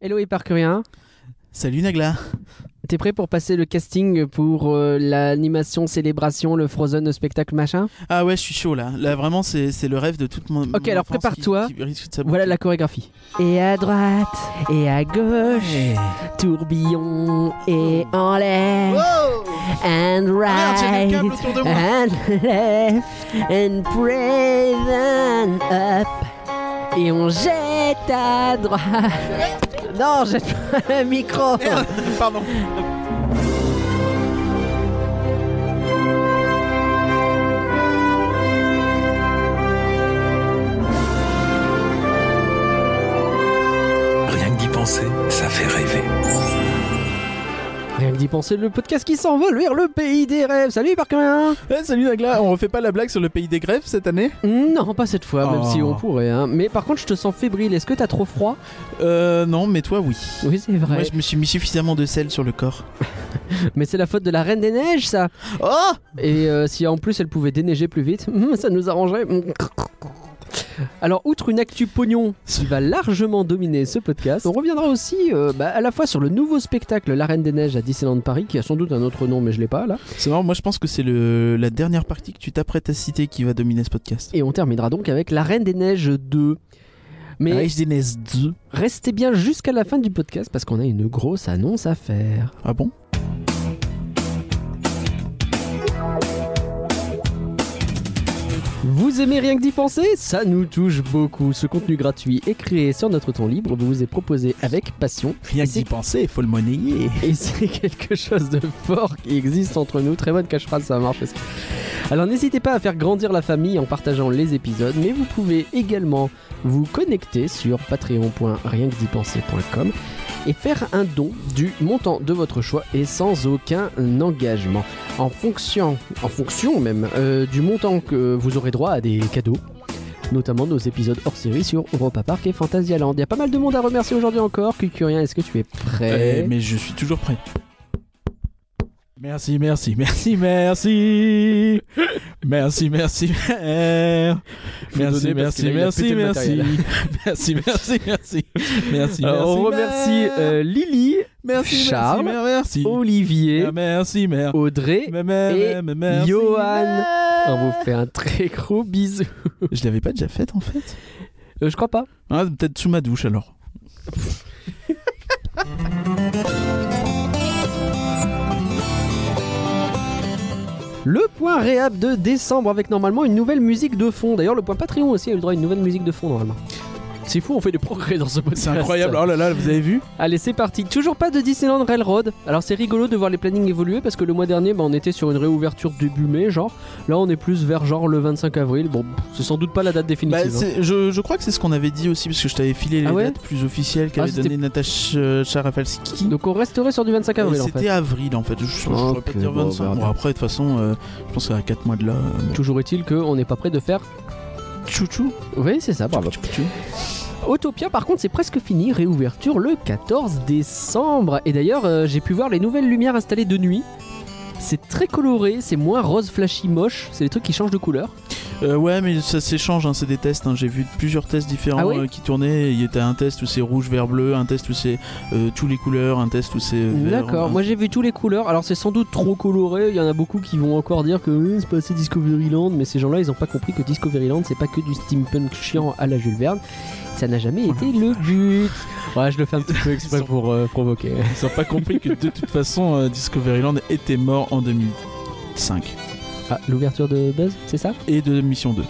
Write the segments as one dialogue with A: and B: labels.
A: Hello Parkerien,
B: Salut Nagla
A: t'es prêt pour passer le casting pour euh, l'animation célébration, le Frozen, le spectacle machin
B: Ah ouais, je suis chaud là. Là, vraiment, c'est c'est le rêve de toute mon. mon
A: alors
B: enfance qui-
A: prépare-toi.
B: qui risque de s'aboutir.
A: Voilà la chorégraphie. Et à droite, et à gauche,
B: Ouais.
A: tourbillon, et en l'air, and
B: Ah, merde, il y a des câbles
A: right,
B: autour de moi.
A: and left, and breathe and up. Et on jette à droite. Non, jette pas le micro.
B: Merde, Pardon.
C: Rien que d'y penser, ça fait rêver.
A: Rien que d'y penser, le podcast qui s'envole vers le pays des rêves. Salut Parker
B: Ouais, Eh, salut Nagla, on refait pas la blague sur le pays des grèves cette année
A: Non, pas cette fois, même
B: Oh.
A: si on pourrait. hein. Mais par contre, je te sens fébrile. Est-ce que t'as trop froid
B: Euh, non, mais toi, oui.
A: Oui, c'est vrai.
B: Moi, je me suis mis suffisamment de sel sur le corps.
A: Mais c'est la faute de la Reine des Neiges, ça.
B: Oh
A: Et euh, si en plus elle pouvait déneiger plus vite, hum, ça nous arrangerait. Hum. Alors, outre une actu pognon qui va largement dominer ce podcast, on reviendra aussi euh, bah, à la fois sur le nouveau spectacle La Reine des Neiges à Disneyland Paris, qui a sans doute un autre nom, mais je l'ai pas là.
B: C'est marrant, moi je pense que c'est le... la dernière partie que tu t'apprêtes à citer qui va dominer ce podcast.
A: Et on terminera donc avec La Reine des Neiges 2.
B: Ah
A: Mais
B: HDNS 2.
A: restez bien jusqu'à la fin du podcast parce qu'on a une grosse annonce à faire.
B: Ah bon
A: Vous aimez rien que d'y penser Ça nous touche beaucoup. Ce contenu gratuit est créé sur notre temps libre, vous est proposé avec passion.
B: Rien
A: que d'y
B: penser, faut le monnayer.
A: Et c'est quelque chose de fort qui existe entre nous. Très bonne cache phrase, ça marche. aussi. Alors n'hésitez pas à faire grandir la famille en partageant les épisodes, mais vous pouvez également vous connecter sur patreon.rienquedipenser.com et faire un don du montant de votre choix et sans aucun engagement. En fonction, en fonction même euh, du montant que vous aurez droit à des cadeaux, notamment nos épisodes hors série sur Europa Park et Fantasyland. Il y a pas mal de monde à remercier aujourd'hui encore. Cucurien, est-ce que tu es prêt
B: mais je suis toujours prêt. Merci, merci, merci, merci. Merci, merci, mer- merci.
A: donner parce
B: Merci,
A: qu'il a- il a pété
B: merci,
A: le matériel.
B: merci. Merci, merci, merci. Merci, merci.
A: Alors, Euh, on remercie
B: mer-
A: euh, Lily,
B: merci,
A: Charles,
B: merci, merci.
A: Olivier,
B: Merci, merci.
A: Audrey. et Johan. On vous fait un très gros bisou.
B: Je l'avais pas déjà faite en fait.
A: Euh, je crois pas.
B: Ah, peut-être sous ma douche alors.
A: Le point réhab de décembre avec normalement une nouvelle musique de fond. D'ailleurs, le point Patreon aussi a eu le droit à une nouvelle musique de fond normalement. C'est fou, on fait des progrès dans ce podcast.
B: C'est incroyable. Oh là là, vous avez vu
A: Allez, c'est parti. Toujours pas de Disneyland Railroad. Alors, c'est rigolo de voir les plannings évoluer parce que le mois dernier, bah, on était sur une réouverture début mai, genre. Là, on est plus vers genre le 25 avril. Bon, pff, c'est sans doute pas la date
B: Bah,
A: définitive. hein.
B: c'est- je, je crois que c'est ce qu'on avait dit aussi, parce que je t'avais filé les
A: Ah ouais
B: dates plus officielles qu'avait
A: Ah, c'était-
B: donné Natacha euh, Charafalski.
A: Donc, on resterait sur du 25
B: Et
A: avril en fait.
B: C'était avril en fait, je, je, je pourrais
A: Ok,
B: pas dire
A: bon,
B: 25.
A: bah,
B: Bon,
A: bah.
B: après, de toute façon, euh, je pense qu'à 4 mois de là. euh,
A: Toujours est-il qu'on n'est pas prêt de faire.
B: Chouchou
A: Oui, c'est
B: Ah,
A: ça, bravo.
B: Chouchou.
A: Autopia, par contre, c'est presque fini. Réouverture le 14 décembre. Et d'ailleurs, euh, j'ai pu voir les nouvelles lumières installées de nuit. C'est très coloré, c'est moins rose flashy moche. C'est des trucs qui changent de couleur.
B: Euh, ouais, mais ça s'échange, hein, c'est des tests. hein. J'ai vu plusieurs tests différents
A: Ah oui
B: euh, qui tournaient. Il y était un test où c'est rouge, vert, bleu, un test où c'est euh, tous les couleurs, un test où c'est euh, vert.
A: D'accord, moi j'ai vu tous les couleurs. Alors, c'est sans doute trop coloré. Il y en a beaucoup qui vont encore dire que euh, c'est pas assez Discoveryland. Mais ces gens-là, ils ont pas compris que Discoveryland, c'est pas que du steampunk chiant à la Jules Verne. Ça n'a jamais été le but. Ouais, je le fais un petit peu exprès
B: sont-
A: pour euh, provoquer.
B: Ils ont pas compris que de toute façon, euh, Discoveryland était mort en 2005
A: Ah, l'ouverture de Buzz, c'est ça
B: et de Mission 2.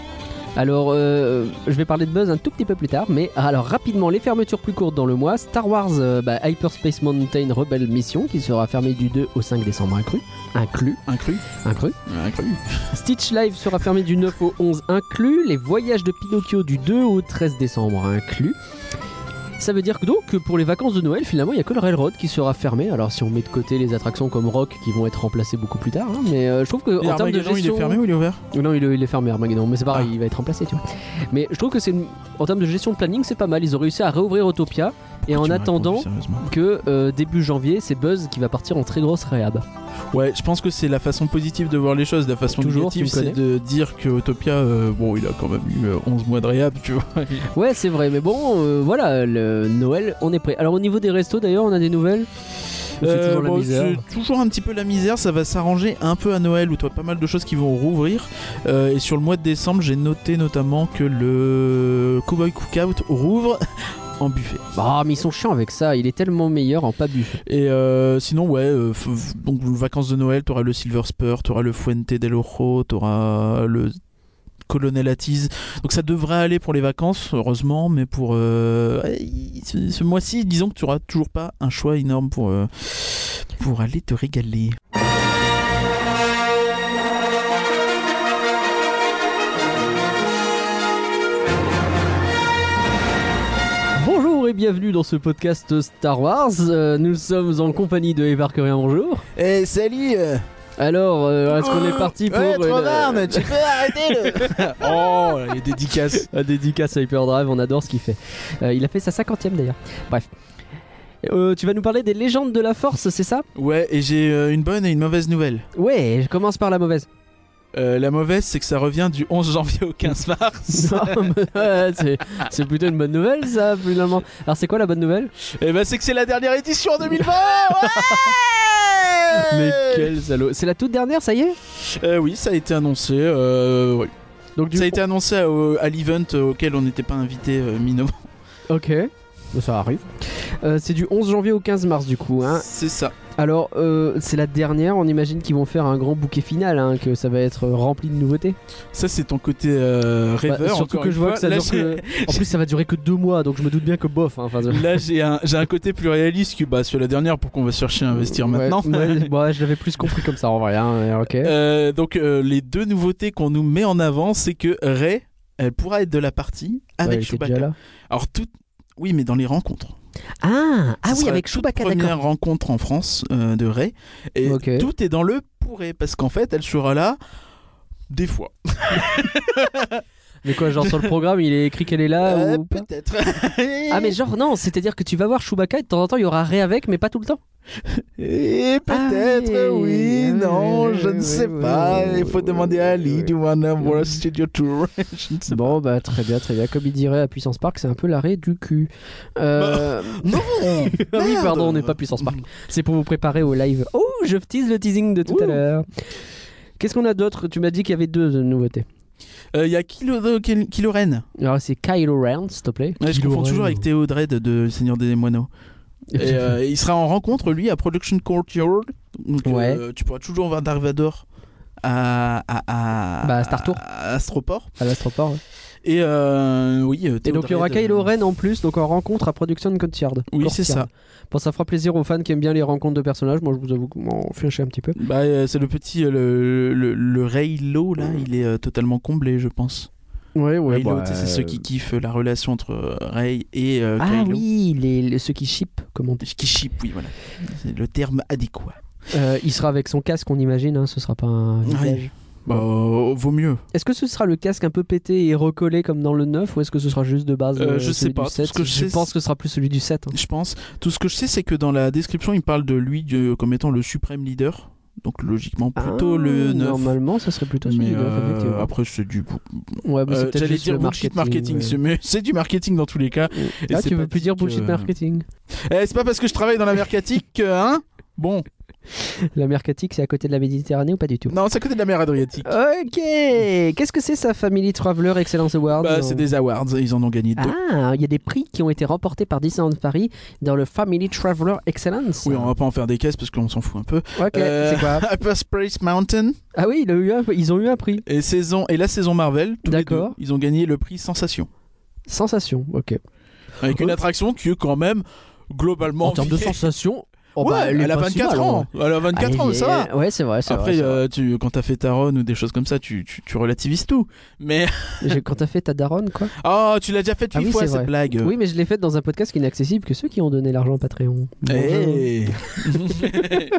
A: Alors, euh, je vais parler de Buzz un tout petit peu plus tard, mais ah, alors rapidement, les fermetures plus courtes dans le mois. Star Wars euh, bah, Hyperspace Mountain Rebel Mission, qui sera fermée du 2 au 5 décembre inclus. Inclus,
B: Inclus
A: inclus.
B: Inclus.
A: Stitch Live sera fermé du 9 au 11 inclus. Les voyages de Pinocchio du 2 au 13 décembre inclus. Ça veut dire que donc que pour les vacances de Noël, finalement, il n'y a que le Railroad qui sera fermé. Alors si on met de côté les attractions comme Rock qui vont être remplacées beaucoup plus tard, hein, mais euh, je trouve que
B: Et
A: en termes de
B: Armageddon,
A: gestion,
B: il est fermé ou il est ouvert
A: non, il, est- il est fermé Armageddon, mais c'est pareil,
B: Ah.
A: il va être remplacé, tu vois. Mais je trouve que c'est une- en termes de gestion de planning, c'est pas mal. Ils ont réussi à réouvrir Autopia Et en
B: Ah, tu m'as
A: attendant-
B: répondu, sérieusement
A: que euh, début janvier, c'est Buzz qui va partir en très grosse réhab.
B: Ouais, je pense que c'est la façon positive de voir les choses. La façon
A: Toujours,
B: négative,
A: tu me
B: c'est de dire que Utopia, euh, bon, il a quand même eu euh, 11 mois de réhab, tu vois.
A: Ouais, c'est vrai, mais bon, euh, voilà, le Noël, on est prêt. Alors au niveau des restos d'ailleurs, on a des nouvelles Ou C'est
B: Euh,
A: toujours la
B: bon,
A: misère.
B: c'est toujours un petit peu la misère. Ça va s'arranger un peu à Noël où tu as pas mal de choses qui vont rouvrir. Euh, et sur le mois de décembre, j'ai noté notamment que le Cowboy Cookout rouvre en buffet.
A: Ah, mais ils sont chiants avec ça, il est tellement meilleur en pas buffet.
B: Et euh, sinon, ouais, euh, f- f- donc vacances de Noël, t'auras le Silver Spur, t'auras le Fuente del Oro, t'auras le Colonel Atiz. Donc ça devrait aller pour les vacances, heureusement, mais pour euh, ouais, ce, ce mois-ci, disons que tu auras toujours pas un choix énorme pour, euh, pour aller te régaler.
A: Bonjour et bienvenue dans ce podcast Star Wars. Euh, nous sommes en compagnie de Evarkerien, bonjour.
B: Eh, salut
A: Alors, euh, est-ce
B: Oh,
A: qu'on est parti pour une, euh,
B: tu peux arrêter le... oh, les dédicaces
A: La dédicace à Hyperdrive, on adore ce qu'il fait. Euh, il a fait sa 50ème d'ailleurs. Bref. Euh, tu vas nous parler des légendes de la force, c'est ça
B: Ouais, et j'ai euh, une bonne et une mauvaise nouvelle.
A: Ouais, je commence par la mauvaise.
B: Euh, la mauvaise, c'est que ça revient du 11 janvier au 15 mars.
A: Non, mais, euh, c'est- c'est plutôt une bonne nouvelle ça, finalement. Alors c'est quoi la bonne nouvelle
B: Eh ben c'est que c'est la dernière édition en 2020 ouais
A: Mais quel salaud. C'est la toute dernière, ça y est
B: Euh, Oui, ça a été annoncé. euh, oui.
A: Donc
B: Ça a été annoncé à, à l'event euh, auquel on n'était pas invité euh, mi-novembre.
A: Ok. Ça arrive. Euh, c'est du 11 janvier au 15 mars du coup. Hein.
B: c'est ça.
A: Alors euh, c'est la dernière, on imagine qu'ils vont faire un grand bouquet final, hein, que ça va être rempli de nouveautés.
B: Ça c'est ton côté euh,
A: Bah,
B: rêveur.
A: surtout
B: encore
A: que
B: une
A: je vois
B: fois.
A: que ça
B: Là,
A: dure
B: j'ai-
A: que- En plus ça va durer que deux mois, donc je me doute bien que bof. hein, enfin, ça-
B: Là j'ai un, j'ai un côté plus réaliste que bah, sur la dernière pour qu'on va chercher à investir
A: Ouais,
B: maintenant.
A: ouais, ouais, je l'avais plus compris comme ça en vrai. hein, ouais, ok.
B: Euh, donc euh, les deux nouveautés qu'on nous met en avant c'est que Ray elle pourra être de la partie
A: Ouais, il était
B: avec
A: déjà
B: Chewbacca.
A: là.
B: Alors tout... Oui mais dans les rencontres.
A: Ah, ah
B: Ce
A: oui,
B: sera
A: avec
B: la
A: Chewbacca,
B: toute
A: d'accord.
B: première rencontre en France euh, de Ray. Et
A: Ok.
B: tout est dans le pourrait, parce qu'en fait, elle sera là des fois.
A: Mais quoi, genre sur le programme, il est écrit qu'elle est là
B: Euh,
A: ou pas
B: Peut-être.
A: Ah mais genre non, c'est-à-dire que tu vas voir Chewbacca et de temps en temps il y aura Ré avec mais pas tout le temps.
B: Et peut-être,
A: Ah oui.
B: oui,
A: Ah oui,
B: non,
A: oui,
B: je
A: oui,
B: ne sais
A: oui,
B: pas.
A: oui,
B: Il faut
A: oui,
B: demander à Ali
A: oui.
B: du One
A: Oui.
B: World Studio Tour. je ne sais
A: Bon bah très bien, très bien. Comme il dirait à Puissance Park, c'est un peu l'arrêt du cul. Euh,
B: pas. Non
A: Ah oui,
B: merde.
A: pardon, on n'est pas Puissance Park. C'est pour vous préparer au live. Oh, je tease le teasing de tout à
B: Ouh.
A: l'heure. Qu'est-ce qu'on a d'autre Tu m'as dit qu'il y avait deux euh, nouveautés.
B: Euh, Il y a Kylo, Kylo- Kylo Ren.
A: Alors c'est Kylo Ren, s'il te plaît.
B: Ouais, je
A: Kylo
B: confonds
A: Ren.
B: toujours avec Théo Dredd de Seigneur des Moineaux. Et euh, il sera en rencontre, lui, à Production Courtyard. Donc,
A: Ouais.
B: euh, tu pourras toujours voir Dark Vador à, à, à,
A: Bah, à Star Tour.
B: à Astroport.
A: à l'astroport. ouais.
B: Et euh, oui, euh,
A: Et
B: Théo
A: donc il y aura
B: Dredd,
A: Kylo
B: euh,
A: Ren en plus, donc en rencontre à Production Courtyard.
B: Oui, c'est
A: Courtyard.
B: ça.
A: Bon, ça fera plaisir aux fans qui aiment bien les rencontres de personnages. Moi, je vous avoue que m'en fichez un petit peu.
B: Bah, euh, c'est le petit, euh, le, le, le Raylo, là, il est euh, totalement comblé, je pense.
A: Ouais, ouais. bah, euh,
B: Raylo, tu sais, c'est ceux qui kiffent la relation entre euh, Ray et euh,
A: Ah
B: Kylo.
A: oui, les, les- ceux qui ship, comme on dit.
B: Qui ship, oui, voilà. C'est le terme adéquat.
A: Euh, il sera avec son casque, on imagine, hein, ce sera pas un visage.
B: Ouais. Bah, euh, vaut mieux.
A: Est-ce que ce sera le casque un peu pété et recollé comme dans le 9 ou est-ce que ce sera juste de base
B: Euh,
A: euh,
B: je sais
A: celui du
B: pas,
A: 7?
B: ce que je sais,
A: pense
B: c'est-
A: que ce sera plus celui du 7. hein.
B: je pense. Tout ce que je sais, c'est que dans la description, il parle de lui de- comme étant le suprême leader. Donc logiquement, plutôt
A: Ah,
B: le 9.
A: Normalement, ce serait plutôt celui
B: mais
A: du 9.
B: euh,
A: effectivement.
B: après, c'est
A: Ouais,
B: du.
A: mais hein. c'est
B: Euh,
A: peut-être
B: J'allais
A: juste
B: dire
A: le
B: bullshit marketing,
A: ouais.
B: c'est- mais c'est du marketing dans tous les cas. Et
A: Ah,
B: c'est
A: tu veux
B: pas
A: plus dire
B: dit
A: bullshit
B: que-
A: marketing
B: Eh, c'est pas parce que je travaille dans la mercatique que, hein Bon,
A: La mercatique, c'est à côté de la Méditerranée ou pas du tout
B: non, c'est à côté de la mer Adriatique.
A: Ok Qu'est-ce que c'est ça, Family Traveler Excellence Award
B: Bah, c'est des awards, ils en ont gagné deux.
A: Oh, Ah, il y a des prix qui ont été remportés par Disneyland Paris dans le Family Traveler Excellence.
B: Oui, on va pas en faire des caisses parce qu'on s'en fout un peu.
A: Ok,
B: Euh,
A: c'est quoi
B: Upper Space Mountain
A: Ah oui, il a eu un- ils ont eu un prix.
B: et, saison, et la saison Marvel, tous les
A: D'accord.
B: deux, ils ont gagné le prix Sensation.
A: Sensation, ok.
B: Avec une
A: Oh.
B: attraction qui est quand même globalement.
A: En termes de
B: vieille.
A: sensation, oh
B: ouais,
A: bah,
B: elle,
A: est
B: a
A: pas si
B: 24
A: mal,
B: ans.
A: hein.
B: Elle a 24 ans,
A: Allez,
B: ça va.
A: Ouais, c'est vrai, c'est
B: Après,
A: vrai. c'est vrai.
B: euh, tu, quand t'as fait Taron ou des choses comme ça, tu, tu, tu relativises tout. Mais
A: J'ai- Quand t'as fait ta daronne, quoi
B: oh, tu l'as déjà fait
A: Ah
B: 8
A: oui,
B: fois
A: c'est
B: cette
A: vrai.
B: blague.
A: Oui, mais je l'ai faite dans un podcast qui n'est accessible que ceux qui ont donné l'argent au Patreon.
B: Eh,
A: Bonjour.
B: Hey.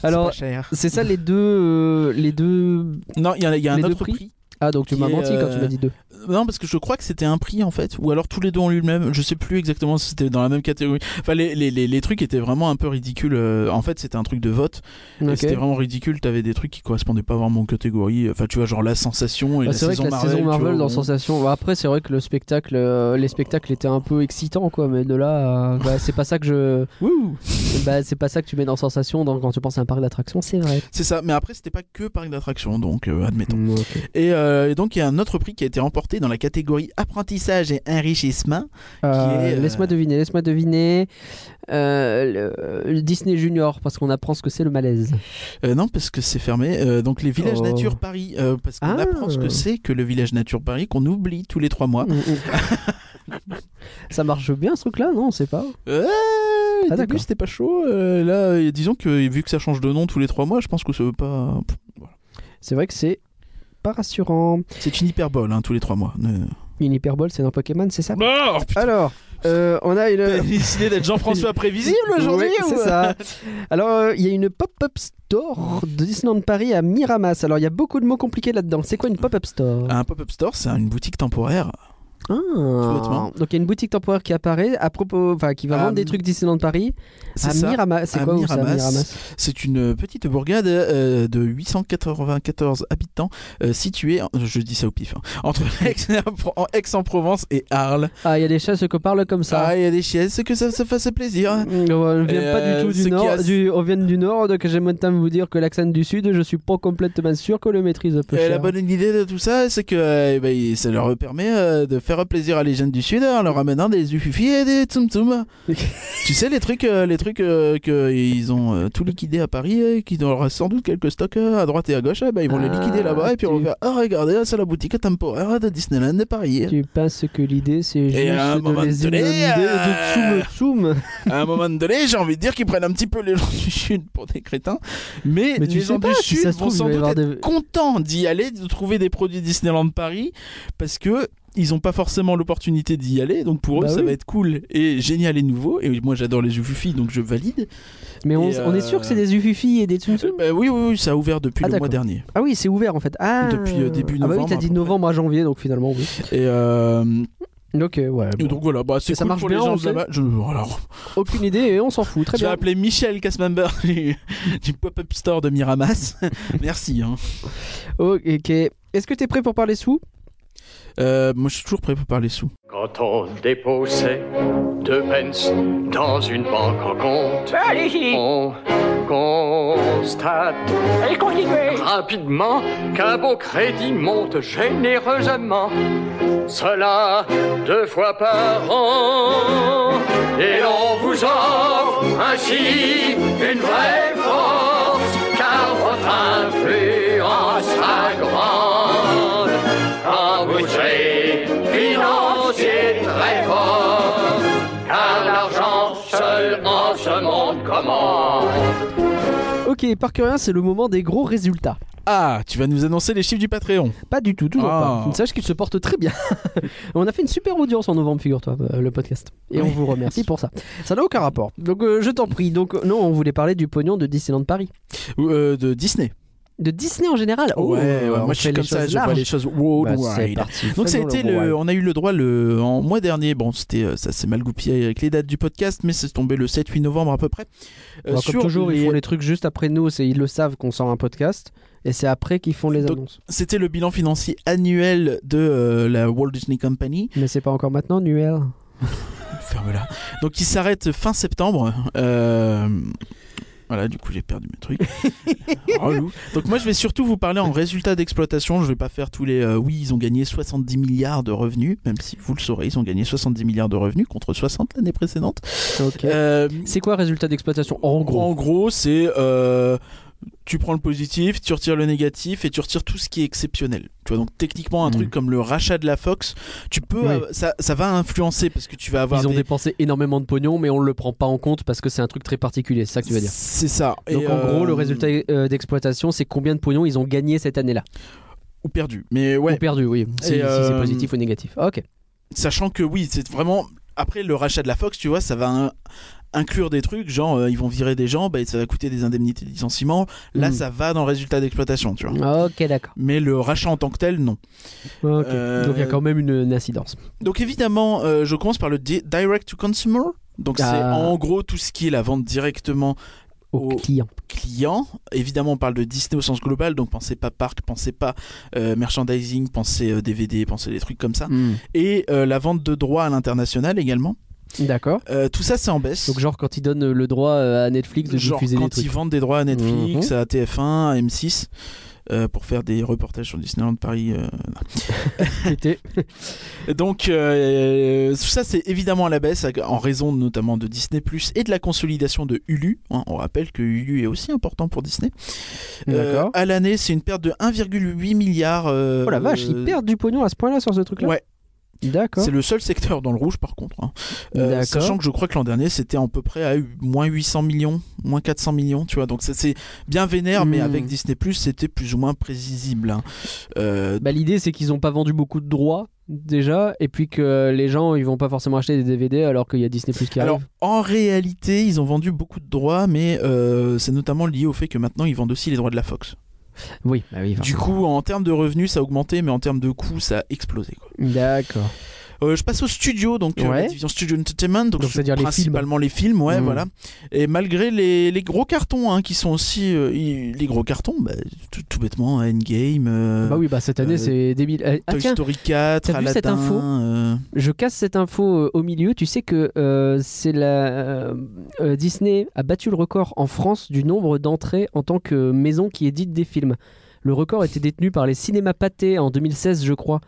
B: C'est
A: Alors,
B: pas cher.
A: c'est ça les deux. euh, les deux.
B: non, il y, en a- il y a un
A: les deux
B: autre
A: prix
B: prix,
A: Ah, donc tu
B: Qui
A: m'as
B: est,
A: menti quand tu
B: euh,
A: m'as dit deux.
B: Non, parce que je crois que c'était un prix en fait, ou alors tous les deux en lui-même. Je sais plus exactement si c'était dans la même catégorie. Enfin, les, les, les, les trucs étaient vraiment un peu ridicules. euh, En fait, c'était un truc de vote. et
A: Ok.
B: C'était vraiment ridicule. T'avais des trucs qui correspondaient pas vraiment aux catégories. Enfin, tu vois, genre la sensation et
A: Bah,
B: la,
A: c'est vrai que
B: saison
A: la
B: Marvel,
A: saison
B: tu
A: Marvel
B: vois,
A: dans
B: on-
A: Sensation. bah, après, c'est vrai que le spectacle, euh, les spectacles étaient un peu excitants, quoi. Mais de là, à- bah, c'est pas ça que je,
B: Wouh
A: bah, c'est pas ça que tu mets dans Sensation dans- quand tu penses à un parc d'attractions, c'est vrai.
B: C'est ça. Mais après, c'était pas que parc d'attraction, donc euh, admettons. Et, euh, et donc, il y a un autre prix qui a été remporté dans la catégorie apprentissage et enrichissement.
A: Euh,
B: est, euh,
A: Laisse-moi deviner, laisse-moi deviner. Euh, le- le Disney Junior, parce qu'on apprend ce que c'est le malaise.
B: Euh, non, parce que c'est fermé. Euh, donc, les villages
A: Oh.
B: nature Paris. euh, parce qu'on
A: Ah. Hmm.
B: apprend ce que c'est que le village nature Paris qu'on oublie tous les trois mois.
A: ça marche bien ce truc-là Non, on sait pas.
B: Euh, au
A: Ah,
B: début
A: d'accord.
B: c'était pas chaud. euh, là, euh, disons que vu que ça change de nom tous les trois mois, je pense que ça veut pas. Pff,
A: C'est vrai que c'est pas rassurant.
B: C'est une hyperbole hein, tous les trois mois. Euh.
A: Une hyperbole, c'est dans Pokémon, c'est ça
B: Oh, putain,
A: Alors, euh, on a
B: T'as
A: une.
B: décidé d'être Jean-François prévisible aujourd'hui
A: Ouais,
B: ou-
A: c'est ça. Alors, euh, il y a une pop-up store de Disneyland Paris à Miramas. Alors, il y a beaucoup de mots compliqués là-dedans. C'est quoi une pop-up store
B: Un pop-up store, c'est une boutique temporaire. bêtement.
A: Ah. Donc, il y a une boutique temporaire qui apparaît à propos, enfin, qui va
B: Ah,
A: vendre des
B: m-
A: trucs Disneyland Paris
B: C'est
A: à
B: ça.
A: Miramas. C'est
B: à
A: quoi où ça,
B: Miramas.
A: Miramas
B: C'est une petite bourgade euh, de 894 habitants euh, située, en- je dis ça au pif, hein, entre Aix- en Aix-en-Provence et Arles.
A: Ah, il y a des chasses qu'on parle comme ça.
B: Ah, il y a des chiesses, que ça se fasse plaisir. hein.
A: Mm, On vient
B: Et,
A: pas
B: euh,
A: du tout
B: ce
A: du
B: qui
A: nord,
B: a-
A: du- on vient du nord, donc j'aime autant vous dire que l'accent du sud, je suis pas complètement sûr qu'on le maîtrise un peu.
B: Et la
A: cher.
B: bonne idée de tout ça, c'est que euh, eh ben, ça leur permet euh, de faire plaisir à les jeunes du Sud en leur amenant des ufufi et des tsum tsum. tu sais, les trucs, euh, les trucs qu'ils ont euh, tout liquidé à Paris, euh, qu'ils auront sans doute quelques stocks euh, à droite et à gauche, eh ben, ils vont les
A: Ah,
B: liquider là-bas et puis on
A: tu-
B: va faire Ah, regardez, c'est la boutique temporaire de Disneyland de Paris.
A: Tu penses que l'idée c'est juste
B: à un
A: de
B: moment
A: les
B: donné,
A: inonder
B: euh,
A: de tsoum tsoum
B: à un moment donné, j'ai envie de dire qu'ils prennent un petit peu les gens du Sud pour des crétins, mais,
A: Mais tu
B: les
A: sais
B: gens
A: pas,
B: du
A: si
B: Sud
A: ça se
B: vont
A: trouve, il
B: sans
A: va y
B: doute
A: avoir
B: être
A: des-
B: contents d'y aller, de trouver des produits Disneyland Paris, parce que ils n'ont pas forcément l'opportunité d'y aller, donc pour eux
A: Bah
B: ça
A: oui.
B: va être cool et génial et nouveau. Et moi j'adore les Ufufi, donc je valide.
A: Mais on,
B: Et,
A: on est sûr que c'est
B: euh,
A: des ufufis et des tsum
B: Euh,
A: tsum
B: bah oui, oui, oui, ça a ouvert depuis
A: Ah,
B: le mois
A: d'accord.
B: dernier.
A: Ah oui, c'est ouvert en fait. Ah
B: Depuis, euh, début
A: Ah bah oui,
B: novembre,
A: t'as
B: à
A: dit
B: peu près.
A: novembre à janvier, donc finalement oui.
B: Et euh,
A: Ok, ouais. bon.
B: donc voilà, bah, c'est
A: Et ça
B: cool
A: marche
B: pour
A: bien,
B: les
A: on
B: gens de
A: sait.
B: là-bas. Je... Alors,
A: Aucune idée et on s'en fout, très
B: je vais
A: bien.
B: appeler Michel Casmember du, du pop-up store de Miramas. Merci. Hein.
A: Ok. Est-ce que t'es prêt pour parler sous
B: Euh, moi je suis toujours prêt pour parler sous.
D: Quand on déposait deux pence dans une banque en compte,
E: Ben, Allez-y,
D: on constate
E: allez continuez.
D: rapidement qu'un beau crédit monte généreusement. Cela deux fois par an. Et on vous offre ainsi une vraie force, car votre influence sera grande quand vous serez financier très fort. Car l'argent seul en ce monde commande.
A: Ok, par curieux, c'est le moment des gros résultats.
B: Ah, tu vas nous annoncer les chiffres du Patreon.
A: Pas du tout, toujours
B: Ah.
A: pas. Sache qu'il se porte très bien. on a fait une super audience en novembre, figure-toi, euh, le podcast. Et on
B: Oui.
A: vous remercie pour ça. Ça n'a aucun rapport. Donc euh, je t'en prie. Donc euh, non, on voulait parler du pognon de Disneyland Paris.
B: Ou, euh, de Disney.
A: De Disney en général Oh, on
B: moi je
A: fait
B: suis
A: les
B: comme ça,
A: choses
B: je vois
A: larges.
B: les choses
A: Bah,
B: worldwide.
A: c'est parti.
B: donc ça a
A: faisons
B: été
A: le euh,
B: le,
A: worldwide.
B: on a eu le droit le en mois dernier. Bon, c'était euh, ça s'est mal goupillé avec les dates du podcast, mais c'est tombé le 7-8 novembre à peu près. Euh,
A: Bon,
B: sur
A: Bah, comme toujours,
B: les-
A: ils font les trucs juste après nous, c'est ils le savent qu'on sort un podcast et c'est après qu'ils font les
B: Donc-
A: annonces.
B: C'était le bilan financier annuel de euh, la Walt Disney Company.
A: Mais c'est pas encore maintenant, Nuel.
B: Ferme-la. Donc il s'arrête fin septembre. Euh, Voilà, du coup j'ai perdu mes trucs. Relou. Donc moi je vais surtout vous parler en résultat d'exploitation. Je vais pas faire tous les. euh, oui, ils ont gagné 70 milliards de revenus, même si vous le saurez, ils ont gagné 70 milliards de revenus contre 60 l'année précédente.
A: Ok.
B: Euh,
A: c'est quoi résultat d'exploitation en gros
B: en gros, c'est euh, tu prends le positif, tu retires le négatif et tu retires tout ce qui est exceptionnel. Tu vois, donc techniquement un
A: Mm.
B: truc comme le rachat de la Fox, tu peux
A: Oui.
B: euh, ça, ça va influencer parce que tu vas avoir
A: Ils ont
B: des-
A: dépensé énormément de pognon, mais on le prend pas en compte parce que c'est un truc très particulier. C'est ça que tu veux dire.
B: C'est ça.
A: Donc
B: Et,
A: en gros,
B: euh,
A: le résultat euh, d'exploitation, c'est combien de pognon ils ont gagné cette année-là
B: ou perdu. Mais
A: Ou
B: ouais,
A: perdu, oui. Si, si
B: euh,
A: c'est positif ou négatif. Ok.
B: sachant que oui, c'est vraiment après le rachat de la Fox, tu vois, ça va in- inclure des trucs, genre euh, ils vont virer des gens, bah, ça va coûter des indemnités de licenciement. Là,
A: Mm.
B: ça va dans le résultat d'exploitation, tu vois.
A: Ok, d'accord.
B: Mais le rachat en tant que tel, non.
A: Ok.
B: Euh,
A: Donc il y a quand même une, une incidence.
B: Donc évidemment, euh, je commence par le di- direct to consumer. Donc c'est
A: Ah.
B: en gros tout ce qui est la vente directement
A: Au
B: au-
A: client.
B: client. Évidemment, on parle de Disney au sens global, donc pensez pas parc, pensez pas euh, merchandising, pensez euh, DVD, pensez des trucs comme ça.
A: Hmm.
B: Et euh, la vente de droits à l'international également.
A: D'accord.
B: Euh, tout ça, c'est en baisse.
A: Donc genre quand ils donnent le droit euh, à Netflix de
B: Genre
A: diffuser des
B: quand ils
A: trucs. Mhm.
B: vendent des droits à Netflix, à TF1, à M6, euh, pour faire des reportages sur Disneyland Paris. euh,
A: Pété.
B: Donc, euh, tout ça, c'est évidemment à la baisse en raison notamment de Disney Plus et de la consolidation de Hulu. hein. on rappelle que Hulu est aussi important pour Disney. Euh,
A: D'accord.
B: à l'année, c'est une perte de 1,8 milliard. euh,
A: Oh la vache,
B: euh,
A: ils perdent du pognon à ce point-là sur ce truc-là.
B: Ouais,
A: D'accord.
B: c'est le seul secteur dans le rouge par contre. hein. Euh,
A: D'accord.
B: sachant que je crois que l'an dernier c'était à peu près à eu- moins 800 millions, moins 400 millions, tu vois. Donc ça, c'est bien vénère, mais
A: Hmm.
B: avec Disney Plus c'était plus ou moins prévisible. hein. Euh,
A: Bah, l'idée c'est qu'ils n'ont pas vendu beaucoup de droits déjà et puis que les gens ils vont pas forcément acheter des DVD alors qu'il y a Disney Plus qui arrive.
B: Alors, en réalité, ils ont vendu beaucoup de droits, mais euh, c'est notamment lié au fait que maintenant, ils vendent aussi les droits de la Fox.
A: Oui, bah oui.
B: Du coup, en termes de revenus, ça a augmenté, mais en termes de coûts, ça a explosé. quoi.
A: D'accord.
B: Euh, je passe au studio, donc euh,
A: Ouais.
B: la division Studio Entertainment, donc,
A: Donc, c'est-à-dire les films.
B: principalement les films, ouais,
A: Mhm.
B: voilà. Et malgré les, les gros cartons, hein, qui sont aussi euh, y- les gros cartons, bah, tout, tout bêtement, Endgame, euh,
A: bah oui, bah cette année
B: euh,
A: c'est débile. Ah, Ah
B: Toy
A: tiens,
B: Story 4,
A: t'as vu
B: Aladdin,
A: cette info
B: euh,
A: je casse cette info euh, au milieu. Tu sais que euh, c'est la euh, euh, Disney a battu le record en France du nombre d'entrées en tant que maison qui édite des films. Le record était détenu par les cinémas Pathé en 2016, je crois.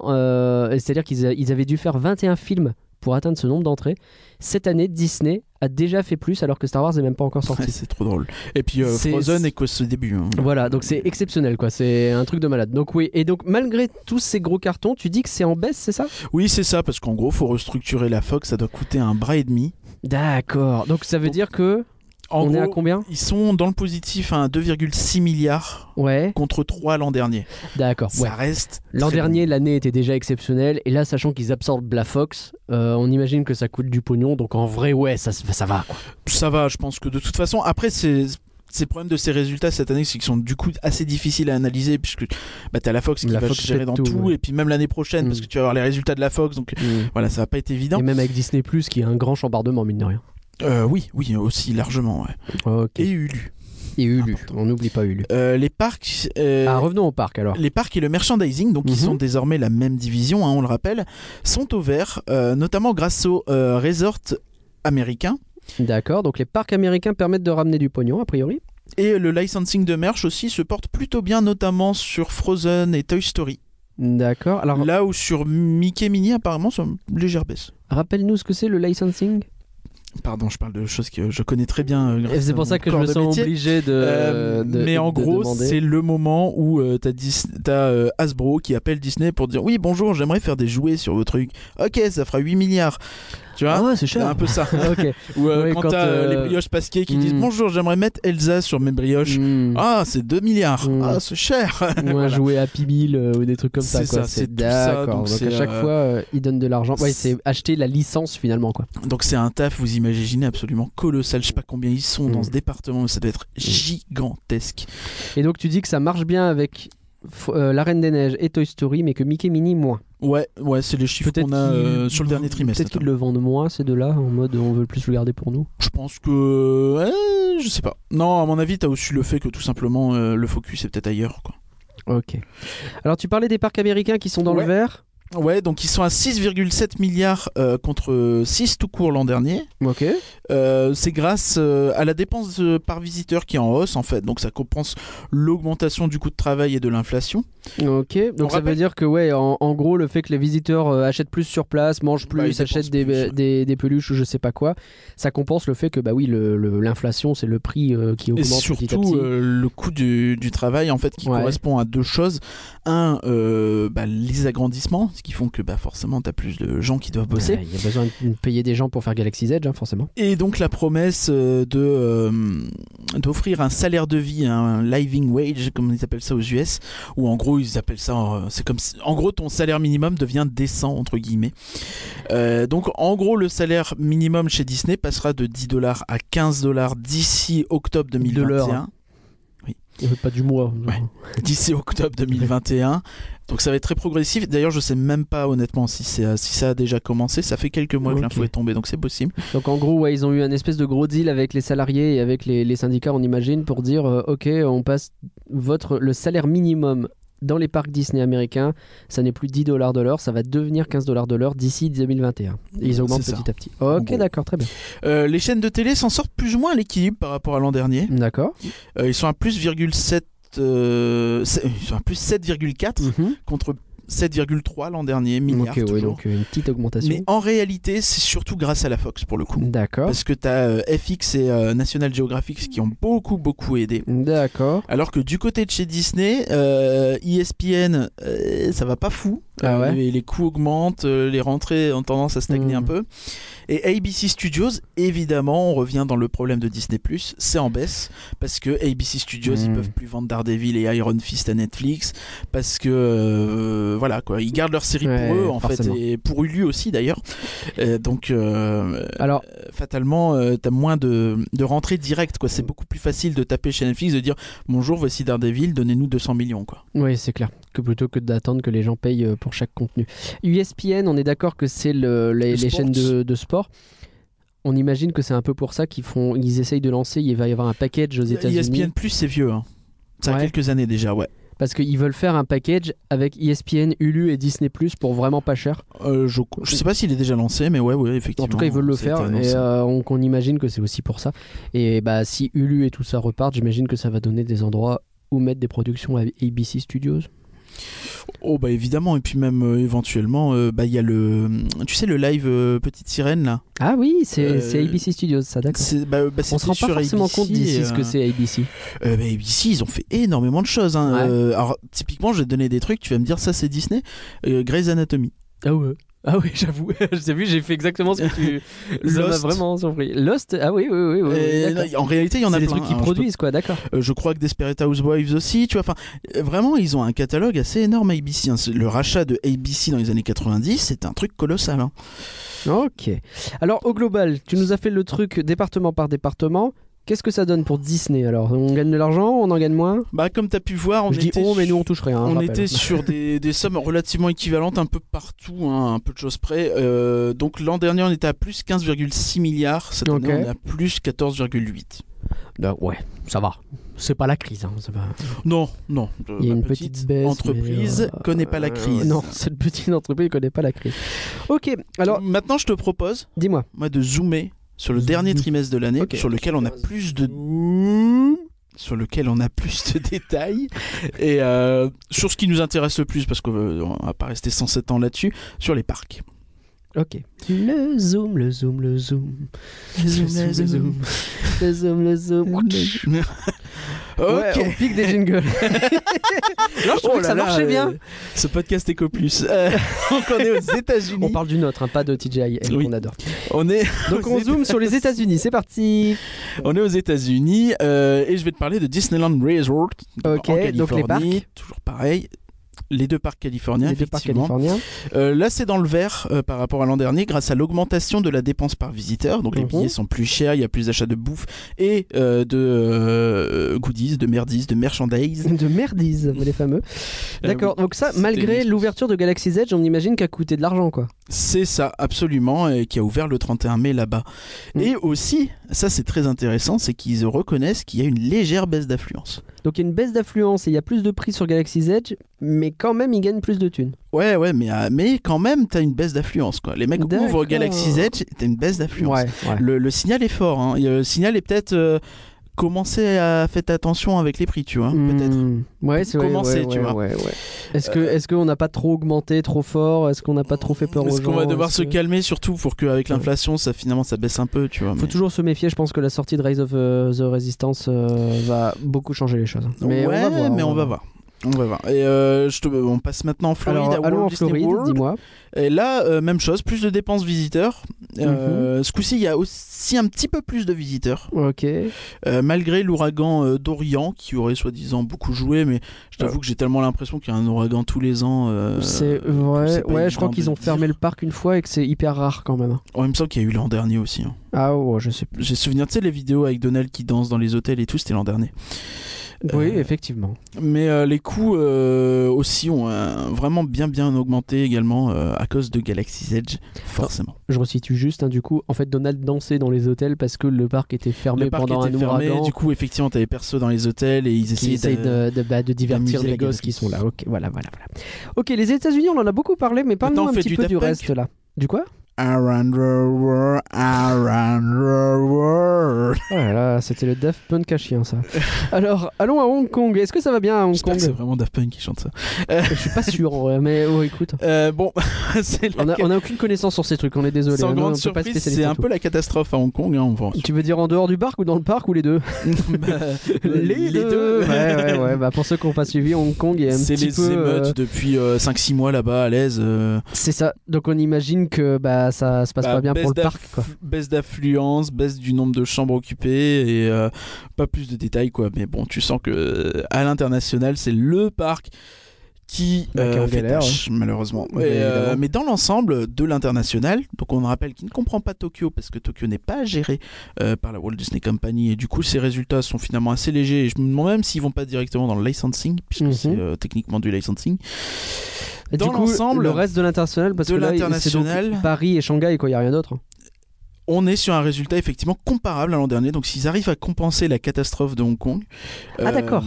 A: Euh, C'est-à-dire qu'ils a- ils avaient dû faire 21 films pour atteindre ce nombre d'entrées. Cette année, Disney a déjà fait plus alors que Star Wars n'est même pas encore
B: ouais,
A: sorti.
B: c'est trop drôle. Et puis euh,
A: C'est-
B: Frozen et quoi ce début. hein.
A: Voilà, donc c'est exceptionnel, quoi. C'est un truc de malade. Donc oui, et donc malgré tous ces gros cartons, tu dis que c'est en baisse, c'est ça
B: Oui, c'est ça, parce qu'en gros, faut restructurer la Fox, ça doit coûter un bras et demi.
A: D'accord. Donc ça veut dire que
B: En
A: on est à
B: gros,
A: combien
B: ils sont dans le positif à 1,6 milliard
A: Ouais.
B: contre 3 l'an dernier.
A: D'accord. Ouais.
B: Ça reste.
A: L'an
B: très
A: dernier, l'année était déjà exceptionnelle, et là, sachant qu'ils absorbent la Fox, euh, on imagine que ça coûte du pognon, donc en vrai, ouais, ça, se- ça va. quoi.
B: bon. Ça va, je pense que de toute façon, après, c'est. Ces problèmes de ces résultats cette année, c'est qu'ils sont du coup assez difficiles à analyser puisque bah, t'as la Fox qui
A: La
B: va
A: Fox
B: gérer
A: pète
B: dans tout,
A: tout, ouais.
B: et puis même l'année prochaine
A: Mm.
B: parce que tu vas avoir les résultats de la Fox donc
A: Hmm.
B: voilà ça va pas être évident.
A: Et même avec Disney Plus, qui est un grand chambardement, mine de rien.
B: Euh, oui, oui aussi largement. ouais.
A: Ok.
B: Et ah,
A: Et,
B: Hulu.
A: Hulu, on n'oublie pas Hulu.
B: Euh, les parcs. euh,
A: Ah, revenons au parc alors.
B: Les parcs et le merchandising, donc qui
A: Mhm.
B: sont désormais la même division, hein, on le rappelle, sont au vert, euh, notamment grâce aux euh, resorts américains
A: D'accord, donc les parcs américains permettent de ramener du pognon, a priori.
B: Et le licensing de merch aussi se porte plutôt bien, notamment sur Frozen et Toy Story.
A: D'accord, alors
B: Là où sur Mickey Mini, apparemment, c'est une légère baisse.
A: rappelle-nous ce que c'est le licensing.
B: Pardon, je parle de choses que je connais très bien. euh, grâce
A: Et c'est
B: à
A: pour
B: mon
A: ça que je
B: corps
A: me
B: de
A: sens
B: métier.
A: obligé de,
B: Euh,
A: de-
B: mais en
A: de
B: gros,
A: demander.
B: c'est le moment où euh, t'as, Dis- t'as, euh, Hasbro qui appelle Disney pour dire Oui, bonjour, j'aimerais faire des jouets sur vos trucs. Ok, ça fera 8 milliards. Tu vois
A: Ah ouais, c'est
B: C'est
A: cher.
B: un peu ça.
A: ok.
B: Ou euh,
A: Ouais,
B: quand,
A: quand,
B: t'as euh,
A: euh,
B: les brioches pasquées qui disent
A: Mm.
B: Bonjour, j'aimerais mettre Elsa sur mes brioches.
A: Hmm.
B: Ah, c'est 2 milliards.
A: Mm.
B: Ah, c'est cher.
A: Ou un
B: Voilà.
A: jouet Happy Meal euh, ou des trucs comme ça.
B: C'est
A: quoi.
B: ça, c'est tout ça,
A: d'accord.
B: donc
A: Donc,
B: c'est,
A: à chaque
B: euh,
A: fois, euh, ils donnent de l'argent. Ouais,
B: c'est-
A: c'est acheter la licence finalement quoi.
B: Donc c'est un taf, vous imaginez, absolument colossal. Je sais pas combien ils sont dans
A: Mm.
B: ce département, mais ça doit être
A: Hmm.
B: gigantesque.
A: Et donc tu dis que ça marche bien avec f- euh, La Reine des Neiges et Toy Story, mais que Mickey Mini moins.
B: Ouais, ouais, c'est les chiffres
A: Peut-être
B: qu'on a
A: qu'ils-
B: euh, sur le dernier trimestre.
A: Peut-être qu'ils le vendent moins ces deux-là en mode on veut plus le garder pour nous.
B: Je pense que... euh, je sais pas. Non, à mon avis, t'as aussi le fait que tout simplement, euh, le focus est peut-être ailleurs. Quoi.
A: Ok. Alors tu parlais des parcs américains qui sont dans
B: Ouais.
A: le vert.
B: Ouais, donc ils sont à 6,7 milliards euh, contre 6 tout court l'an dernier.
A: Ok.
B: Euh, c'est grâce euh, à la dépense euh, par visiteur qui est en hausse, en fait. Donc ça compense l'augmentation du coût de travail et de l'inflation.
A: Ok. Donc ça
B: rappelle-
A: veut dire que ouais, en, en gros le fait que les visiteurs euh, achètent plus sur place, mangent
B: Bah, ils
A: plus, achètent
B: dépensent
A: des,
B: plus, ouais.
A: des, des peluches ou je sais pas quoi, ça compense le fait que bah oui le- le- l'inflation c'est le prix euh, qui
B: Et
A: augmente petit à
B: surtout
A: petit.
B: euh, le coût du, du travail en fait qui
A: Ouais.
B: correspond à deux choses. Un, euh, bah, les agrandissements ce qui font que bah, forcément, t'as plus de gens qui doivent bosser.
A: Ouais, Bah, Il y a besoin de payer des gens pour faire Galaxy's Edge, hein, forcément.
B: Et donc la promesse euh, de euh, d'offrir un salaire de vie, un living wage comme ils appellent ça aux US, où en gros ils appellent ça, euh, c'est comme si- en gros ton salaire minimum devient décent entre guillemets. Euh, donc en gros le salaire minimum chez Disney passera de 10 dollars à 15 dollars d'ici octobre
A: De l'heure,
B: 2021.
A: hein. Euh, Pas du mois.
B: Ouais. d'ici octobre 2021. Donc ça va être très progressif. D'ailleurs, je sais même pas honnêtement si, c'est- euh, si ça a déjà commencé. Ça fait quelques mois
A: Ok.
B: que l'info est tombée, donc c'est possible.
A: Donc en gros, ouais, ils ont eu un espèce de gros deal avec les salariés et avec les, les syndicats, on imagine, pour dire euh, ok, on passe votre le salaire minimum dans les parcs Disney américains, ça n'est plus 10 dollars de l'heure, ça va devenir 15 dollars de l'heure d'ici 2021. Et ils augmentent
B: C'est
A: petit
B: ça.
A: à petit. Ok,
B: gros.
A: d'accord, très bien.
B: Euh, les chaînes de télé s'en sortent plus ou moins à l'équilibre par rapport à l'an dernier.
A: D'accord.
B: Euh, ils sont à plus 7, euh, se- ils sont à plus 7,4
A: Mhm.
B: contre 7,3 l'an dernier, milliards
A: Ok, ouais,
B: toujours.
A: donc euh, une petite augmentation.
B: Mais en réalité, c'est surtout grâce à la Fox pour le coup.
A: D'accord.
B: Parce que t'as euh, FX et euh, National Geographic qui ont beaucoup beaucoup aidé.
A: D'accord.
B: Alors que du côté de chez Disney, euh, ESPN, euh, ça va pas fou. Euh,
A: Ah ouais
B: les, les coûts augmentent, euh, les rentrées ont tendance à stagner
A: Hmm.
B: un peu. Et ABC Studios, évidemment, on revient dans le problème de Disney+, c'est en baisse, parce que ABC Studios, ils
A: Hmm.
B: peuvent plus vendre Daredevil et Iron Fist à Netflix, parce que, euh, voilà, quoi, ils gardent leur série
A: Ouais,
B: pour eux, en
A: forcément.
B: fait, et pour Hulu aussi, d'ailleurs. Euh, donc, euh,
A: Alors,
B: fatalement, euh, t'as moins de, de rentrées directes. quoi.
A: Mm.
B: C'est beaucoup plus facile de taper chez Netflix, de dire bonjour, voici Daredevil, donnez-nous 200 millions. Quoi.
A: oui, c'est clair. Que plutôt que d'attendre que les gens payent euh, pour chaque contenu. USPN, on est d'accord que c'est le- les,
B: Le
A: les
B: sports.
A: chaînes de, de sport. On imagine que c'est un peu pour ça qu'ils font, ils essayent de lancer. Il va y avoir un package aux États-Unis
B: ESPN Plus, c'est vieux. hein. Ça a
A: Ouais.
B: quelques années déjà, ouais.
A: parce qu'ils veulent faire un package avec E ESPN, Hulu et Disney pour vraiment pas cher.
B: Euh, je, je sais pas s'il est déjà lancé, mais ouais, ouais,
A: En
B: effectivement.
A: tout cas, ils veulent le
B: ça a été
A: faire et
B: annoncé.
A: euh, on, qu'on imagine que c'est aussi pour ça. Et bah, si Hulu et tout ça repartent, j'imagine que ça va donner des endroits où mettre des productions à ABC Studios.
B: Oh, bah évidemment, et puis même euh, éventuellement, euh, bah il y a le. Tu sais, le live euh, Petite Sirène là
A: Ah oui, c'est
B: Euh,
A: c'est ABC Studios, ça, d'accord.
B: C'est- bah, bah,
A: On
B: c'était
A: se rend
B: sur
A: pas forcément
B: ABC,
A: compte d'ici ce que
B: euh,
A: c'est ABC.
B: Euh, bah, ABC, ils ont fait énormément de choses. hein.
A: Ouais.
B: Euh, alors, typiquement, je vais te donner des trucs, tu vas me dire ça, c'est Disney. Euh, Grey's Anatomy.
A: Ah ouais. Ah oui, j'avoue, j'ai vu, j'ai fait exactement ce que tu. Ça m'a
B: Lost.
A: vraiment surpris. Lost, ah oui, oui, oui. oui, oui,
B: Euh,
A: d'accord.
B: non, en réalité, il y en a
A: C'est des
B: plein,
A: trucs qui
B: hein, je
A: produisent, quoi, d'accord.
B: peux- euh, Je, crois que Desperate Housewives aussi, tu vois. Enfin, euh, vraiment, ils ont un catalogue assez énorme ABC. hein. C'est- Le rachat de ABC dans les années 90, c'est un truc colossal. hein.
A: Ok. Alors, au global, tu nous as fait le truc département par département. Qu'est-ce que ça donne pour Disney alors On gagne de l'argent, on en gagne moins
B: Bah, comme t'as pu voir, on
A: Je dis
B: était
A: on, mais
B: sur-
A: nous on touche rien. hein,
B: on
A: rappel.
B: était sur des, des sommes relativement équivalentes un peu partout, hein, un peu de choses près. Euh, donc l'an dernier, on était à plus 15,6 milliards. Cette
A: Ok.
B: année, on est à plus 14,8.
A: Bah, ouais, ça va. C'est pas la crise. hein, ça va.
B: Non, non. euh,
A: Il y a
B: la
A: une petite, baisse.
B: entreprise
A: mais, euh,
B: connaît pas la crise.
A: non, cette petite entreprise connaît pas la crise. Ok, alors
B: maintenant, je te propose
A: dis-moi.
B: moi de zoomer sur le
A: Zoom.
B: dernier trimestre de l'année
A: Ok.
B: sur lequel on a
A: Zoom.
B: plus de sur lequel on a plus de détails et euh, sur ce qui nous intéresse le plus parce qu'on ne va pas rester 107 ans là-dessus sur les parcs.
A: Ok. Le zoom, le zoom, le zoom. Le zoom, le zoom.
B: Ok.
A: Ouais, on pique des jingles.
B: je
A: trouvais que ça marchait bien.
B: euh, Ce podcast Eco Plus. Euh, donc on est aux États-Unis.
A: on parle du nôtre, hein, pas de TJI, elle,
B: Oui.
A: qu'on adore.
B: On est
A: Donc
B: Aux
A: on zoom sur les États-Unis, c'est parti.
B: on est aux États-Unis euh, et je vais te parler de Disneyland Resort en
A: Ok,
B: Californie.
A: donc les parcs.
B: Toujours pareil. Les deux parcs californiens,
A: Les deux parcs
B: effectivement.
A: californiens.
B: Euh, là, c'est dans le vert euh, par rapport à l'an dernier, grâce à l'augmentation de la dépense par visiteur. Donc, les
A: Mhm.
B: billets sont plus chers, il y a plus d'achats de bouffe et euh, de euh, goodies, de merdies, de merchandise.
A: De merdise, les fameux. D'accord, donc ça,
B: Euh, c'était
A: malgré
B: une-
A: l'ouverture de Galaxy's Edge, on imagine qu'à coûté de l'argent, quoi.
B: C'est ça, absolument, et qui a ouvert le 31 mai là-bas.
A: Mhm.
B: Et aussi, ça c'est très intéressant, c'est qu'ils reconnaissent qu'il y a une légère baisse d'affluence.
A: Donc il y a une baisse d'affluence et il y a plus de prix sur Galaxy's Edge, mais quand même, ils gagnent plus de thunes.
B: Ouais, ouais, mais, euh, mais quand même, t'as une baisse d'affluence, quoi. Les mecs
A: D'accord.
B: ouvrent Galaxy's Edge, t'as une baisse d'affluence.
A: ouais.
B: Le, le signal est fort. hein. Et, euh, Le signal est peut-être euh, commencez à faites attention avec les prix, tu vois. Peut-être.
A: Hmm. Ouais, c'est ouais,
B: Commencer,
A: ouais,
B: tu
A: ouais,
B: vois.
A: ouais, ouais. Est-ce que est-ce qu'on n'a pas trop augmenté, trop fort Est-ce qu'on n'a pas trop fait peur aux gens
B: Euh,
A: euh,
B: Est-ce qu'on va devoir
A: Est-ce
B: se
A: que-
B: calmer surtout pour qu'avec
A: Ouais.
B: l'inflation, ça finalement, ça baisse un peu, tu vois.
A: Faut
B: mais-
A: toujours se méfier. Je pense que la sortie de Rise of euh, the Resistance euh, va beaucoup changer les choses. Mais
B: ouais,
A: on va voir.
B: mais on va voir. On va voir. Et euh, je te... on passe maintenant en Floride
A: Alors,
B: à
A: allons
B: Walt
A: en
B: Disney
A: Floride,
B: World.
A: dis-moi.
B: Et là, euh, même chose, plus de dépenses visiteurs. Euh,
A: Mhm.
B: Ce coup-ci, il y a aussi un petit peu plus de visiteurs,
A: Ok.
B: Euh, malgré l'ouragan euh, d'Orient qui aurait soi-disant beaucoup joué, mais je t'avoue que j'ai tellement l'impression qu'il y a un ouragan tous les ans. euh,
A: Euh. c'est
B: que
A: vrai.
B: c'est pas
A: Ouais, je crois
B: évident
A: qu'ils
B: de
A: ont
B: dire.
A: fermé le parc une fois et que c'est hyper rare quand même.
B: Oh, il me semble qu'il y a eu l'an dernier aussi. hein.
A: Ah ouais, je sais
B: J'ai souvenir, tu sais, les vidéos avec Donald qui danse dans les hôtels et tout, c'était l'an dernier.
A: plus.
B: Euh.
A: Oui, effectivement.
B: Mais euh, les coûts euh, aussi ont euh, vraiment bien bien augmenté également euh, à cause de Galaxy's Edge, forcément.
A: Je resitue juste, hein, du coup. En fait, Donald dansait dans les hôtels parce que le parc était fermé
B: le parc
A: pendant
B: était
A: un
B: fermé,
A: ouragan.
B: du coup, effectivement, t'avais perso dans les hôtels et ils
A: qui
B: essayaient
A: essaye
B: d'a-
A: de, de- bah, de divertir
B: d'amuser
A: les
B: la
A: gosses
B: galerie.
A: qui sont là. Ok, voilà, voilà, voilà. Ok, les États-Unis, on en a beaucoup parlé, mais parle-nous
B: Maintenant, on
A: un
B: fait
A: petit
B: du
A: peu
B: Daft
A: du
B: Punk.
A: reste là. Du quoi
B: Around the world, around the world.
A: Oh là là, c'était le Daft Punk à chien ça. Alors, allons à Hong Kong. Est-ce que ça va bien à Hong
B: J'espère
A: Kong
B: que c'est vraiment Daft Punk qui chante ça.
A: Je suis pas sûr, en vrai, mais oh, écoute.
B: Euh, bon, c'est la
A: On a,
B: ca-
A: on a aucune connaissance sur ces trucs, on est désolé.
B: sans
A: Non, on
B: grande
A: peut pas
B: surprise,
A: spécialiser
B: c'est un
A: tout.
B: peu la catastrophe à Hong Kong, hein, on va.
A: Tu veux dire en dehors du parc ou dans le parc ou les deux
B: Bah, deux.
A: Ouais, ouais, ouais. Bah, pour ceux qui n'ont pas suivi, Hong Kong est un
B: C'est
A: petit
B: les
A: peu. euh,
B: émeutes depuis 5-6 mois là-bas à l'aise. euh,
A: C'est ça. Donc on imagine que bah ça se passe
B: bah,
A: pas bien
B: baisse
A: pour le
B: d'aff-
A: parc. Quoi.
B: Baisse d'affluence, baisse du nombre de chambres occupées et euh, pas plus de détails quoi. Mais bon, tu sens que euh, à l'international, c'est le parc qui
A: Bah, qui est en
B: euh, fait
A: galère,
B: tâche, malheureusement.
A: Bah,
B: Et,
A: évidemment.
B: euh, mais dans l'ensemble de l'international, donc on rappelle qu'il ne comprend pas Tokyo parce que Tokyo n'est pas géré euh, par la Walt Disney Company et du coup ses résultats sont finalement assez légers. Et je me demande même s'ils vont pas directement dans le licensing puisque
A: Mhm.
B: c'est euh, techniquement du licensing.
A: Et
B: Dans
A: du coup,
B: l'ensemble
A: le reste de l'international, parce
B: de
A: que là, c'est donc
B: l'international-
A: Paris et Shanghai, quoi, il n'y a rien d'autre. hein.
B: On est sur un résultat effectivement comparable à l'an dernier. Donc s'ils arrivent à compenser la catastrophe de Hong Kong. euh,
A: Ah, d'accord.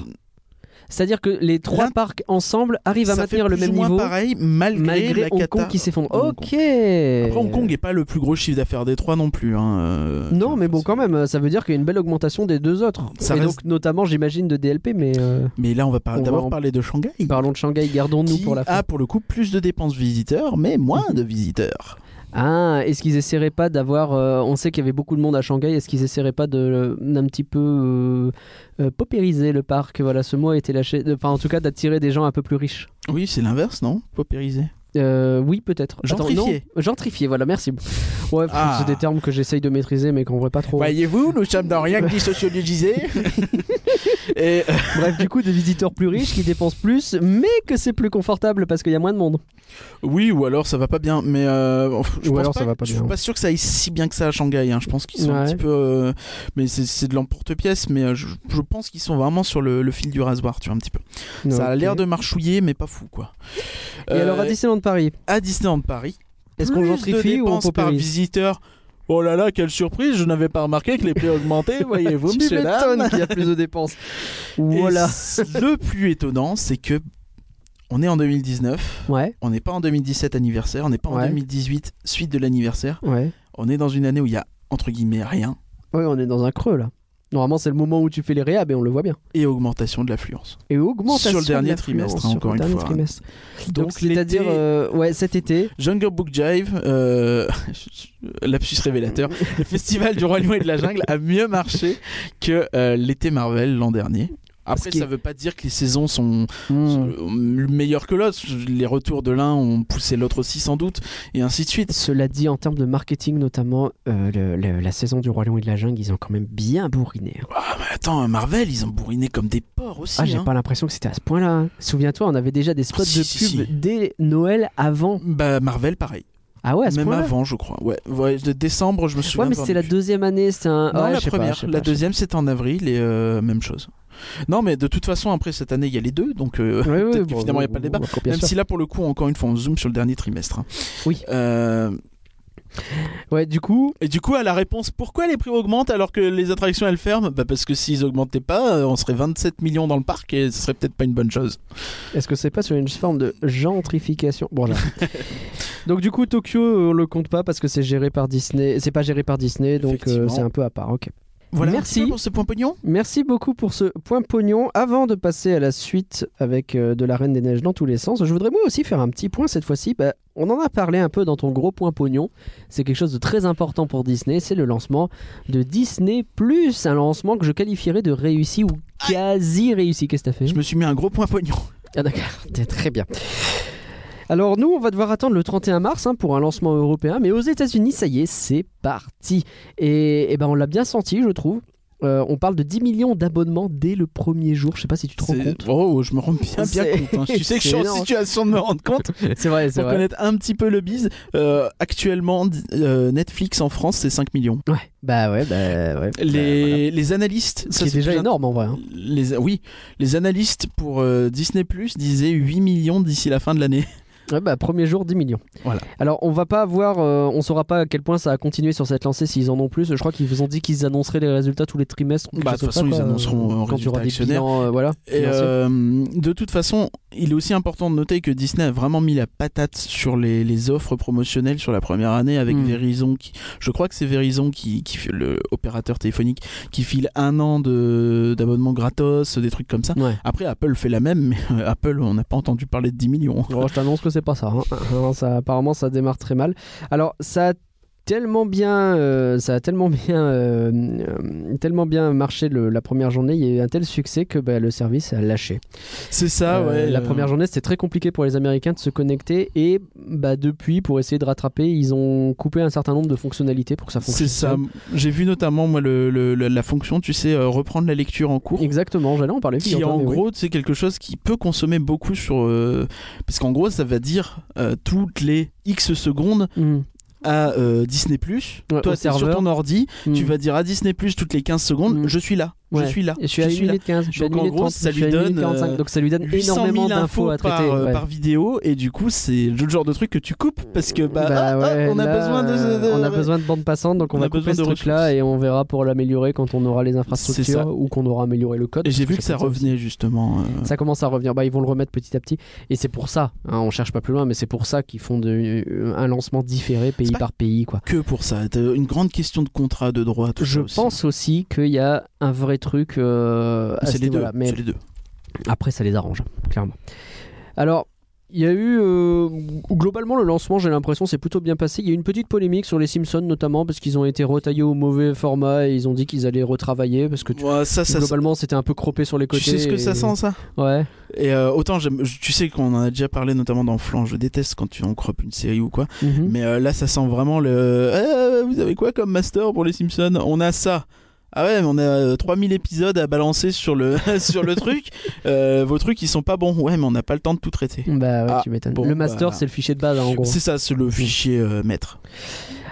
A: C'est-à-dire que les trois
B: l'in-
A: parcs ensemble arrivent à
B: ça
A: maintenir
B: fait
A: le
B: plus
A: même
B: ou moins
A: niveau
B: pareil malgré,
A: malgré
B: la
A: Hong
B: cata
A: Kong qui s'effondre.
B: de Hong
A: Ok.
B: Kong. Après, Hong Kong n'est pas le plus gros chiffre d'affaires des trois non plus. hein, euh,
A: Non,
B: tu
A: mais
B: vois,
A: bon,
B: c'est-
A: quand même, ça veut dire qu'il y a une belle augmentation des deux autres.
B: Ça
A: et
B: reste-
A: donc, notamment, j'imagine, de DLP, mais euh,
B: Mais là, on va
A: On
B: par-
A: va
B: d'abord
A: en-
B: parler de Shanghai.
A: parlons de Shanghai, gardons-nous
B: Mm. qui
A: pour la fin.
B: a pour le coup plus de dépenses visiteurs, mais moins de visiteurs.
A: Ah, est-ce qu'ils essaieraient pas d'avoir. euh, on sait qu'il y avait beaucoup de monde à Shanghai, est-ce qu'ils essaieraient pas de, d'un petit peu euh, euh, paupériser le parc Voilà, ce mot a été lâché. Enfin, en tout cas, d'attirer des gens un peu plus riches.
B: Oui, c'est l'inverse, non Paupérisé.
A: Euh, oui, peut-être. Attends,
B: Gentrifié.
A: non, gentrifié, voilà, merci. Ouais,
B: Ah.
A: c'est des termes que j'essaye de maîtriser, mais qu'on voit pas trop.
B: Voyez-vous, nous sommes dans rien que du sociologisé. Et euh,
A: Bref, du coup, des visiteurs plus riches qui dépensent plus, mais que c'est plus confortable parce qu'il y a moins de monde.
B: Oui, ou alors ça va pas bien, mais euh, je
A: Ou
B: pense
A: alors
B: pas,
A: ça va pas
B: je
A: bien.
B: suis pas sûr que ça aille si bien que ça à Shanghai. hein. Je pense qu'ils sont un
A: Ouais.
B: petit peu, euh, mais c'est- c'est de l'emporte-pièce. Mais euh, je, je pense qu'ils sont vraiment sur le, le fil du rasoir, tu vois un petit peu. Ça a
A: Ok.
B: l'air de Euh, marchouiller, mais pas fou quoi.
A: Et alors, à Disneyland Paris,
B: à Disneyland Paris,
A: est-ce qu'on
B: plus de
A: gentrifie ou on
B: dépenses par
A: paupérise
B: visiteur Oh là là, quelle surprise Je n'avais pas remarqué que les prix augmentaient, voyez-vous,
A: Tu
B: messieurs dames.
A: m'étonnes qu'il y a plus de dépenses.
B: Et
A: voilà.
B: le plus étonnant, c'est que on est en 2019.
A: Ouais,
B: On n'est pas en 2017 anniversaire, on n'est pas en
A: Ouais.
B: 2018 suite de l'anniversaire.
A: ouais.
B: On est dans une année où il y a entre guillemets rien
A: Ouais, on est dans un creux là. Normalement, c'est le moment où tu fais les réhab et on le voit bien.
B: et augmentation de l'affluence.
A: Et augmentation
B: Sur le
A: de
B: dernier
A: l'affluence,
B: trimestre,
A: sur
B: hein,
A: le
B: encore une
A: dernier
B: fois, hein.
A: trimestre. Donc,
B: l'été,
A: c'est-à-dire, euh, ouais, cet été,
B: Jungle Book Jive, euh, lapsus révélateur, le festival du Roi Lion et de la Jungle a mieux marché que euh, l'été Marvel l'an dernier. Après,
A: Ce qui
B: ça
A: est-
B: veut pas dire que les saisons sont
A: hmm,
B: sont euh, meilleures que l'autre. Les retours de l'un ont poussé l'autre aussi, sans doute, et ainsi de suite.
A: Cela dit, en termes de marketing notamment, euh, le- le- la saison du Roi Lion et de la Jungle, ils ont quand même bien bourriné. hein.
B: Ah, mais attends, Marvel, ils ont bourriné comme des porcs aussi.
A: Ah, j'ai
B: hein. Ah,
A: pas l'impression que c'était à ce point-là. hein. Souviens-toi, on avait déjà des spots
B: Si,
A: de
B: si,
A: pub
B: si.
A: dès Noël avant.
B: Bah, Marvel, pareil.
A: Ah ouais, à ce
B: Même
A: point-là
B: avant, je crois. Ouais, ouais, de décembre, je me souviens.
A: Ouais, mais
B: pas
A: c'était la
B: du-
A: deuxième année, c'est un.
B: Non,
A: ouais,
B: la
A: je sais pas,
B: première.
A: je sais
B: la
A: pas, je sais
B: deuxième, c'était en avril et euh, même chose. Non, mais de toute façon, après cette année, il y a les deux, donc euh,
A: pas. Ouais, ouais,
B: peut-être que
A: bon,
B: finalement, il n'y a
A: bon,
B: pas de
A: bon,
B: débat.
A: bon, bien
B: Même
A: sûr.
B: si là, pour le coup, encore une fois, on zoome sur le dernier trimestre. hein.
A: Oui.
B: Euh,
A: Ouais, du coup,
B: et du coup, à la réponse, pourquoi les prix augmentent alors que les attractions, elles ferment bah, Parce que s'ils augmentaient pas, euh, on serait 27 millions dans le parc et ce serait peut-être pas une bonne chose.
A: est-ce que c'est pas sur une forme de gentrification Bon, là. donc, du coup, Tokyo, euh, on le compte pas parce que c'est géré par Disney. C'est pas géré par Disney, donc euh,
B: Effectivement.
A: c'est un peu à part. Ok.
B: Voilà un
A: Merci.
B: petit peu pour ce point pognon.
A: Merci beaucoup pour ce point pognon. Avant de passer à la suite avec euh, de la Reine des Neiges dans tous les sens, je voudrais moi aussi faire un petit point cette fois-ci. Bah, on en a parlé un peu dans ton gros point pognon. C'est quelque chose de très important pour Disney. C'est le lancement de Disney Plus, un lancement que je qualifierais de réussi ou quasi réussi. Qu'est-ce que t'as fait
B: Je me suis mis un gros point pognon.
A: Ah d'accord, T'es très bien. Alors nous, on va devoir attendre le 31 mars hein, pour un lancement européen, mais aux États-Unis, ça y est, c'est parti. Et, eh ben, on l'a bien senti, je trouve. Euh, on parle de 10 millions d'abonnements dès le premier jour. Je sais pas si tu te rends
B: C'est-
A: compte.
B: Oh, je me rends bien, bien
A: C'est-
B: compte. hein. Tu sais que je suis
A: c'est
B: en
A: énorme.
B: situation de me rendre compte.
A: C'est vrai, c'est
B: Pour
A: vrai.
B: connaître un petit peu le bise, euh, actuellement, di- euh, Netflix en France, c'est 5 millions.
A: Ouais. Bah ouais, bah ouais.
B: Les, les analystes,
A: Ce
B: ça
A: qui est
B: c'est
A: déjà
B: plus un-
A: énorme en vrai. hein.
B: Les, oui, les analystes pour euh, Disney Plus disaient 8 millions d'ici la fin de l'année.
A: Ouais, bah, premier jour, 10 millions.
B: Voilà.
A: Alors, on va pas avoir, euh, on saura pas à quel point ça a continué sur cette lancée s'ils en ont plus. Je crois qu'ils vous ont dit qu'ils annonceraient les résultats tous les trimestres. ou quelque
B: Bah, de
A: chose
B: toute
A: comme
B: façon,
A: ça,
B: ils
A: quoi,
B: annonceront,
A: euh,
B: euh,
A: quand tu auras des
B: résultats actionnaires.
A: bilans, euh, voilà.
B: Et,
A: financiers.
B: euh, de toute façon, il est aussi important de noter que Disney a vraiment mis la patate sur les, les offres promotionnelles sur la première année avec
A: Mm.
B: Verizon. Qui, je crois que c'est Verizon, qui, qui fait- le opérateur téléphonique, qui file un an de- d'abonnement gratos, des trucs comme ça.
A: Ouais.
B: Après, Apple fait la même, mais euh, Apple, on n'a pas entendu parler de 10 millions.
A: Oh, je t'annonce que c'est pas ça, hein. Non, ça. Apparemment, ça démarre très mal. Alors, ça a tellement bien, euh, ça a tellement bien, euh, euh, tellement bien marché le- la première journée. Il y a eu un tel succès que bah, le service a lâché.
B: C'est ça,
A: Euh,
B: ouais.
A: La
B: euh,
A: première journée, c'était très compliqué pour les Américains de se connecter. Et bah, depuis, pour essayer de rattraper, ils ont coupé un certain nombre de fonctionnalités pour que ça
B: C'est
A: fonctionne.
B: ça. J'ai vu notamment moi, le, le- la, la fonction, tu sais, euh, reprendre la lecture en cours.
A: Exactement, j'allais en parler.
B: Qui
A: figure-toi,
B: en
A: mais oui.
B: gros, c'est quelque chose qui peut consommer beaucoup sur. euh, parce qu'en gros, ça va dire euh, toutes les X secondes
A: Mm,
B: à euh, Disney.
A: Ouais, au
B: Toi, c'est sur
A: serveur.
B: ton ordi,
A: mm.
B: tu vas dire à Disney toutes les 15 secondes,
A: Mm.
B: je suis là,
A: Ouais.
B: je suis là,
A: Et je suis à 1 minute 15, je suis à
B: Donc,
A: 1
B: en
A: minute
B: gros,
A: 30,
B: ça
A: je suis à
B: lui
A: 1 minute
B: donne,
A: 45.
B: euh,
A: Donc ça lui donne
B: 800
A: énormément
B: 000
A: d'infos
B: infos
A: à
B: par,
A: traiter.
B: euh,
A: ouais.
B: par vidéo, et du coup, c'est le genre de truc que tu coupes parce que bah,
A: Bah
B: ah, ah,
A: ouais,
B: on a
A: là,
B: besoin de.
A: euh,
B: de-
A: on a
B: ouais.
A: besoin de bande passante, donc on,
B: On
A: va
B: a
A: couper
B: besoin
A: ce
B: de
A: truc-là
B: ressources.
A: et on verra pour l'améliorer quand on aura les
B: C'est ça.
A: infrastructures ou qu'on aura amélioré le code.
B: Et j'ai
A: parce
B: vu que ça
A: comme
B: revenait justement. euh,
A: Ça commence à revenir. Bah, ils vont le remettre petit à petit. Et c'est pour ça, hein, on cherche pas plus loin, mais c'est pour ça qu'ils font de- euh, un lancement différé pays
B: C'est pas-
A: par pays. quoi.
B: que pour ça. T'as Une grande question de contrat, de droit, tout
A: Je
B: ça aussi.
A: pense aussi qu'il y a un vrai truc. euh, à ce
B: C'est les, deux,
A: niveau-là. Mais
B: c'est les deux.
A: après, ça les arrange, clairement. Alors, il y a eu. euh, globalement, le lancement, j'ai l'impression, s'est plutôt bien passé. Il y a eu une petite polémique sur les Simpsons, notamment, parce qu'ils ont été retaillés au mauvais format et ils ont dit qu'ils allaient retravailler, parce que tu-
B: Ouais, ça, ça,
A: globalement, c'était un peu croppé sur les
B: tu
A: côtés.
B: sais ce que
A: et-
B: ça sent, ça
A: Ouais.
B: Et euh, autant, j'aime- je- tu sais qu'on en a déjà parlé, notamment dans Flan. Je déteste quand tu en croppes une série ou quoi.
A: Mhm.
B: Mais euh, là, ça sent vraiment le. Euh, vous avez quoi comme master pour les Simpsons On a ça. Ah ouais, mais on a euh, 3000 épisodes à balancer sur le, sur le truc. Euh, vos trucs, ils sont pas bons. Ouais, mais on n'a pas le temps de tout traiter.
A: Bah ouais,
B: Ah,
A: tu m'étonnes.
B: bon,
A: le master,
B: bah.
A: c'est le fichier de base, hein, en gros.
B: C'est ça, c'est le fichier euh, maître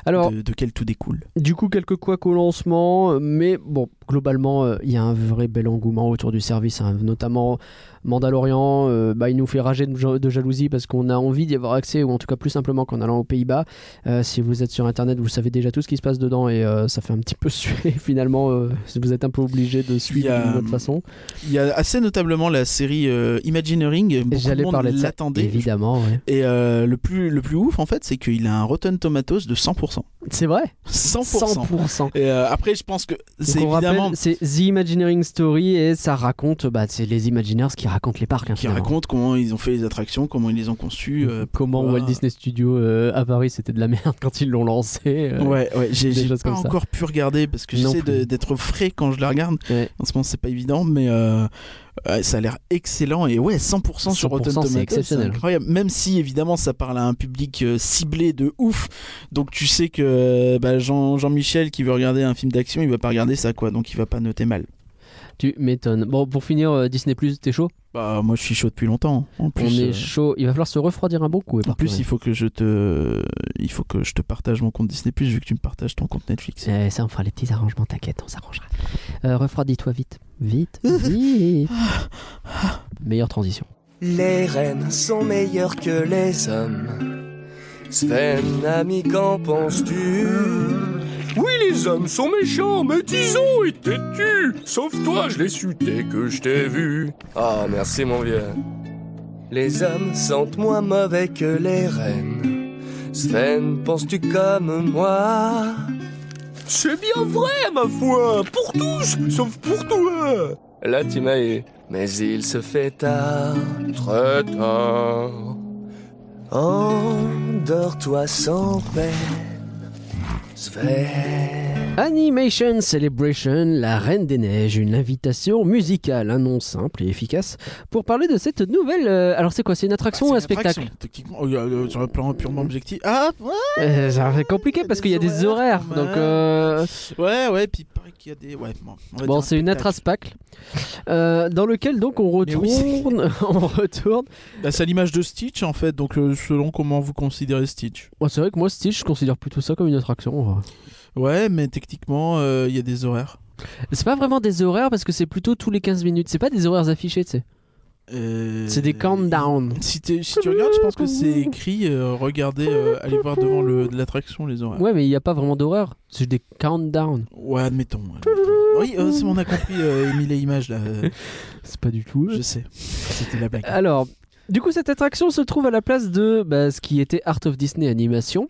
A: Alors,
B: de, de quel tout découle.
A: du coup, quelques couacs au lancement, euh, mais bon, globalement, euh, il y a un vrai bel engouement autour du service, hein. notamment Mandalorian, euh, bah, il nous fait rager de, ja- de jalousie parce qu'on a envie d'y avoir accès, ou en tout cas plus simplement qu'en allant aux Pays-Bas. Euh, si vous êtes sur Internet, vous savez déjà tout ce qui se passe dedans et euh, ça fait un petit peu suer finalement, euh, si vous êtes un peu obligé de suivre
B: Il y a,
A: d'une autre façon.
B: Il y a assez notamment la série euh, Imagineering. Beaucoup
A: J'allais
B: de monde
A: parler de ça,
B: l'attendait.
A: évidemment. ouais.
B: Et euh, le, plus, le plus ouf, en fait, c'est qu'il a un Rotten Tomatoes de 100%. 100%.
A: 100%. 100%.
B: Et euh, après, je pense que c'est
A: Donc on rappelle,
B: évidemment
A: c'est The Imagineering Story et ça raconte, bah, c'est les Imagineers qui racontent les parcs. hein,
B: qui
A: finalement.
B: raconte comment ils ont fait les attractions, comment ils les ont conçues. euh,
A: Comment
B: pourquoi.
A: Walt Disney Studios euh, à Paris c'était de la merde quand ils l'ont lancé. euh.
B: Ouais, ouais, j'ai
A: des
B: j'ai
A: choses
B: pas
A: comme ça.
B: encore pu regarder parce que
A: Non
B: j'essaie
A: plus.
B: de- d'être frais quand je la regarde.
A: Ouais.
B: En ce moment, c'est pas évident, mais euh, euh, ça a l'air excellent. Et ouais, 100%,
A: 100%,
B: sur Rotten
A: c'est
B: Tomatoes,
A: exceptionnel.
B: incroyable. Même si, évidemment, ça parle à un public euh, ciblé de ouf. Donc tu sais que euh, bah, Jean- Jean-Michel qui veut regarder un film d'action, il va pas regarder ça, quoi. Donc il va pas noter mal.
A: Tu m'étonnes. Bon, pour finir, euh, Disney Plus, t'es chaud
B: Bah moi je suis chaud depuis longtemps. En plus,
A: On
B: euh,
A: est chaud. Il va falloir se refroidir un bon coup.
B: en plus il faut que je te, il faut que je te partage mon compte Disney vu que tu me partages ton compte Netflix.
A: Eh, ça, on fera les petits arrangements, t'inquiète, on s'arrangera. Euh, Refroidis-toi vite. Vite, vite. Meilleure transition.
E: Les reines sont meilleures que les hommes. Sven, ami, qu'en penses-tu
F: Oui, les hommes sont méchants, mais disons et têtus. Sauf toi, je l'ai su dès que je t'ai vu.
E: Oh, merci, mon vieux. Les hommes sont moins mauvais que les reines. Sven, penses-tu comme moi
F: C'est bien vrai, ma foi, pour tous, sauf pour toi.
E: Là, tu m'as eu. Mais il se fait tard.
F: Très tard.
E: Endors-toi sans peine, Sven.
A: Animation Celebration, la Reine des Neiges, une invitation musicale, un nom simple et efficace pour parler de cette nouvelle. euh, alors c'est quoi C'est une attraction ou un
B: Ah, C'est une
A: spectacle
B: attraction, Techniquement, euh, euh, sur un plan purement objectif. Ah ouais,
A: Euh, Ça va être compliqué
B: Il y a
A: parce
B: des
A: qu'il y a des horaires.
B: horaires, quand
A: Donc
B: même.
A: euh,
B: ouais, ouais, puis il paraît qu'il y a des. Ouais, bon, on va
A: bon,
B: dire un
A: c'est une
B: spectacle.
A: attrace-pacle euh, dans lequel donc on
B: Mais oui, c'est-
A: retourne, on retourne.
B: Bah, c'est à l'image de Stitch en fait, donc euh, selon comment vous considérez Stitch.
A: Bon, c'est vrai que moi Stitch, je considère plutôt ça comme une attraction. en vrai.
B: Ouais, mais techniquement, euh, il y a des horaires.
A: C'est pas vraiment des horaires parce que c'est plutôt tous les 15 minutes. C'est pas des horaires affichés, tu sais.
B: Euh,
A: C'est des countdowns.
B: Si, t'es- si tu regardes, je pense que c'est écrit. euh, regardez, euh, allez voir devant le- de l'attraction les horaires. Ouais,
A: Ouais, mais il n'y a pas vraiment d'horaire. C'est des countdowns.
B: admettons. admettons. Oui, euh, c'est bon, on a compris, euh, Émile et Images là. euh,
A: C'est pas du tout.
B: je sais, c'était la blague.
A: Alors, du coup, cette attraction se trouve à la place de bah, ce qui était Art of Disney Animation.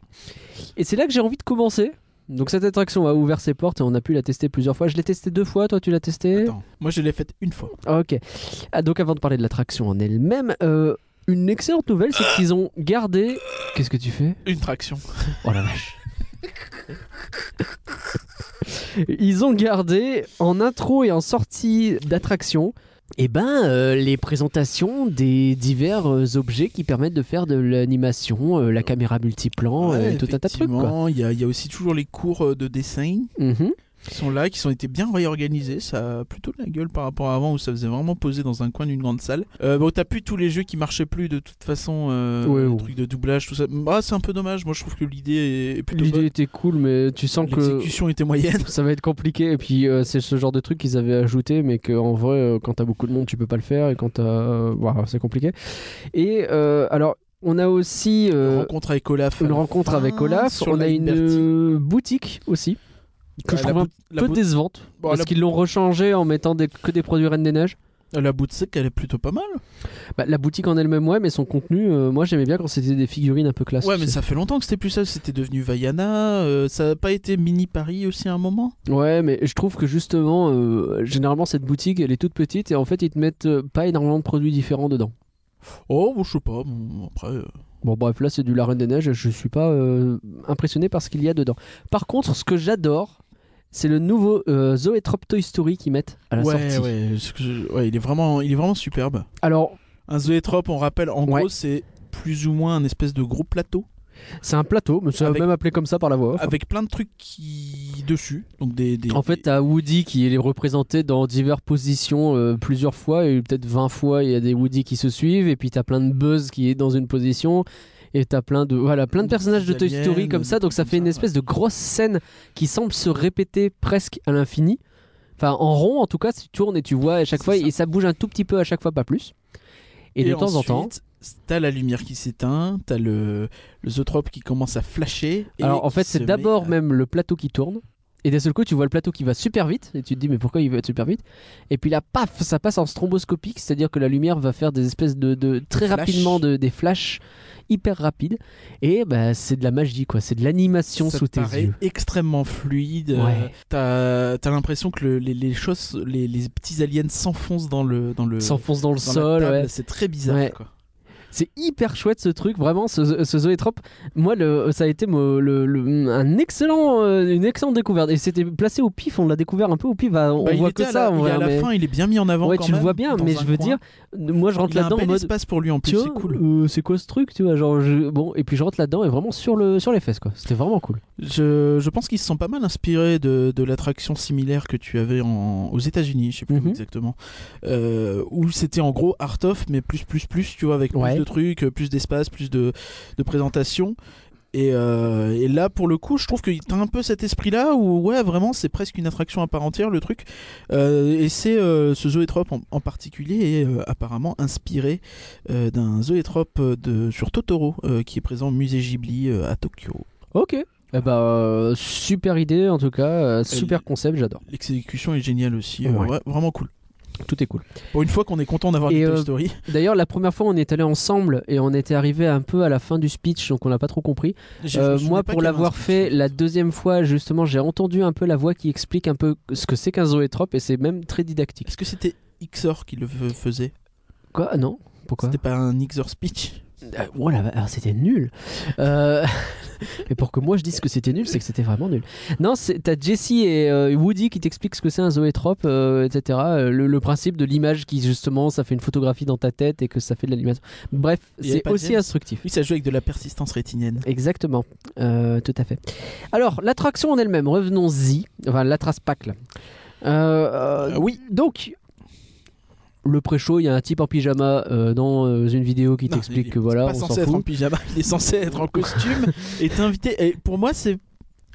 A: Et c'est là que j'ai envie de commencer. Donc, cette attraction a ouvert ses portes et on a pu la tester plusieurs fois. Je l'ai testée deux fois, toi tu l'as testée
B: Attends, moi je l'ai faite une fois.
A: Ah, Ok. Ah, donc, avant de parler de l'attraction en elle-même, euh, une excellente nouvelle, c'est qu'ils ont gardé. Qu'est-ce que tu fais
B: Une traction.
A: Oh la vache Ils ont gardé en intro et en sortie d'attraction eh ben, euh, les présentations des divers euh, objets qui permettent de faire de l'animation, euh, la caméra multiplan,
B: Ouais,
A: euh, tout un tas de trucs. Quoi.
B: effectivement, Il y, a- il y a aussi toujours les cours euh, de dessin
A: Mhm.
B: qui sont là, qui sont été bien réorganisés. Ça a plutôt de la gueule par rapport à avant où ça faisait vraiment poser dans un coin d'une grande salle. Euh, bon, t'as plus tous les jeux qui marchaient plus de toute façon, euh,
A: Ouais,
B: les
A: ouais.
B: trucs de doublage, tout ça. Ah, c'est un peu dommage. Moi, je trouve que l'idée est- est plutôt
A: L'idée
B: bonne.
A: était cool, mais tu sens que
B: L'exécution était moyenne.
A: ça va être compliqué. Et puis, euh, c'est ce genre de truc qu'ils avaient ajouté, mais qu'en vrai, euh, quand t'as beaucoup de monde, tu peux pas le faire. Et quand t'as. euh, voilà, c'est compliqué. Et euh, alors, on a aussi.
B: Une
A: euh,
B: rencontre avec Olaf. à
A: une
B: la
A: rencontre
B: fin,
A: avec Olaf.
B: sur
A: On a
B: la
A: une
B: Liberty.
A: euh, boutique aussi que
B: Euh,
A: je
B: la
A: trouve un
B: bout- la
A: peu
B: bout-
A: décevante
B: Bon,
A: parce
B: la-
A: qu'ils l'ont rechangé en mettant des- que des produits Reine des Neiges.
B: La boute sec, elle est plutôt pas mal.
A: Bah, la boutique en elle-même, ouais, mais son contenu, euh, moi j'aimais bien quand c'était des figurines un peu classe.
B: Ouais,
A: tu
B: mais
A: sais.
B: ça fait longtemps que c'était plus ça. C'était devenu Vaiana. euh, ça n'a pas été mini Paris aussi à un moment.
A: Ouais, mais je trouve que justement, euh, généralement cette boutique elle est toute petite et en fait ils te mettent euh, pas énormément de produits différents dedans.
B: Oh, bon, je sais pas. bon, après. euh,
A: Bon bref, là c'est du La Reine des Neiges, je suis pas euh, impressionné par ce qu'il y a dedans. Par contre, ce que j'adore, c'est le nouveau euh, Zoetrope Toy Story qu'ils mettent à la
B: ouais,
A: sortie.
B: ouais, ce que je- ouais, il est vraiment, il est vraiment superbe.
A: Alors,
B: Un zoétrope, on rappelle, en
A: Ouais.
B: gros, c'est plus ou moins un espèce de gros plateau
A: C'est un plateau, mais c'est
B: Avec-
A: même appelé comme ça par la voix. off.
B: avec plein de trucs qui dessus, donc des. des-
A: En fait, t'as Woody qui est représenté dans diverses positions euh, plusieurs fois, et peut-être 20 fois, il y a des Woody qui se suivent, et puis t'as plein de Buzz qui est dans une position, et t'as plein de voilà, plein de
B: Des
A: personnages de Toy
B: aliens,
A: Story comme
B: des
A: ça, donc
B: trucs
A: ça
B: comme
A: fait
B: ça,
A: une espèce de grosse scène qui semble se répéter presque à l'infini. Enfin, en rond en tout cas, tu tournes et tu vois à chaque
B: C'est
A: fois,
B: ça.
A: et ça bouge un tout petit peu à chaque fois, pas plus. Et, de temps en temps.
B: ensuite, T'as la lumière qui s'éteint, t'as le, le zoétrope qui commence à flasher. et
A: Alors en
B: qui
A: fait,
B: se
A: c'est
B: met
A: d'abord
B: à-
A: même le plateau qui tourne. Et d'un seul coup, tu vois le plateau qui va super vite. Et tu te dis, mais pourquoi il va super vite Et puis là, paf, ça passe en stromboscopique. C'est-à-dire que la lumière va faire des espèces de. de- très
B: Flash.
A: rapidement, de, des flashs hyper rapides. Et bah, c'est de la magie, quoi. C'est de l'animation
B: ça
A: sous
B: te
A: tes
B: paraît
A: yeux.
B: extrêmement fluide. euh,
A: Ouais.
B: T'as t'as l'impression que le- les, les choses, les, les petits aliens s'enfoncent dans le dans le
A: S'enfonce dans le
B: euh, dans la
A: sol.
B: table,
A: ouais.
B: C'est très bizarre.
A: Ouais.
B: quoi.
A: C'est hyper chouette ce truc, vraiment, ce, ce zoétrope. Moi, le, ça a été mo- le- le- un excellent, euh, une excellente découverte. Et c'était placé au pif, on l'a découvert un peu au pif. bah, on
B: Bah, il
A: voit
B: était
A: que
B: à
A: ça.
B: la-
A: on
B: il est à
A: voit,
B: la
A: mais-
B: fin, il est bien mis en avant.
A: ouais,
B: quand
A: tu le
B: même,
A: vois bien,
B: dans
A: mais
B: un
A: je veux
B: coin.
A: dire, moi je rentre
B: il a un
A: là-dedans en
B: bel
A: mode.
B: espace pour lui en plus,
A: Tiens,
B: c'est cool.
A: euh, c'est quoi ce truc, tu vois Genre, je- bon, et puis je rentre là-dedans et vraiment sur le sur les fesses, quoi. C'était vraiment cool.
B: Je, je pense qu'ils se sont pas mal inspirés de, de l'attraction similaire que tu avais en, aux États-Unis, je sais plus
A: Mhm.
B: exactement, euh, où c'était en gros art of mais plus plus plus, tu vois, avec plus
A: Ouais.
B: de trucs, plus d'espace, plus de, de présentation. Et, euh, et là, pour le coup, je trouve que t'as un peu cet esprit-là où, ouais, vraiment, c'est presque une attraction à part entière, le truc. Euh, et c'est euh, ce zoétrope en, en particulier est euh, apparemment inspiré euh, d'un zoétrope de, sur Totoro euh, qui est présent au musée Ghibli euh, à Tokyo.
A: Ok. Eh bah, euh, super idée en tout cas, euh, super
B: Et-
A: concept, j'adore.
B: L'exécution est géniale aussi, euh,
A: Ouais.
B: vra- vraiment cool.
A: Tout est cool.
B: Pour une fois qu'on est content d'avoir
A: Et,
B: une
A: euh,
B: Toy Story,
A: D'ailleurs, la première fois, on est allé ensemble et on était arrivé un peu à la fin du speech, donc on n'a pas trop compris.
B: Je-
A: Euh,
B: je me souvenais
A: moi,
B: pas
A: pour
B: qu'il y avait
A: l'avoir
B: un
A: fait
B: spécial.
A: la deuxième fois, justement, j'ai entendu un peu la voix qui explique un peu ce que c'est qu'un zoétrope et c'est même très didactique.
B: Est-ce que c'était Xor qui le f- faisait
A: Quoi Ah Non Pourquoi
B: C'était pas un Xor speech
A: Euh, voilà, bah, alors c'était nul. Euh, mais pour que moi je dise que c'était nul, c'est que c'était vraiment nul. Non, c'est- t'as Jessie et euh, Woody qui t'expliquent ce que c'est un zoétrope, euh, etc. Euh, Le, le principe de l'image qui justement, ça fait une photographie dans ta tête et que ça fait de l'animation. Bref,
B: Il y avait
A: c'est
B: pas
A: aussi
B: James
A: instructif.
B: Oui, ça joue avec de la persistance rétinienne.
A: Exactement, Euh, tout à fait. Alors, l'attraction en elle-même, revenons-y. Enfin, l'attrace-pacle. Euh, oui, donc. Le pré-show, il y a un type en pyjama euh, dans euh, une vidéo qui
B: Non,
A: t'explique
B: il
A: que
B: est
A: voilà,
B: pas
A: on s'en
B: censé être en
A: fout.
B: pyjama, il est censé être en costume et invité. Et pour moi, c'est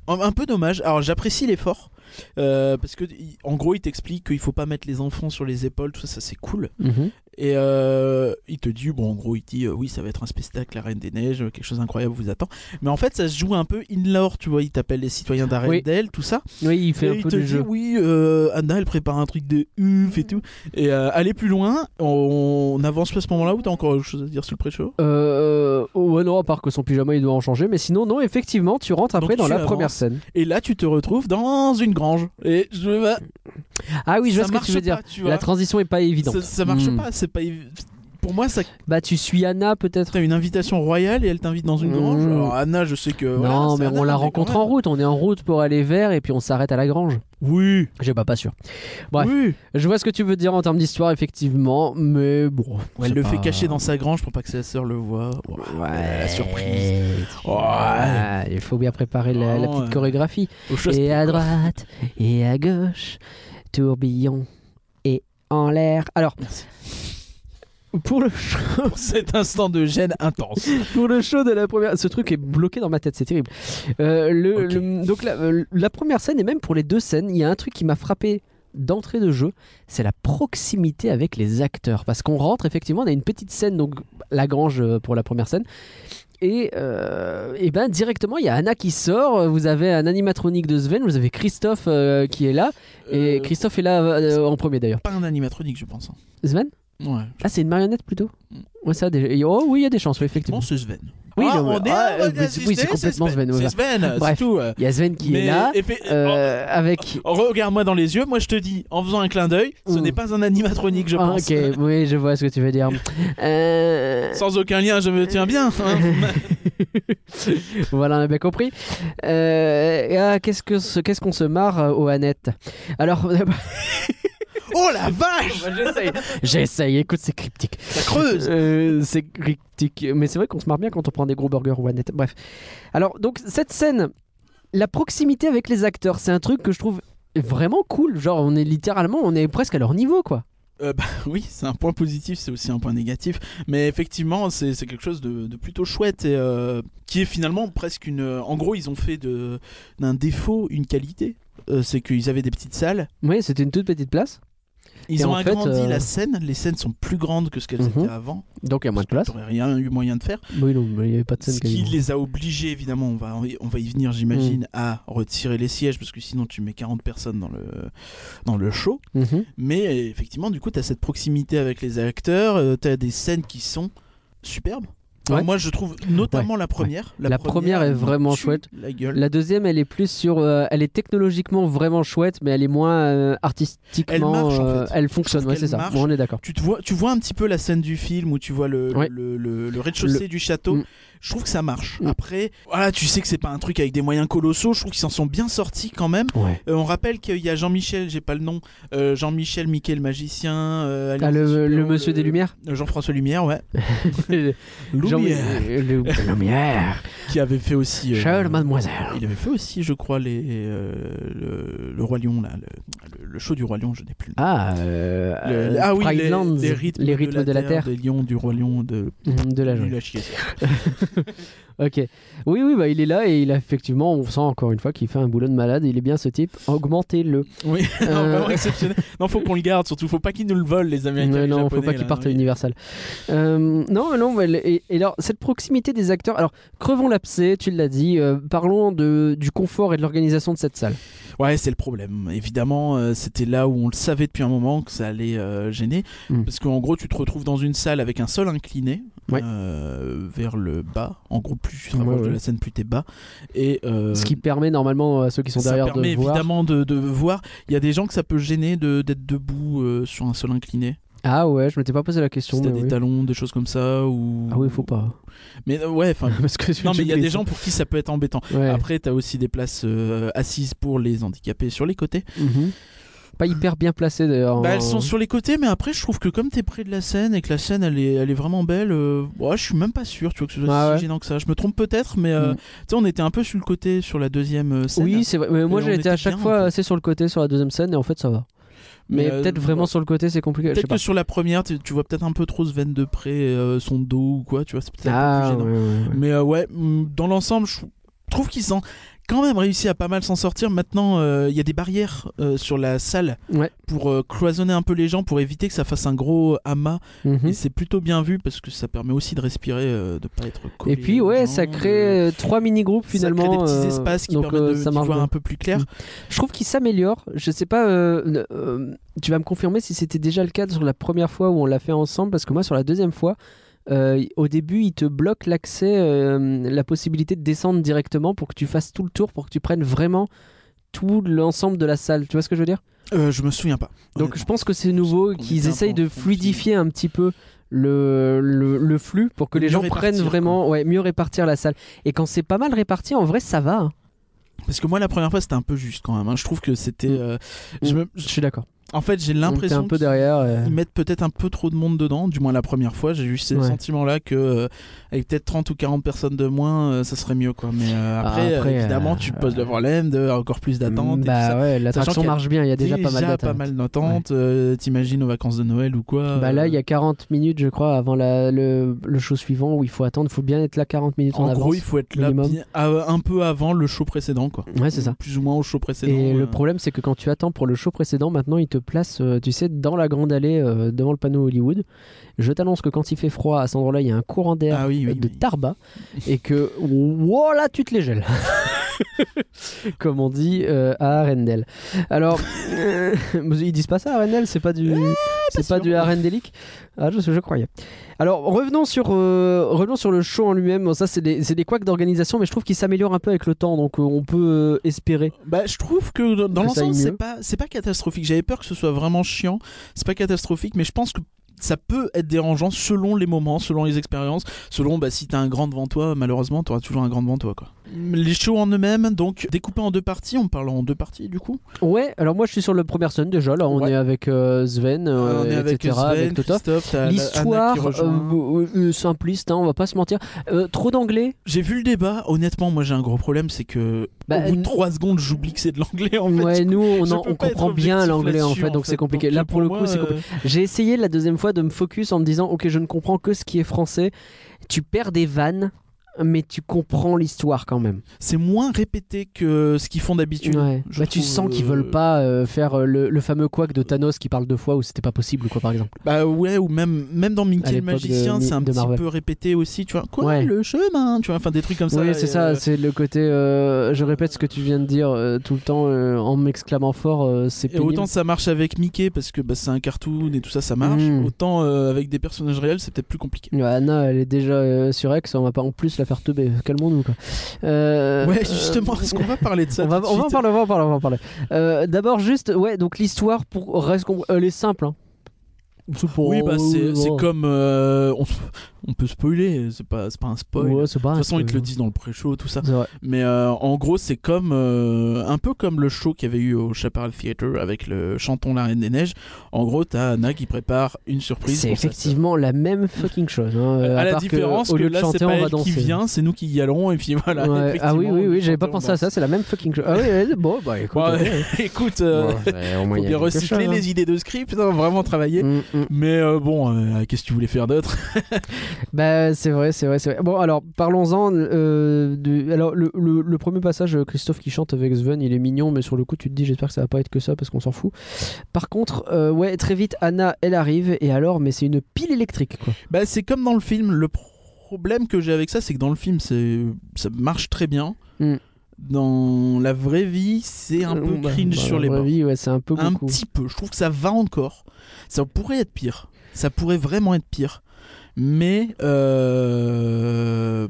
B: un un peu dommage. Alors, j'apprécie l'effort euh, parce que il- en gros, il t'explique qu'il faut pas mettre les enfants sur les épaules, tout ça, ça c'est cool.
A: Mhm.
B: Et euh, il te dit, bon, en gros, il te dit, euh, oui, ça va être un spectacle, la Reine des Neiges, euh, quelque chose d'incroyable vous attend. Mais en fait, ça se joue un peu indoor, tu vois. Il t'appelle les citoyens d'Arendelle, tout ça.
A: Oui, il fait
B: Et
A: un
B: il
A: peu
B: te
A: du
B: dit,
A: jeu.
B: oui, euh, Anna, elle prépare un truc de ouf et tout. Et euh, aller plus loin, on, on avance pas à ce moment-là ou t'as encore autre chose à dire sur le pré-show
A: Euh, ouais, non, à part que son pyjama il doit en changer, mais sinon, non, effectivement, tu rentres après
B: Donc,
A: dans
B: tu
A: la
B: avances.
A: première scène.
B: Et là, tu te retrouves dans une grange. Et je bah,
A: Ah oui, je vois
B: ça
A: ce que
B: marche
A: tu veux
B: pas,
A: dire.
B: tu vois.
A: La transition est pas évidente.
B: ça, ça marche
A: Hmm.
B: pas. C'est pas. évi- Pour moi, ça.
A: Bah, tu suis Anna peut-être
B: T'as une invitation royale et elle t'invite dans une
A: Hmm.
B: grange. Alors Anna, je sais que.
A: Non,
B: Euh, voilà, c'est
A: mais
B: Anna,
A: on la
B: quand
A: rencontre
B: même.
A: en route. On est en route pour aller vers et puis on s'arrête à la grange.
B: Oui.
A: J'ai pas, pas sûr. Bref.
B: Oui.
A: Je vois ce que tu veux dire en termes d'histoire, effectivement, mais bon.
B: Ouais,
A: c'est
B: elle le
A: pas-
B: fait cacher dans sa grange pour pas que sa sœur le voie. Ouais.
A: Ouais,
B: la surprise.
A: Ouais,
B: Ouais.
A: Il faut bien préparer la, la
B: Ah
A: petite
B: ouais.
A: chorégraphie.
B: Aux choses
A: Et à
B: pour-
A: droite, et à gauche, tourbillon, et en l'air. Alors,
B: Merci.
A: pour le, show,
B: Pour cet instant de gêne intense.
A: pour le show de la première... Ce truc est bloqué dans ma tête, c'est terrible. Euh, le-
B: Ok.
A: le- donc la, euh, la première scène, et même pour les deux scènes, il y a un truc qui m'a frappé d'entrée de jeu, c'est la proximité avec les acteurs. Parce qu'on rentre, effectivement, on a une petite scène, donc la grange euh, pour la première scène. Et, euh, et ben directement, il y a Anna qui sort, euh, vous avez un animatronique de Sven, vous avez Christophe euh, qui est là. Et
B: Euh,
A: Christophe est là euh, en premier d'ailleurs.
B: Pas un animatronique, je pense. hein.
A: Sven
B: Ouais.
A: Ah, c'est une marionnette plutôt
B: Mm.
A: Ouais, ça, déjà. et- Oh oui, il y a des chances, oui,
B: Bon,
A: effectivement.
B: c'est Sven.
A: Oui,
B: Ah,
A: non,
B: on est-
A: ah,
B: on
A: euh,
B: est
A: oui, c'est- oui, c'est
B: assisté,
A: complètement Sven, ouais.
B: C'est Sven, c'est
A: Bref.
B: tout. euh.
A: Il y a Sven qui
B: Mais-
A: est là,
B: et puis-
A: euh, avec.
B: Oh, Regarde-moi dans les yeux, moi je te dis, en faisant un clin d'œil, ce
A: Mm.
B: n'est pas un animatronique, je
A: Ah,
B: pense.
A: ok, oui, je vois ce que tu veux dire. Euh,
B: Sans aucun lien, je me tiens bien. hein.
A: voilà, on a bien compris. Euh, et, ah, qu'est-ce que ce- qu'est-ce qu'on se marre euh, aux Annette Alors,
B: oh la vache
A: j'essaye, j'essaye. Écoute, c'est cryptique.
B: Ça creuse
A: Euh, c'est cryptique. Mais c'est vrai qu'on se marre bien quand on prend des gros burgers ou Annette. Bref. Alors, donc, cette scène, la proximité avec les acteurs, c'est un truc que je trouve vraiment cool. Genre, on est littéralement, on est presque à leur niveau, quoi.
B: Euh, bah, Oui, c'est un point positif, c'est aussi un point négatif. Mais effectivement, c'est c'est quelque chose de, de plutôt chouette et euh, qui est finalement presque une. En gros, ils ont fait de- d'un défaut une qualité. Euh, c'est qu'ils avaient des petites salles.
A: Oui, c'était une toute petite place. Et
B: Ils ont
A: en fait,
B: agrandi
A: euh,
B: la scène. Les scènes sont plus grandes que ce qu'elles
A: Mhm.
B: étaient avant.
A: Donc, il y a moins de place.
B: T'aurais rien eu moyen de faire.
A: Oui, non, mais il n'y avait pas de
B: Ce
A: scène
B: qui
A: quasiment. Mhm.
B: les a obligés, évidemment, on va, on va y venir, j'imagine, à retirer les sièges, parce que sinon tu mets 40 personnes dans le, dans le show.
A: Mhm.
B: Mais euh, effectivement, du coup, tu as cette proximité avec les acteurs, tu as des scènes qui sont superbes. Enfin,
A: Ouais.
B: Moi, je trouve notamment la première.
A: La première est
B: elle
A: vraiment
B: me tue
A: chouette.
B: La gueule.
A: La deuxième, elle est plus sur. euh, elle est technologiquement vraiment chouette, mais elle est moins euh, artistiquement.
B: Elle marche, en
A: euh,
B: fait.
A: elle
B: Je
A: fonctionne,
B: trouve
A: ouais, c'est
B: qu'elle
A: ça.
B: marche.
A: Bon, on est d'accord.
B: Tu, te vois, tu vois un petit peu la scène du film où tu vois le,
A: Ouais.
B: le, le- le rez-de-chaussée du château.
A: Mm.
B: Je trouve que ça marche.
A: Mm.
B: Après, voilà, tu sais que c'est pas un truc avec des moyens colossaux. Je trouve qu'ils s'en sont bien sortis quand même.
A: Ouais.
B: Euh, on rappelle qu'il y a Jean-Michel, j'ai pas le nom, euh, Jean-Michel Mickey le magicien, euh,
A: Ah,
B: Alien
A: le,
B: Super
A: le
B: Hero,
A: monsieur des Lumières
B: euh, Jean-François Lumière, ouais,
A: Jean-
B: Lumière.
A: euh, le- Lumière
B: qui avait fait aussi. euh,
A: Chère mademoiselle
B: il avait fait aussi, je crois, les, euh, le, le Roi Lion, là, le, le- le show du Roi Lion, je n'ai plus le nom.
A: Ah, euh,
B: Le-
A: euh,
B: ah oui,
A: Pride
B: les,
A: Lands,
B: les rythmes,
A: les rythmes de, la terre,
B: des lions, du Roi Lion, de,
A: Mhm, de la
B: nul
A: jungle.
B: à chier.
A: Ok. Oui, oui, bah, il est là et il a effectivement, on sent encore une fois qu'il fait un boulot de malade. Il est bien ce type. Augmentez-le.
B: Oui, non,
A: Euh.
B: vraiment exceptionnel. Non, faut qu'on le garde, surtout, faut pas qu'ils nous le volent, les Américains.
A: Mais
B: les
A: Euh, non, faut
B: Japonais,
A: pas qu'il
B: là, hein.
A: parte à
B: non,
A: Universal. Euh, non, non, mais le- et, et alors cette proximité des acteurs. Alors crevons l'abcès, tu l'as dit. euh, parlons de, du confort et de l'organisation de cette salle.
B: Ouais, c'est le problème. Évidemment, euh, c'était là où on le savait depuis un moment que ça allait euh, gêner.
A: Mm.
B: Parce qu'en gros, tu te retrouves dans une salle avec un sol incliné
A: Ouais.
B: euh, vers le bas. En gros, plus tu te
A: Ouais,
B: rapproches de
A: ouais.
B: la scène, plus t'es bas. Et, euh,
A: Ce qui permet normalement à ceux qui sont
B: ça
A: derrière
B: permet
A: de voir.
B: évidemment de, de voir. Il y a des gens que ça peut gêner de- d'être debout euh, sur un sol incliné.
A: Ah ouais, je m'étais pas posé la question.
B: Si t'as
A: mais
B: des
A: oui.
B: talons, des choses comme ça, ou.
A: Ah oui, faut pas.
B: Mais euh, ouais, enfin.
A: Parce que
B: non, mais il y a des gens pour qui ça peut être embêtant.
A: Ouais.
B: Après, t'as aussi des places euh, assises pour les handicapés sur les côtés.
A: Mhm. Pas hyper bien placés d'ailleurs.
B: Bah, elles sont sur les côtés, mais après, je trouve que comme t'es près de la scène et que la scène elle est, elle est vraiment belle, euh, ouais, je suis même pas sûr tu vois, que ce soit
A: Ah
B: si
A: ouais.
B: gênant que ça. Je me trompe peut-être, mais euh,
A: Mm.
B: tu sais, on était un peu sur le côté sur la deuxième euh, scène.
A: Oui, c'est vrai. Mais moi,
B: Et
A: j'ai
B: on
A: été à
B: était
A: chaque
B: bien,
A: fois
B: en fait.
A: assez sur le côté sur la deuxième scène et en fait ça va. Mais,
B: euh,
A: peut-être vraiment sur le côté, c'est compliqué. Je sais
B: Peut-être
A: pas.
B: que sur la première, tu, tu vois peut-être un peu trop ce veine de près, euh, son dos ou quoi, tu vois, c'est peut-être un peu
A: Ah,
B: plus gênant.
A: ouais, ouais, ouais.
B: Mais euh, ouais, mm, dans l'ensemble, je trouve qu'ils ont quand même réussi à pas mal s'en sortir. Maintenant, euh, il y a des barrières euh, sur la salle
A: Ouais.
B: pour euh, cloisonner un peu les gens, pour éviter que ça fasse un gros amas.
A: Mhm.
B: Et c'est plutôt bien vu parce que ça permet aussi de respirer, euh, de pas être collé
A: Et puis
B: aux
A: ouais,
B: gens,
A: ça
B: de-
A: crée euh, trois mini-groupes
B: ça
A: finalement.
B: crée des petits
A: euh,
B: espaces qui
A: donc,
B: permettent
A: euh,
B: de
A: ça
B: d'y
A: marche
B: voir
A: bien. Hmm.
B: un peu plus clair.
A: Je trouve qu'il s'améliore. Je sais pas, euh, euh, tu vas me confirmer si c'était déjà le cas sur la première fois où on l'a fait ensemble, parce que moi sur la deuxième fois, euh, au début, il te bloque l'accès, euh, la possibilité de descendre directement pour que tu fasses tout le tour, pour que tu prennes vraiment tout l'ensemble de la salle. Tu vois ce que je veux dire
B: Euh, je me souviens pas. Euh,
A: Donc je pense que c'est nouveau,
B: qu'on
A: qu'ils
B: était un
A: essayent
B: peu en
A: de
B: conflit.
A: fluidifier un petit peu le, le, le flux pour que les
B: Mieux
A: gens
B: répartir,
A: prennent
B: quoi.
A: vraiment, ouais, mieux répartir la salle. Et quand c'est pas mal réparti, en vrai, ça va. hein.
B: Parce que moi, la première fois, c'était un peu juste quand même. hein. Je trouve que c'était.
A: Mm.
B: euh, je me-
A: Je suis d'accord.
B: En fait, j'ai
A: On était
B: l'impression.
A: un peu
B: qu'ils-
A: derrière. euh.
B: Ils mettent peut-être un peu trop de monde dedans, du moins la première fois. J'ai eu ce
A: Ouais.
B: sentiment-là que euh, avec peut-être 30 ou 40 personnes de moins, euh, ça serait mieux. Quoi. Mais euh, après,
A: après,
B: euh, évidemment,
A: euh,
B: tu te poses le problème de encore plus d'attentes. et tout
A: Bah
B: ça.
A: ouais,
B: Sachant
A: l'attraction
B: qu'il y a
A: marche bien, il y a déjà pas mal d'attentes.
B: d'attentes. euh, T'imagines aux vacances de Noël ou quoi
A: Bah là, il y
B: euh,
A: a 40 minutes, je crois, avant la- le, le show suivant où il faut attendre. Il faut bien être là 40 minutes en,
B: En gros,
A: avance.
B: il faut être là
A: minimum.
B: bien- à- un peu avant le show précédent, quoi.
A: Ouais, c'est ça.
B: Plus ou moins au show précédent.
A: Et
B: euh,
A: le problème, c'est que quand tu attends pour le show précédent, maintenant, il te place, euh, tu sais, dans la grande allée, euh, devant le panneau Hollywood. Je t'annonce que quand il fait froid, à cet endroit-là, il y a un courant d'air
B: Ah oui, oui,
A: de
B: oui.
A: Tarba et que voilà tu te les gèles comme on dit euh, à Arendelle alors euh, ils disent pas ça Arendelle c'est pas du
B: Euh,
A: c'est pas
B: sûr.
A: du Arendelique ah je, je croyais alors revenons sur euh, revenons sur le show en lui-même Bon, ça c'est des c'est des couacs d'organisation mais je trouve qu'il s'améliore un peu avec le temps donc euh, on peut euh, espérer
B: Bah, je trouve que dans- dans
A: Que ça aille
B: l'ensemble, c'est
A: mieux.
B: pas, c'est pas catastrophique. J'avais peur que ce soit vraiment chiant. C'est pas catastrophique, mais je pense que ça peut être dérangeant selon les moments, selon les expériences, selon bah, si t'as un grand devant toi, malheureusement, t'auras toujours un grand devant toi. Quoi. Les shows en eux-mêmes, donc découpés en deux parties, on parle en deux parties du coup.
A: ouais alors moi je suis sur le premier scène déjà là on
B: Ouais.
A: est avec euh, Sven euh,
B: on est avec
A: etc
B: Sven,
A: avec Totov.
B: Christophe, t'as la- Anna qui
A: L'histoire
B: rejoint.
A: euh, euh, simpliste, hein, on va pas se mentir. Euh, trop d'anglais,
B: J'ai vu le débat, honnêtement, moi j'ai un gros problème, c'est que
A: Bah,
B: au bout
A: euh,
B: de 3 secondes, j'oublie que c'est de l'anglais en fait.
A: ouais,
B: Je-
A: nous on,
B: je
A: en-
B: peux
A: on
B: pas être
A: comprend bien
B: objectif
A: l'anglais en
B: là-dessus,
A: fait, donc c'est compliqué. Là pour le coup,
B: moi,
A: c'est compliqué.
B: euh,
A: J'ai essayé la deuxième fois de me focus en me disant Ok, je ne comprends que ce qui est français. Tu perds des vannes, mais tu comprends l'histoire quand même.
B: c'est moins répété que ce qu'ils font d'habitude.
A: Ouais.
B: je
A: Bah, tu
B: trouve,
A: sens qu'ils
B: euh,
A: veulent pas euh, faire euh, le, le fameux quack de Thanos qui parle deux fois ou c'était pas possible ou quoi par exemple.
B: Bah ouais, ou même, même
A: À
B: dans Mickey le
A: l'époque de-
B: magicien, c'est un
A: de
B: petit
A: Marvel.
B: peu répété aussi, tu vois. Quoi,
A: Ouais.
B: le chemin, tu vois, enfin des trucs comme ça.
A: oui,
B: et,
A: c'est ça,
B: euh,
A: c'est le côté. euh, je répète ce que tu viens de dire euh, tout le temps euh, en m'exclamant fort, euh, c'est
B: Et
A: pénible.
B: autant ça marche avec Mickey parce que bah, c'est un cartoon et tout ça, ça marche.
A: Mm.
B: Autant euh, avec des personnages réels, c'est peut-être plus compliqué.
A: Ouais, Anna, elle est déjà euh, sur X, on va pas en plus la faire teubée. Calmons-nous, quoi. Euh, euh,
B: ouais, justement, est-ce qu'on va parler de ça
A: on va,
B: tout de
A: on va en
B: suite
A: parler, on va en parler, on va en parler. Euh, D'abord, juste, ouais, donc l'histoire, pour reste com- elle est simple. Hein. C'est pour-
B: Oui, bah c'est
A: ouais,
B: c'est
A: ouais.
B: comme. euh, on, s- on peut spoiler, c'est pas, c'est pas un spoil.
A: Ouais,
B: de
A: c'est pas
B: toute
A: un
B: façon, ils te
A: spoil.
B: le disent dans le pré-show, tout ça.
A: C'est vrai.
B: Mais euh, en gros, c'est comme euh, un peu comme le show qu'il y avait eu au Chaparral Theater avec le chanton La Reine des Neiges. En gros, t'as Anna qui prépare une surprise.
A: C'est
B: pour sa
A: effectivement la même fucking chose. hein, euh,
B: sœur. à, la
A: part
B: différence que,
A: au lieu de
B: là,
A: chanter,
B: c'est
A: on
B: pas
A: va
B: elle
A: danser.
B: qui vient, c'est nous qui y allons et puis
A: Ouais,
B: voilà.
A: Ah oui,
B: effectivement,
A: oui,
B: on
A: oui,
B: chante
A: j'avais pas
B: et on
A: pensé à ça,
B: danse.
A: c'est la même fucking chose. Ah oui, ouais, bon, bah écoute.
B: Ouais, écoute, euh, faut bien recycler les idées de script, hein, vraiment
A: Mm.
B: travailler. Mais euh, bon, euh, qu'est-ce que tu voulais faire d'autre
A: Bah, c'est vrai, c'est vrai, c'est vrai. Bon, alors, parlons-en. euh, du- Alors, le, le- le premier passage, euh, Christophe qui chante avec Sven, il est mignon, mais sur le coup, tu te dis, j'espère que ça va pas être que ça, parce qu'on s'en fout. Par contre, euh, ouais, très vite, Anna, elle arrive, et alors, mais c'est une pile électrique, quoi.
B: Bah, c'est comme dans le film. Le problème que j'ai avec ça, c'est que dans le film, c'est ça marche très bien.
A: Mm.
B: Dans la vraie vie, c'est un peu
A: Euh, bah,
B: cringe
A: bah,
B: sur
A: la
B: les
A: vraie
B: bords.
A: vie, ouais, c'est un peu
B: Un
A: beaucoup.
B: petit peu. Je trouve que ça va encore. Ça pourrait être pire. Ça pourrait vraiment être pire. Mais euh,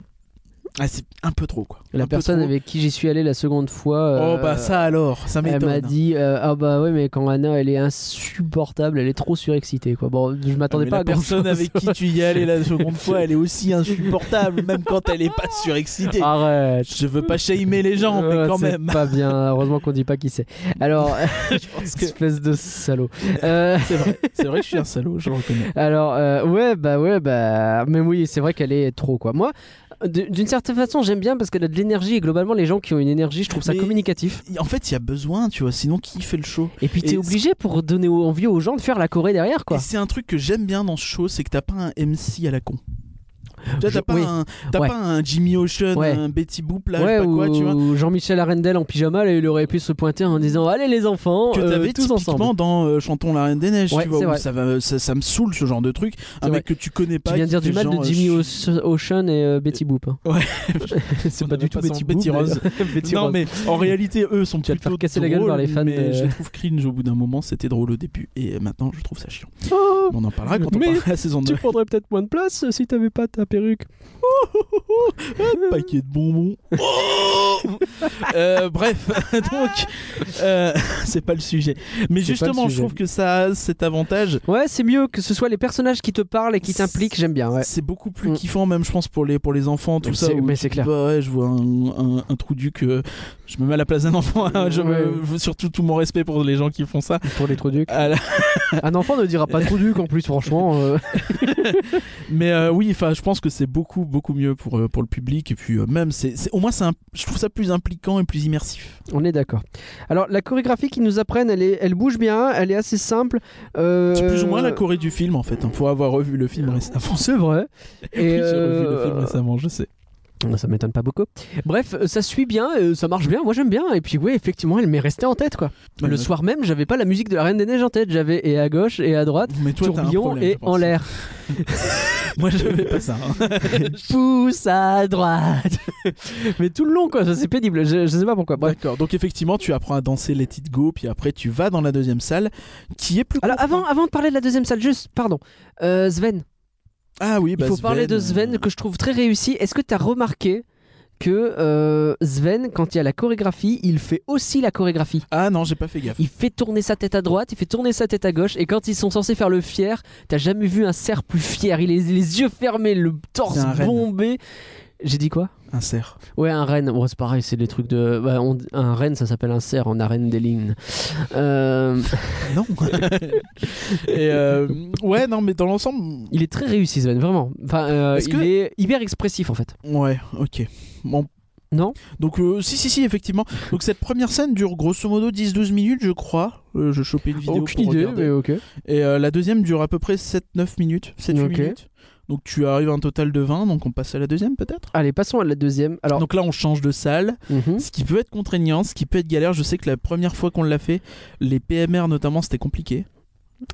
B: Ah, c'est un peu trop quoi.
A: La
B: Un peu
A: personne
B: trop.
A: avec qui j'y suis allé la seconde fois. euh,
B: Oh bah ça alors, ça
A: Elle m'a
B: m'étonne.
A: dit euh, ah bah ouais mais quand Anna elle est insupportable elle est trop surexcitée quoi bon je
B: Ah,
A: m'attendais
B: mais
A: pas
B: la
A: à grand
B: personne
A: chose.
B: avec qui tu y allais la seconde fois, elle est aussi insupportable, même quand elle est pas surexcitée.
A: arrête
B: Je veux pas shamer les gens, mais
A: Ouais,
B: quand
A: c'est
B: même.
A: pas bien heureusement qu'on dit pas qui c'est alors
B: Je pense que
A: espèce de salaud Euh,
B: c'est vrai. C'est vrai que je suis un salaud, je le reconnais.
A: alors euh, ouais bah ouais bah mais oui c'est vrai qu'elle est trop quoi moi d- d'une certaine façon j'aime bien parce qu'elle a de l'énergie et globalement les gens qui ont une énergie je trouve ça
B: Mais-
A: communicatif
B: En fait, il y a besoin, tu vois. Sinon, qui fait le show
A: et puis t'es
B: Et-
A: obligé pour donner au- envie aux gens de faire la Corée derrière quoi
B: Et c'est un truc que j'aime bien dans ce show, c'est que t'as pas un MC à la con. Tu vois,
A: Je-
B: T'as pas,
A: oui.
B: un, t'as
A: Ouais.
B: pas un Jimmy Ocean,
A: Ouais.
B: un Betty Boop, là, je sais
A: ouais,
B: pas quoi, tu vois.
A: ou Jean-Michel Arendel en pyjama, là, il aurait pu se pointer en disant Allez les enfants,
B: que
A: euh,
B: t'avais
A: tous
B: typiquement
A: ensemble.
B: dans euh, Chantons la Reine des Neiges,
A: Ouais,
B: tu
A: c'est
B: vois, où
A: vrai.
B: ça, va, ça, ça me saoule ce genre de truc. Un
A: C'est
B: mec que tu connais pas.
A: Tu viens de
B: qui
A: dire du
B: fait
A: mal
B: genre,
A: de
B: euh,
A: Jimmy
B: je-
A: Oce- Ocean et euh, Betty Boop. hein.
B: Ouais.
A: c'est
B: On
A: pas du
B: appelle
A: tout
B: pas ça
A: Betty
B: en
A: Boop.
B: Betty Rose.
A: d'ailleurs. Betty
B: non
A: Rose.
B: mais en réalité eux sont
A: Tu vas te
B: plutôt
A: faire casser la gueule
B: drôles,
A: par les fans
B: mais
A: de-
B: je les trouve cringe au bout d'un moment c'était drôle au début et euh, maintenant je trouve ça chiant
A: Oh,
B: on en parlera quand on
A: Mais
B: parlera de la saison 2
A: tu prendrais peut-être moins de place euh, si t'avais pas ta perruque.
B: paquet de bonbons Oh Euh, bref donc euh, c'est pas le sujet mais
A: C'est pas le
B: justement je
A: sujet.
B: trouve que ça a cet avantage
A: Ouais, c'est mieux que ce soit les personnages qui te parlent et qui t'impliquent, j'aime bien. Ouais.
B: C'est beaucoup plus
A: Mm.
B: kiffant, même je pense pour les pour les enfants, tout
A: Mais
B: ça.
A: c'est-
B: où
A: mais
B: tu
A: c'est
B: dis,
A: clair.
B: Bah ouais, je vois un, un, un trou du que je me mets à la place d'un enfant. hein, je me- surtout tout mon respect pour les gens qui font ça.
A: Pour les Trouducs.
B: À la-
A: Un enfant ne dira pas Trouduc en plus, franchement. euh.
B: Mais euh, oui, enfin, je pense que c'est beaucoup beaucoup mieux pour euh, pour le public et puis euh, même c'est c'est- au moins c'est un- je trouve ça plus impliquant et plus immersif.
A: On est d'accord. Alors, la chorégraphie qu'ils nous apprennent, elle, est, elle bouge bien, elle est assez simple. euh,
B: C'est plus ou moins la Corée du film en fait. hein, pour avoir revu le film récemment.
A: C'est vrai.
B: Oui,
A: Et
B: j'ai revu le
A: euh,
B: film récemment, je sais.
A: Ça m'étonne pas beaucoup. Bref, euh, ça suit bien, euh, ça marche bien, moi j'aime bien. Et puis oui, effectivement, elle m'est restée en tête quoi.
B: Ouais,
A: le
B: mais-
A: soir même, j'avais pas la musique de la Reine des Neiges en tête, j'avais et à gauche et à droite.
B: Mais toi, t'as un
A: tourbillon
B: problème,
A: et
B: je pense.
A: en l'air.
B: Moi, j'avais pas ça. hein.
A: Pousse à droite. Mais tout le long quoi, ça c'est pénible. Je, je sais pas pourquoi. Bref.
B: D'accord. Donc effectivement, tu apprends à danser les petites go, puis après tu vas dans la deuxième salle, qui est plus.
A: Alors
B: courte,
A: avant,
B: hein.
A: avant de parler de la deuxième salle, juste, pardon, Euh, Sven,
B: Ah oui.
A: il
B: bah,
A: faut parler de
B: euh,
A: Sven que je trouve très réussi. Est-ce que t'as remarqué que euh, Sven, quand il y a la chorégraphie, il fait aussi la chorégraphie
B: Ah non, j'ai pas fait gaffe.
A: Il fait tourner sa tête à droite, il fait tourner sa tête à gauche, et quand ils sont censés faire le fier, t'as jamais vu un cerf plus fier. Il est les yeux fermés, le torse
B: C'est un renne.
A: bombé. J'ai dit quoi
B: Un cerf.
A: Ouais, un renne. Ouais, c'est pareil, c'est des trucs de. bah, on- Un renne, ça s'appelle un cerf en arène des lignes. Euh,
B: Non. Et euh, ouais, non, mais dans l'ensemble,
A: Il est très réussi, Sven, vraiment. Enfin, euh,
B: Est-ce
A: il
B: que-
A: est hyper expressif en fait.
B: ouais, ok. Bon.
A: Non
B: Donc euh, si si si effectivement. Donc cette première scène dure grosso modo 10-12 minutes je crois. Euh, je chopais une vidéo pour regarder.
A: ok.
B: Et euh, la deuxième dure à peu près 7-9 minutes, 7-8
A: Ok.
B: minutes. Donc tu arrives à un total de 20, donc on passe à la deuxième peut-être.
A: Allez, passons à la deuxième. Alors,
B: Donc là on change de salle.
A: mhm.
B: Ce qui peut être contraignant, ce qui peut être galère, je sais que la première fois qu'on l'a fait, les PMR notamment, c'était compliqué.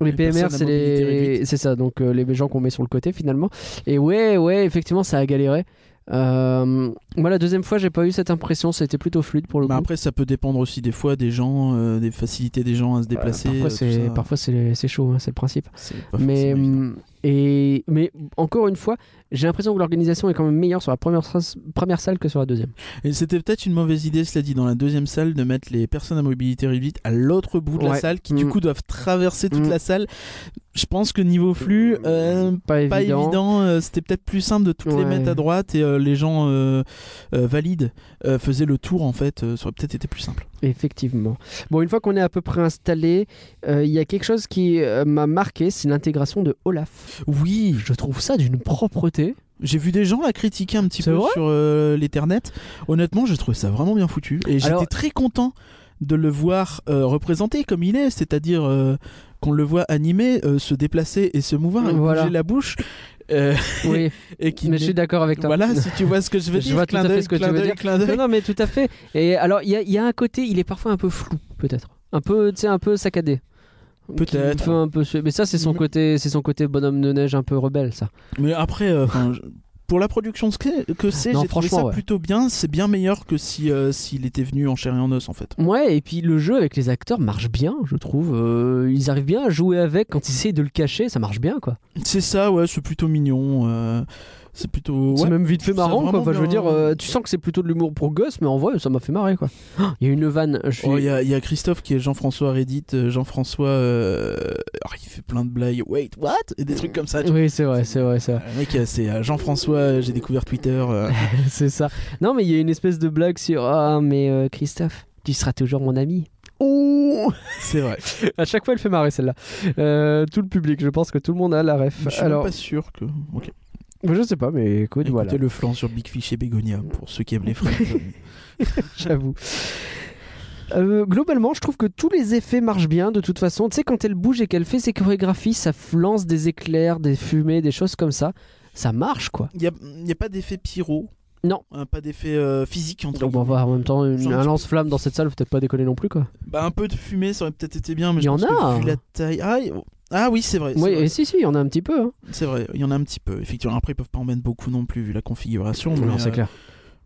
A: les
B: les
A: PMR,
B: personnes à
A: c'est les-
B: mobilité réduite.
A: c'est ça, donc euh, les gens qu'on met sur le côté finalement. Et ouais, ouais, effectivement, ça a galéré. Euh, moi, la deuxième fois, j'ai pas eu cette impression, c'était plutôt fluide pour le
B: Mais
A: coup.
B: après, ça peut dépendre aussi des fois des gens, euh, des facilités des gens à se déplacer.
A: Bah, parfois,
B: euh, tout
A: c'est-
B: ça.
A: parfois, c'est c'est chaud, hein, c'est le principe.
B: C'est pas
A: mais,
B: forcément évident.
A: hum, et, mais encore une fois, j'ai l'impression que l'organisation est quand même meilleure sur la première, sa- première salle que sur la deuxième.
B: Et c'était peut-être une mauvaise idée, cela dit, dans la deuxième salle, de mettre les personnes à mobilité réduite à l'autre bout de
A: Ouais.
B: la salle, qui du
A: Mm.
B: coup doivent traverser toute
A: Mm.
B: la salle. Je pense que niveau flux, euh,
A: Pas,
B: pas
A: évident.
B: évident. euh, C'était peut-être plus simple de toutes les
A: Ouais.
B: mettre à droite et euh, les gens euh, euh, valides euh, faisaient le tour en fait. euh, ça aurait peut-être été plus simple.
A: Effectivement. Bon, une fois qu'on est à peu près installé, euh, il y a quelque chose qui euh, m'a marqué, c'est l'intégration de Olaf.
B: Oui,
A: Je trouve ça d'une propreté.
B: J'ai vu des gens la critiquer un petit
A: C'est
B: peu
A: vrai
B: sur euh, l'Ethernet. Honnêtement, j'ai trouvé ça vraiment bien foutu. Et
A: Alors-
B: j'étais très content de le voir euh, représenté comme il est, c'est-à-dire euh, qu'on le voit animé, euh, se déplacer et se mouvoir, et
A: Voilà.
B: bouger la bouche. euh,
A: Oui,
B: et qui
A: mais je suis d'accord avec toi.
B: Voilà, si tu vois ce que je veux
A: Je
B: dire.
A: vois tout
B: clin
A: à fait
B: d'œil,
A: ce que tu
B: clin
A: veux
B: d'œil,
A: dire.
B: clin d'œil.
A: Non, non, mais tout à fait. Et alors, il y a, il y a un côté, il est parfois un peu flou, peut-être. Un peu, tu sais, un peu saccadé.
B: Peut-être. Mm.
A: Qui fait un peu su- Mais ça, c'est son
B: Mais-
A: côté, c'est son côté bonhomme de neige un peu rebelle, ça.
B: Mais après, euh, 'fin, je- pour la production ce que que c'est,
A: Non,
B: j'ai trouvé
A: franchement,
B: ça
A: ouais.
B: plutôt bien. C'est bien meilleur que si euh, s'il était venu en chair et en os en fait.
A: Ouais, et puis le jeu avec les acteurs marche bien, je trouve. Euh, ils arrivent bien à jouer avec quand ils essayent de le cacher, ça marche bien, quoi.
B: C'est ça, ouais, c'est plutôt mignon. euh, C'est plutôt.
A: C'est
B: ouais.
A: même vite fait
B: je trouve ça
A: marrant, quoi.
B: vraiment
A: Enfin, je veux
B: bien.
A: dire, euh, tu sens que c'est plutôt de l'humour pour gosses, mais en vrai, ça m'a fait marrer, quoi. Oh, Il y a une vanne. Je suis...
B: Oh, Il y, a- il y a Christophe qui est Jean-François Reddit, euh, Jean-François. euh, alors, il fait plein de blagues. Wait, what Et des trucs comme ça. tu
A: Oui, c'est vrai, c'est vrai, c'est vrai.
B: vois. Le mec, euh, c'est euh, Jean-François, euh, j'ai découvert Twitter. euh,
A: c'est ça. Non, mais il y a une espèce de blague sur Ah, mais euh, Christophe, tu seras toujours mon ami. Ouh
B: c'est vrai.
A: à chaque fois, elle fait marrer celle-là. Euh, tout le public, je pense que tout le monde a la ref.
B: Je suis même
A: Alors,
B: pas sûr que. Ok.
A: je sais pas, mais écoute,
B: Écoutez
A: voilà,
B: le flanc sur Big Fish et Bégonia pour ceux qui aiment les frites.
A: j'avoue. Euh, globalement, je trouve que tous les effets marchent bien de toute façon. Tu sais, quand elle bouge et qu'elle fait ses chorégraphies, ça lance des éclairs, des fumées, des choses comme ça. Ça marche quoi.
B: Il n'y a, il y a pas d'effet pyro.
A: Non.
B: Euh, pas d'effet euh, physique entre
A: Donc, bon,
B: guillemets.
A: bah, en même temps, une-
B: Genre,
A: un
B: tu-
A: lance-flamme dans cette salle, faut peut-être pas déconner non plus quoi.
B: Bah, un peu de fumée, ça aurait peut-être été bien, mais
A: Il y
B: je pense
A: en a. hein.
B: que vu la taille. Ah, il- ah oui, c'est vrai. c'est
A: Oui,
B: vrai.
A: et si, si, il y en a un petit peu. hein.
B: C'est vrai, il y en a un petit peu. Effectivement, après, ils peuvent pas en mettre beaucoup non plus vu la configuration.
A: Non,
B: mais,
A: c'est
B: euh,
A: clair.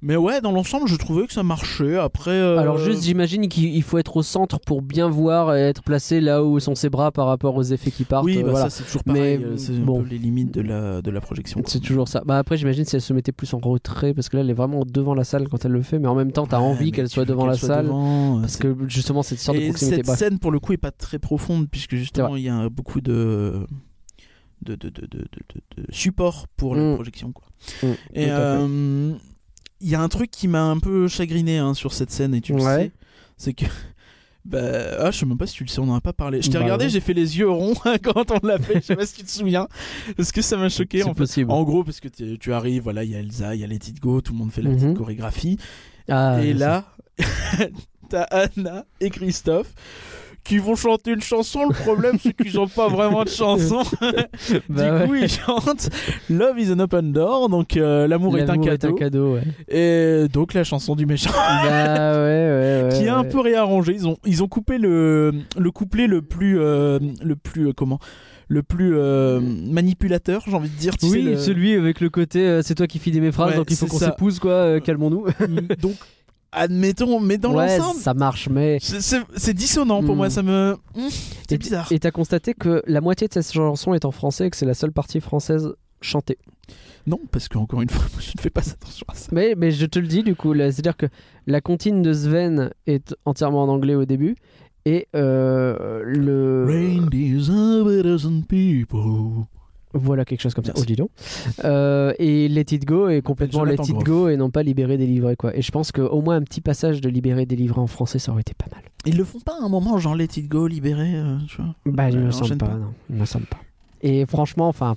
B: mais ouais, dans l'ensemble, je trouvais que ça marchait. Après, euh,
A: Alors juste, j'imagine qu'il il faut être au centre pour bien voir et être placé là où sont ses bras par rapport aux effets qui partent.
B: oui,
A: euh,
B: bah,
A: voilà.
B: ça c'est toujours pareil.
A: Mais,
B: euh, c'est
A: bon.
B: un peu les limites de la, de la projection. quoi.
A: C'est toujours ça. Bah après, j'imagine si elle se mettait plus en retrait, parce que là, elle est vraiment devant la salle quand elle le fait, mais en même temps, t'as
B: Ouais,
A: envie
B: mais
A: qu'elle
B: tu
A: soit
B: veux
A: devant la
B: soit
A: salle,
B: devant, euh,
A: parce
B: c'est-
A: que justement, cette sorte de
B: Et
A: proximité.
B: cette
A: Bref.
B: scène pour le coup est pas très profonde puisque justement il y a beaucoup de de, de, de, de- de- de support pour
A: Mm.
B: la projection quoi.
A: Mm,
B: Et
A: tout à fait.
B: euh, il y a un truc qui m'a un peu chagriné hein, sur cette scène et tu le
A: Ouais.
B: sais, c'est que bah, ah, je sais même pas si tu le sais, on n'en a pas parlé. Je t'ai
A: Bah
B: regardé,
A: non.
B: j'ai fait les yeux ronds quand on l'a fait. Je sais pas si tu te souviens. Est-ce que ça m'a choqué
A: C'est
B: en fait
A: possible.
B: En gros, parce que t'es- tu arrives, voilà, il y a Elsa, il y a Let It Go, tout le monde fait la
A: Mhm.
B: petite chorégraphie.
A: Ah,
B: Et
A: je
B: là, t'as Anna et Christophe qui vont chanter une chanson. Le problème, c'est qu'ils n'ont pas vraiment de chanson.
A: sais. Bah
B: du coup,
A: ouais.
B: ils chantent Love is an open door. Donc, euh, l'amour est, un
A: L'amour
B: cadeau.
A: ouais.
B: Et donc, la chanson du méchant.
A: bah ouais, ouais, ouais.
B: Qui est un
A: ouais.
B: peu réarrangé. Ils ont, ils ont coupé le, le couplet le plus. euh, le plus. euh, comment Le plus euh, manipulateur, j'ai envie de dire. Tu sais,
A: Oui,
B: le-
A: celui avec le côté euh, c'est toi qui finis mes phrases,
B: Ouais,
A: donc il faut
B: c'est
A: qu'on
B: ça.
A: s'épouse, quoi, euh, calmons-nous.
B: Donc, admettons, mais dans
A: ouais,
B: l'ensemble.
A: ça marche, mais.
B: c'est- C'est c'est dissonant pour
A: Mm.
B: moi, ça me. Mm,
A: Et-
B: C'est bizarre.
A: Et t'as constaté que la moitié de cette chanson est en français et que c'est la seule partie française chantée.
B: Non, parce que encore une fois, moi, je ne fais pas attention à ça.
A: Mais, mais je te le dis du coup, là, c'est-à-dire que la comptine de Sven est entièrement en anglais au début et euh, le
B: Reindeers are a dozen people.
A: voilà quelque chose comme ça.
B: Merci.
A: Oh dis donc. Euh, et Let It Go est complètement Let
B: Jonathan
A: It
B: Groff.
A: Go et non pas Libéré délivré quoi. Et je pense qu'au moins un petit passage de Libéré délivré en français ça aurait été pas mal.
B: Ils le font pas à un moment, genre Let It Go libéré, euh, tu vois.
A: Bah il
B: Ouais,
A: me
B: enchaîne
A: semble pas,
B: pas.
A: non, il me semble pas. Et franchement, enfin.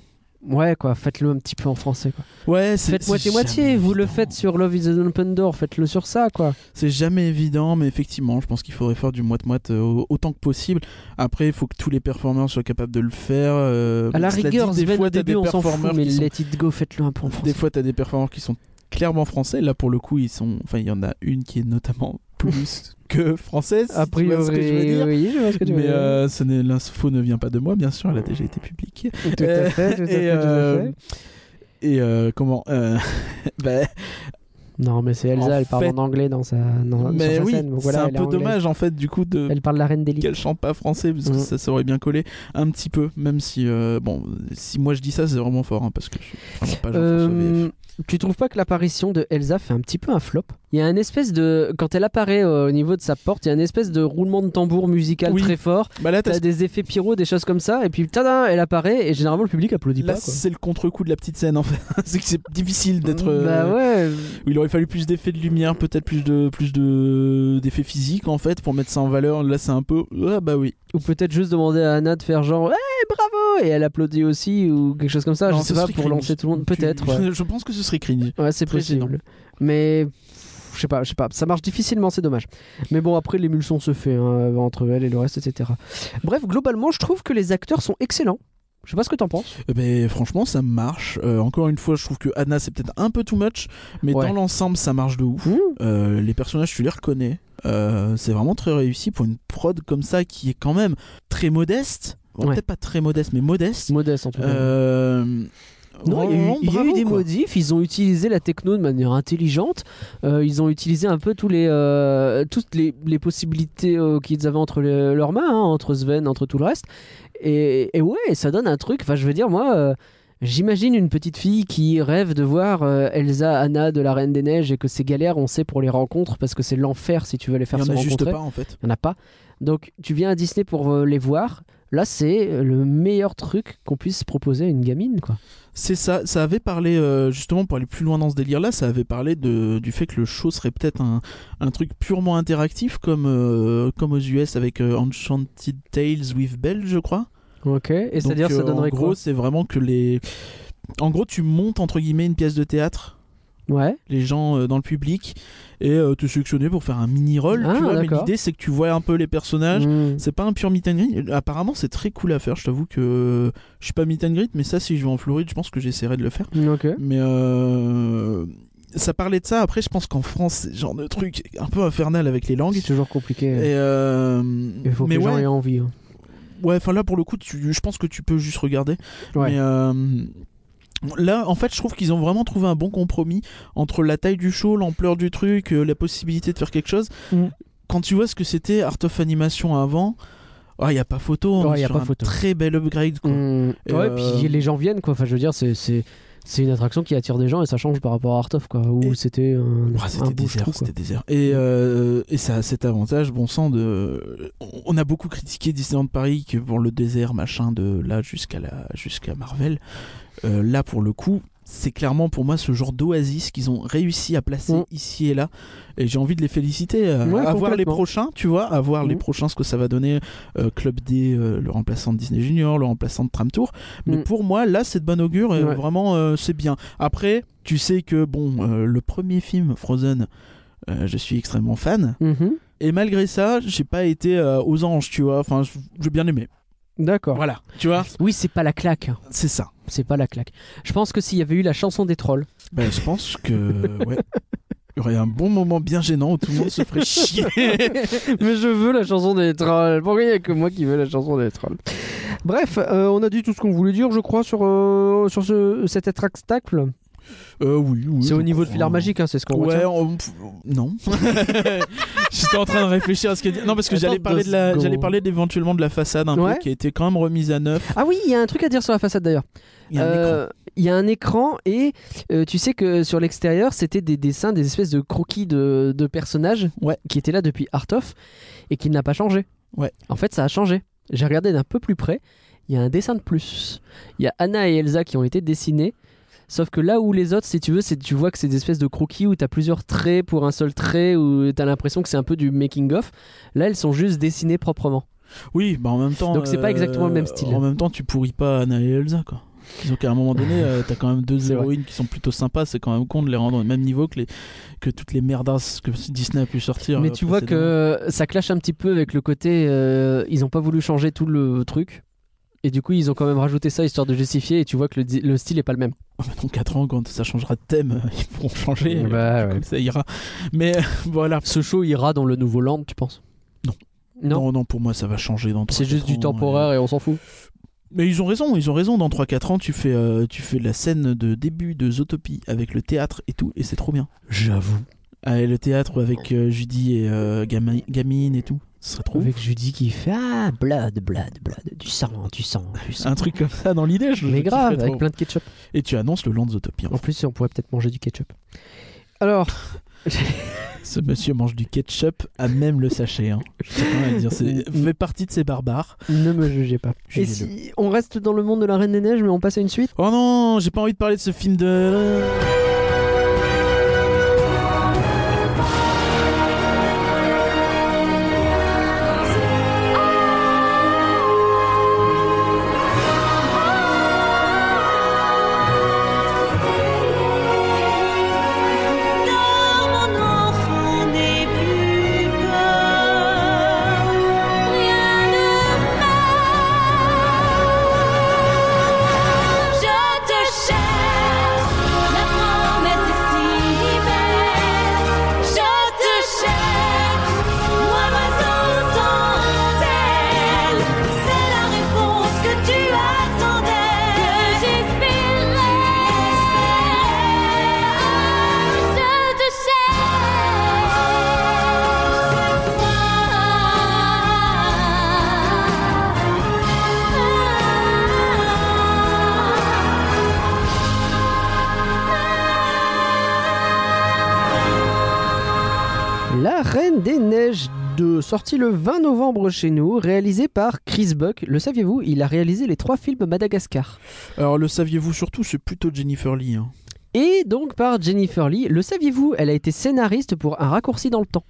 A: Ouais quoi, faites-le un petit peu en français quoi.
B: Ouais, c'est
A: Faites
B: c'est
A: moitié-moitié,
B: jamais
A: vous le
B: évident.
A: faites sur Love is an Open Door, faites-le sur ça quoi.
B: C'est jamais évident, mais effectivement, je pense qu'il faudrait faire du moite-moite euh, autant que possible. Après, il faut que tous les performeurs soient capables de le faire. euh,
A: À la
B: cela
A: rigueur,
B: dit, des
A: Sven au
B: fois, t'as
A: début
B: des
A: on s'en fout,
B: performeurs
A: mais
B: qui sont-
A: Let It Go, faites-le un peu en français.
B: Des fois, t'as des performeurs qui sont clairement français. Là, pour le coup, ils sont. Enfin, il y en a une qui est notamment plus que française. si
A: A
B: tu vois
A: priori,
B: ce que je veux dire.
A: oui, je vois ce que tu veux
B: Mais
A: dire.
B: euh, ce n'est- l'info ne vient pas de moi, bien sûr, elle a déjà été publiée.
A: tout à fait, tout à fait, tout à
B: et, euh,
A: fait.
B: et euh, comment euh, bah,
A: Non, mais c'est Elsa,
B: en
A: elle parle
B: fait-
A: en anglais dans sa, dans,
B: Mais
A: sur sa
B: oui,
A: scène. donc
B: c'est
A: voilà,
B: un
A: elle est
B: peu
A: anglaise.
B: dommage en fait du coup de
A: Elle parle la reine des lits.
B: qu'elle chante pas français parce que
A: Mm.
B: ça s'aurait bien collé un petit peu, même si euh, bon, si moi je dis ça, c'est vraiment fort hein, parce que je suis vraiment pas Jean-François VF.
A: Euh, tu trouves pas que l'apparition de Elsa fait un petit peu un flop Il y a un espèce de quand elle apparaît euh, au niveau de sa porte, il y a un espèce de roulement de tambour musical
B: Oui.
A: très fort.
B: Bah là, t'as-
A: T'as des effets pyro, des choses comme ça, et puis tada, elle apparaît et généralement le public applaudit
B: là
A: pas. Quoi.
B: c'est le contre-coup de la petite scène en fait, c'est que c'est difficile d'être. euh,
A: Bah ouais.
B: Il aurait fallu plus d'effets de lumière, peut-être plus de plus de d'effets physiques en fait pour mettre ça en valeur. Là, c'est un peu ah bah oui.
A: Ou peut-être juste demander à Anna de faire genre, hey, bravo, et elle applaudit aussi ou quelque chose comme ça.
B: Non,
A: Ah, je sais
B: ce
A: pas
B: serait
A: pour
B: cringe.
A: lancer tout le monde,
B: Tu-
A: peut-être. ouais.
B: Je pense que ce serait cringe.
A: Ouais, c'est
B: Très
A: possible. Mais pff, je sais pas, je sais pas. Ça marche difficilement, c'est dommage. Mais bon, après l'émulsion se fait hein, entre elle et le reste, etc. Bref, globalement, je trouve que les acteurs sont excellents. Je sais pas ce que t'en penses.
B: Eh ben, franchement, ça marche. Euh, encore une fois, je trouve que Anna, c'est peut-être un peu too much, mais
A: Ouais.
B: dans l'ensemble, ça marche de ouf.
A: Mmh.
B: Euh, les personnages, tu les reconnais. Euh, c'est vraiment très réussi pour une prod comme ça qui est quand même très modeste. Bon,
A: Ouais.
B: Peut-être pas très modeste, mais modeste.
A: Modeste en tout cas.
B: Euh,
A: Non, il y a eu,
B: vraiment,
A: il y a eu
B: bravo,
A: des
B: quoi.
A: modifs, ils ont utilisé la techno de manière intelligente, euh, ils ont utilisé un peu tous les, euh, toutes les, les possibilités euh, qu'ils avaient entre les- leurs mains, hein, entre Sven, entre tout le reste. Et, et ouais, ça donne un truc, enfin je veux dire, moi, euh, J'imagine une petite fille qui rêve de voir euh, Elsa, Anna de la Reine des Neiges et que ces galères, on sait pour les rencontres parce que c'est l'enfer si tu veux les
B: Il
A: faire
B: n'y
A: se
B: en a juste
A: rencontrer.
B: pas en fait.
A: Il n'y en a pas. Donc tu viens à Disney pour euh, les voir. Là, c'est le meilleur truc qu'on puisse proposer à une gamine, quoi.
B: C'est ça, ça avait parlé, euh, justement pour aller plus loin dans ce délire-là, ça avait parlé de, du fait que le show serait peut-être un, un truc purement interactif comme, euh, comme aux US avec euh, Enchanted Tales with Belle, je crois.
A: Ok. Et
B: Donc,
A: c'est-à-dire, ça
B: euh,
A: donnerait
B: En gros,
A: quoi
B: c'est vraiment que les. En gros, tu montes entre guillemets une pièce de théâtre,
A: Ouais.
B: les gens euh, dans le public, et euh, te sélectionner pour faire un mini-roll.
A: Ah,
B: tu vois, mais
A: d'accord.
B: l'idée, c'est que tu vois un peu les personnages.
A: Mm.
B: C'est pas un pur meet and greet. Apparemment, c'est très cool à faire. Je t'avoue que je suis pas meet and greet, mais ça, si je vais en Floride, je pense que j'essaierai de le faire.
A: Hmm, Ok.
B: Mais euh, ça parlait de ça. Après, je pense qu'en France, c'est le genre de truc un peu infernal avec les langues.
A: C'est toujours compliqué.
B: Et euh,
A: Il faut que
B: mais
A: les gens
B: ouais,
A: aient envie. hein.
B: ouais, enfin là pour le coup, tu- je pense que tu peux juste regarder.
A: Ouais.
B: Mais euh, là, en fait, je trouve qu'ils ont vraiment trouvé un bon compromis entre la taille du show, l'ampleur du truc, euh, la possibilité de faire quelque chose.
A: Mhm.
B: Quand tu vois ce que c'était Art of Animation avant, oh, il n'y a pas photo. on
A: Ouais,
B: est
A: y a
B: sur
A: pas
B: un
A: photo.
B: Très bel upgrade. Quoi.
A: Mm. Ouais,
B: Et, euh,
A: puis les gens viennent, quoi. Enfin, je veux dire, c'est- c'est c'est une attraction qui attire des gens et ça change par rapport à Art of, quoi. Où
B: Et-
A: c'était un,
B: Ouah,
A: un
B: c'était désert,
A: bouche-trou, quoi.
B: c'était désert. Et, euh, et ça a cet avantage, bon sang, de. On a beaucoup critiqué Disneyland Paris que pour le désert, machin, de là jusqu'à la... jusqu'à Marvel. Euh, là, pour le coup, c'est clairement pour moi ce genre d'oasis qu'ils ont réussi à placer
A: Mm.
B: ici et là. Et j'ai envie de les féliciter. euh,
A: Ouais,
B: à voir les
A: complètement.
B: prochains, tu vois, à voir les
A: Mm.
B: prochains, ce que ça va donner. euh, Club D, euh, le remplaçant de Disney Junior, le remplaçant de Tram Tour. Mais
A: Mm.
B: pour moi, là, c'est de bon augure et
A: Ouais.
B: vraiment, euh, c'est bien. Après, tu sais que, bon, euh, le premier film, Frozen, euh, je suis extrêmement fan.
A: Mhm.
B: Et malgré ça, j'ai pas été euh, aux anges, tu vois. Enfin, j- j'ai bien aimé.
A: D'accord.
B: Voilà, tu vois,
A: Oui, c'est pas la claque. hein.
B: c'est ça.
A: C'est pas la claque. Je pense que s'il y avait eu la chanson des trolls,
B: Ben, je pense que, ouais. Il y aurait un bon moment bien gênant où tout le monde se ferait chier.
A: Mais je veux la chanson des trolls. Pourquoi il n'y a que moi qui veux la chanson des trolls Bref, euh, on a dit tout ce qu'on voulait dire, je crois, sur, euh, sur ce, cet attractacle.
B: Euh, oui, oui.
A: c'est
B: je
A: au niveau de
B: crois.
A: Filar Magique, hein, c'est ce qu'on
B: Ouais,
A: retient.
B: on- pff, non. J'étais en train de réfléchir à ce qu'elle dit. Non, parce que
A: Attends
B: j'allais parler,
A: deux
B: de la...
A: secondes.
B: j'allais parler d'éventuellement de la façade un
A: Ouais.
B: peu qui a été quand même remise à neuf.
A: Ah oui, il y a un truc à dire sur la façade d'ailleurs.
B: Il y a un écran.
A: Euh, il y a un écran et euh, tu sais que sur l'extérieur, c'était des dessins, des espèces de croquis de, de personnages
B: Ouais.
A: qui étaient là depuis Art of et qui n'a pas changé.
B: Ouais.
A: En fait, ça a changé. J'ai regardé d'un peu plus près. Il y a un dessin de plus. Il y a Anna et Elsa qui ont été dessinés. Sauf que là où les autres, si tu veux, c'est tu vois que c'est des espèces de croquis où t'as plusieurs traits pour un seul trait, où t'as l'impression que c'est un peu du making of. Là, elles sont juste dessinées proprement.
B: Oui, bah en même temps. euh,
A: Donc c'est pas exactement le même style.
B: En même temps, tu pourris pas Anna et Elsa, quoi. Donc à un moment donné, euh, t'as quand même deux
A: C'est vrai.
B: héroïnes qui sont plutôt sympas. C'est quand même con de les rendre au même niveau que, les, que toutes les merdas que Disney a pu sortir.
A: Mais
B: euh,
A: tu vois
B: précédemment.
A: que ça clash un petit peu avec le côté euh, ils ont pas voulu changer tout le truc et du coup ils ont quand même rajouté ça histoire de justifier et tu vois que le, di- le style est pas le même.
B: Oh, mais dans 4 ans, quand ça changera de thème, euh, ils pourront changer. euh,
A: Bah,
B: du coup,
A: ouais.
B: Ça ira. Mais euh, voilà.
A: Ce show ira dans le nouveau land, tu penses
B: Non.
A: Non.
B: non, pour moi, ça va changer dans 3
A: C'est juste du temporaire et on s'en fout.
B: euh. Mais ils ont raison, ils ont raison. Dans 3-4 ans, tu fais, euh, tu fais la scène de début de Zootopie avec le théâtre et tout, et c'est trop bien. J'avoue. le théâtre avec euh, Judy et euh, Gami- Gamine et tout, ce serait trop. ouf.
A: Avec Judy qui fait ah blood blood blood du sang du sang du sang.
B: Un truc comme ça dans l'idée, je je
A: Mais grave
B: kifferais
A: avec
B: trop.
A: plein Oh. de ketchup.
B: Et tu annonces le land Zootopie.
A: En
B: Enfin,
A: plus on pourrait peut-être manger du ketchup. Alors
B: ce monsieur mange du ketchup à même le sachet. Hein. Je sais pas à dire, c'est fait partie de ces barbares.
A: ne me jugez pas. Et
B: Jugez-le.
A: si on reste dans le monde de la Reine des Neiges mais on passe à une suite
B: Oh non, j'ai pas envie de parler de ce film de.
G: Car mon enfant n'est plus peur, rien ne meurt. Je te cherche, la Ah.
A: 2, sorti le 20 novembre chez nous, réalisé par Chris Buck. Le saviez-vous Il a réalisé les trois films Madagascar.
B: Alors, le saviez-vous surtout, c'est plutôt Jennifer Lee. hein.
A: Et donc par Jennifer Lee. Le saviez-vous Elle a été scénariste pour Un raccourci dans le temps.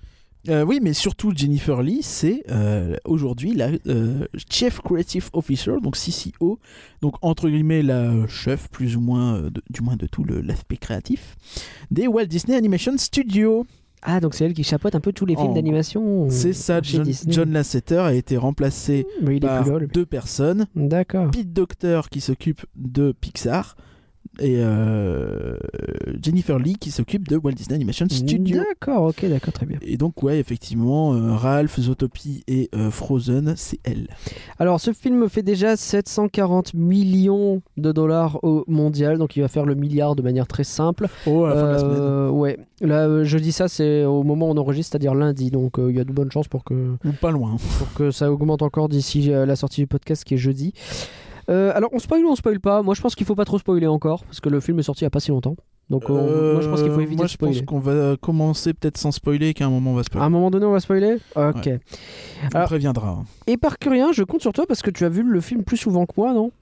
B: Euh, oui, mais surtout Jennifer Lee, c'est euh, aujourd'hui la euh, Chief Creative Officer, donc CCO, donc entre guillemets la chef plus ou moins, euh, de- du moins de tout le- l'aspect créatif, des Walt Disney Animation Studios.
A: Ah, donc c'est elle qui chapeaute un peu tous les films
B: En-
A: d'animation.
B: Oh. C'est ça,
A: chez
B: John,
A: Disney.
B: John Lasseter a été remplacé
A: Mais il est
B: par
A: plus là, le-
B: deux personnes,
A: D'accord.
B: Pete Docter qui s'occupe de Pixar et euh, Jennifer Lee qui s'occupe de Walt Disney Animation Studios.
A: D'accord, ok, d'accord, très bien.
B: Et donc, ouais, effectivement, euh, Ralph, Zootopie et euh, Frozen, c'est elle.
A: Alors, ce film fait déjà 740 millions de dollars au mondial, donc il va faire le milliard de manière très simple.
B: Oh, à la fin de la semaine.
A: Euh, ouais, là, euh, je dis ça, c'est au moment où on enregistre, c'est-à-dire lundi, donc euh, il y a de bonnes chances pour que,
B: Ou pas loin.
A: pour que ça augmente encore d'ici euh, la sortie du podcast qui est jeudi. Euh, alors, on spoil ou on spoil pas Moi, je pense qu'il faut pas trop spoiler encore, parce que le film est sorti il y a pas si longtemps. Donc, on- moi, je pense qu'il faut éviter
B: Euh, Moi,
A: de
B: je pense
A: spoiler.
B: qu'on va commencer peut-être sans spoiler et qu'à un moment, on va
A: À
B: spoiler.
A: un moment donné, on va spoiler Ok.
B: on
A: alors-
B: préviendra.
A: Et par curieux, je compte sur toi parce que tu as vu le film plus souvent que moi, non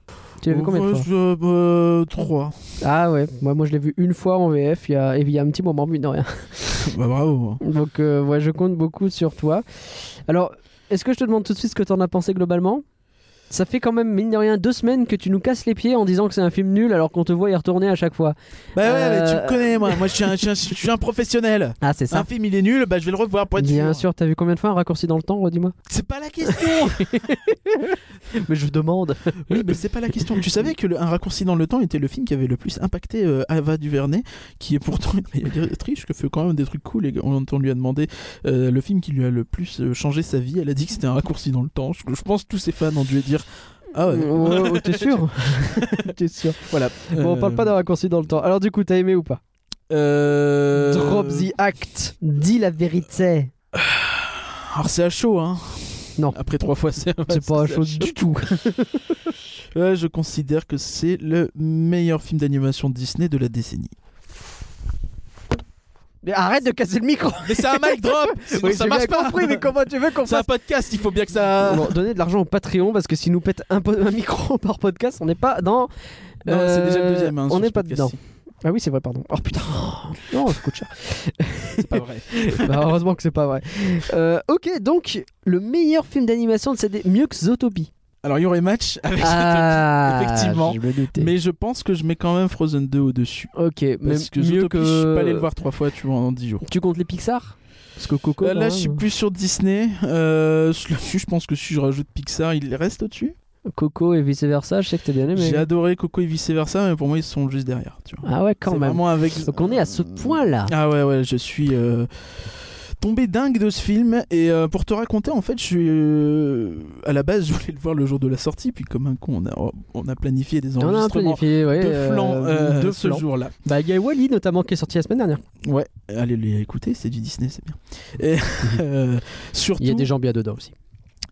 A: Tu l'as vu combien de fois
B: euh, 3.
A: Ah ouais, moi, moi je l'ai vu une fois en VF il y a, il y a un petit moment, mais non rien.
B: bah, bravo.
A: Donc euh, ouais, je compte beaucoup sur toi. Alors, est-ce que je te demande tout de suite ce que t'en as pensé globalement ça fait quand même, mine de rien, deux semaines que tu nous casses les pieds en disant que c'est un film nul alors qu'on te voit y retourner à chaque fois.
B: Bah, ouais, mais tu
A: Euh,
B: me connais, moi. Moi, je suis un, je suis un- je suis un professionnel.
A: Ah, c'est
B: Un film, il est nul, bah, je vais le revoir pour être
A: Bien
B: sûr.
A: sûr, t'as vu combien de fois un raccourci dans le temps, redis-moi
B: C'est pas la question.
A: Mais je demande
B: oui, mais c'est pas la question. Tu savais que le- Un raccourci dans le temps était le film qui avait le plus impacté euh, Ava Duvernay, qui est pourtant une réalisatrice qui fait quand même des trucs cool. Et quand on lui a demandé euh, le film qui lui a le plus euh, changé sa vie, elle a dit que c'était un raccourci dans le temps. Je, je pense que tous ses fans ont dû dire. Ah ouais.
A: Oh, oh, T'es sûr T'es sûr
B: Voilà.
A: Bon, on parle pas d'un
B: Euh,
A: raccourci dans le temps. Alors du coup, t'as aimé ou pas
B: euh,
A: Drop the act Dis la vérité
B: Alors c'est à chaud, hein.
A: Non.
B: Après trois fois, c'est
A: C'est pas
B: à
A: chose du tout
B: Ouais, je considère que c'est le meilleur film d'animation Disney de la décennie.
A: Mais arrête de casser le micro
B: Mais c'est un mic drop Sinon
A: Oui,
B: ça
A: j'ai
B: marche
A: bien
B: pas
A: compris, mais comment tu veux qu'on
B: C'est un
A: fasse
B: podcast, il faut bien que ça.
A: Bon, donnez de l'argent au Patreon parce que si nous pète un, po- un micro par podcast, on n'est pas dans.
B: Non, c'est déjà le deuxième. hein,
A: Euh,
B: sur
A: on n'est
B: ce
A: pas
B: podcast-ci.
A: dedans. Ah oui, c'est vrai, pardon. Oh putain. Non, ça coûte cher.
B: C'est pas vrai.
A: Bah, heureusement que c'est pas vrai. Euh, ok, donc le meilleur film d'animation de CD, mieux que Zootopie.
B: Alors, il y aurait match avec
A: Ah,
B: effectivement.
A: Je me doutais.
B: Mais je pense que je mets quand même Frozen 2 au-dessus.
A: ok, mais
B: Parce que
A: mieux
B: Zootopie,
A: que.
B: je suis pas allé le voir trois fois, tu vois, en 10 jours.
A: Tu comptes les Pixar Parce que Coco.
B: Euh,
A: quand
B: là, je suis
A: même.
B: plus sur Disney. Euh, sur- là-dessus, je pense que si je rajoute Pixar, il reste au-dessus.
A: euh, Coco et vice versa, je sais que t'as bien aimé.
B: J'ai adoré Coco et vice-versa, mais pour moi, ils sont juste derrière. Tu vois.
A: Ah ouais, quand
B: C'est
A: même.
B: vraiment avec...
A: Donc on est à ce point-là.
B: Ah ouais, ouais, je suis euh, tombé dingue de ce film. Et euh, pour te raconter, en fait, je suis. euh, à la base, je voulais le voir le jour de la sortie. Puis, comme un con, on a, on a planifié des
A: On a un
B: enregistrements.
A: planifié, ouais.
B: de flanc
A: euh, de
B: ce
A: flanc.
B: jour-là.
A: Bah, il y a Wally notamment qui est sorti la semaine dernière.
B: Ouais, allez les écouter, c'est du Disney, c'est bien. Et, euh, surtout,
A: Il y a des gens bien dedans aussi.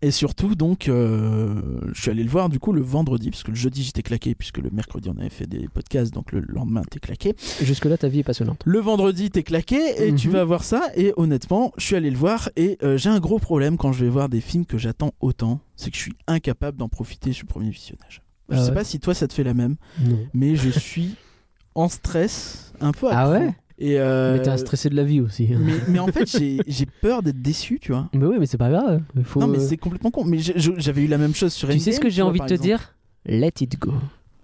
B: et surtout, donc, euh, je suis allé le voir du coup le vendredi, parce que le jeudi j'étais claqué, puisque le mercredi on avait fait des podcasts, donc le lendemain t'es claqué.
A: Jusque-là, ta vie est passionnante.
B: Le vendredi t'es claqué et tu
A: Mhm.
B: vas voir ça, et honnêtement, je suis allé le voir et euh, j'ai un gros problème quand je vais voir des films que j'attends autant, c'est que je suis incapable d'en profiter sur le premier visionnage. Je
A: Ah
B: sais
A: ouais.
B: pas si toi ça te fait la même, mais je suis en stress, un peu à
A: Ah
B: cran.
A: ouais
B: et euh,
A: Mais t'es un stressé de la vie aussi. hein.
B: mais, mais en fait, j'ai j'ai peur d'être déçu, tu vois.
A: Mais oui, mais c'est pas grave. Il faut,
B: Non, mais
A: euh,
B: c'est complètement con. Mais je- je- j'avais eu la même chose sur
A: Tu sais
B: Endgame,
A: ce que j'ai
B: vois,
A: envie de
B: par
A: te
B: exemple.
A: dire Let it go.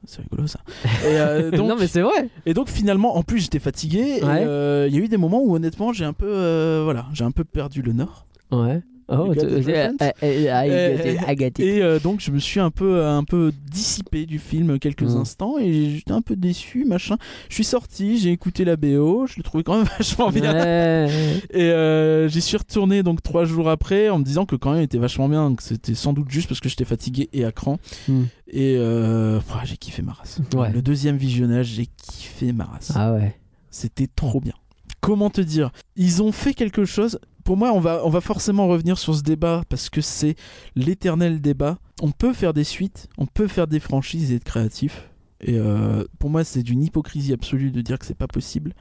B: C'est rigolo ça. Et, euh, donc,
A: non, mais c'est vrai.
B: et donc finalement, en plus, j'étais fatigué. et,
A: Ouais.
B: euh, Il y a eu des moments où honnêtement, j'ai un peu, euh, voilà, j'ai un peu perdu le nord.
A: Ouais. Oh,
B: You got
A: tu-
B: the
A: eh,
B: reference
A: eh, eh, I got it, I got it.
B: Et euh, donc, je me suis un peu, un peu dissipé du film quelques
A: Mm.
B: instants et j'étais un peu déçu, machin. Je suis sorti, j'ai écouté la BO, je l'ai trouvé quand même vachement bien.
A: Ouais.
B: Et euh, j'y suis retourné donc trois jours après en me disant que quand même il était vachement bien, que c'était sans doute juste parce que j'étais fatigué et à cran.
A: Hmm.
B: Et euh, pouah, j'ai kiffé ma race.
A: Ouais.
B: Le deuxième visionnage, j'ai kiffé ma race.
A: Ah ouais.
B: C'était trop bien. Comment te dire Ils ont fait quelque chose. Pour moi, on va, on va forcément revenir sur ce débat parce que c'est l'éternel débat. On peut faire des suites, on peut faire des franchises et être créatif. Et euh, pour moi, c'est d'une hypocrisie absolue de dire que c'est pas possible.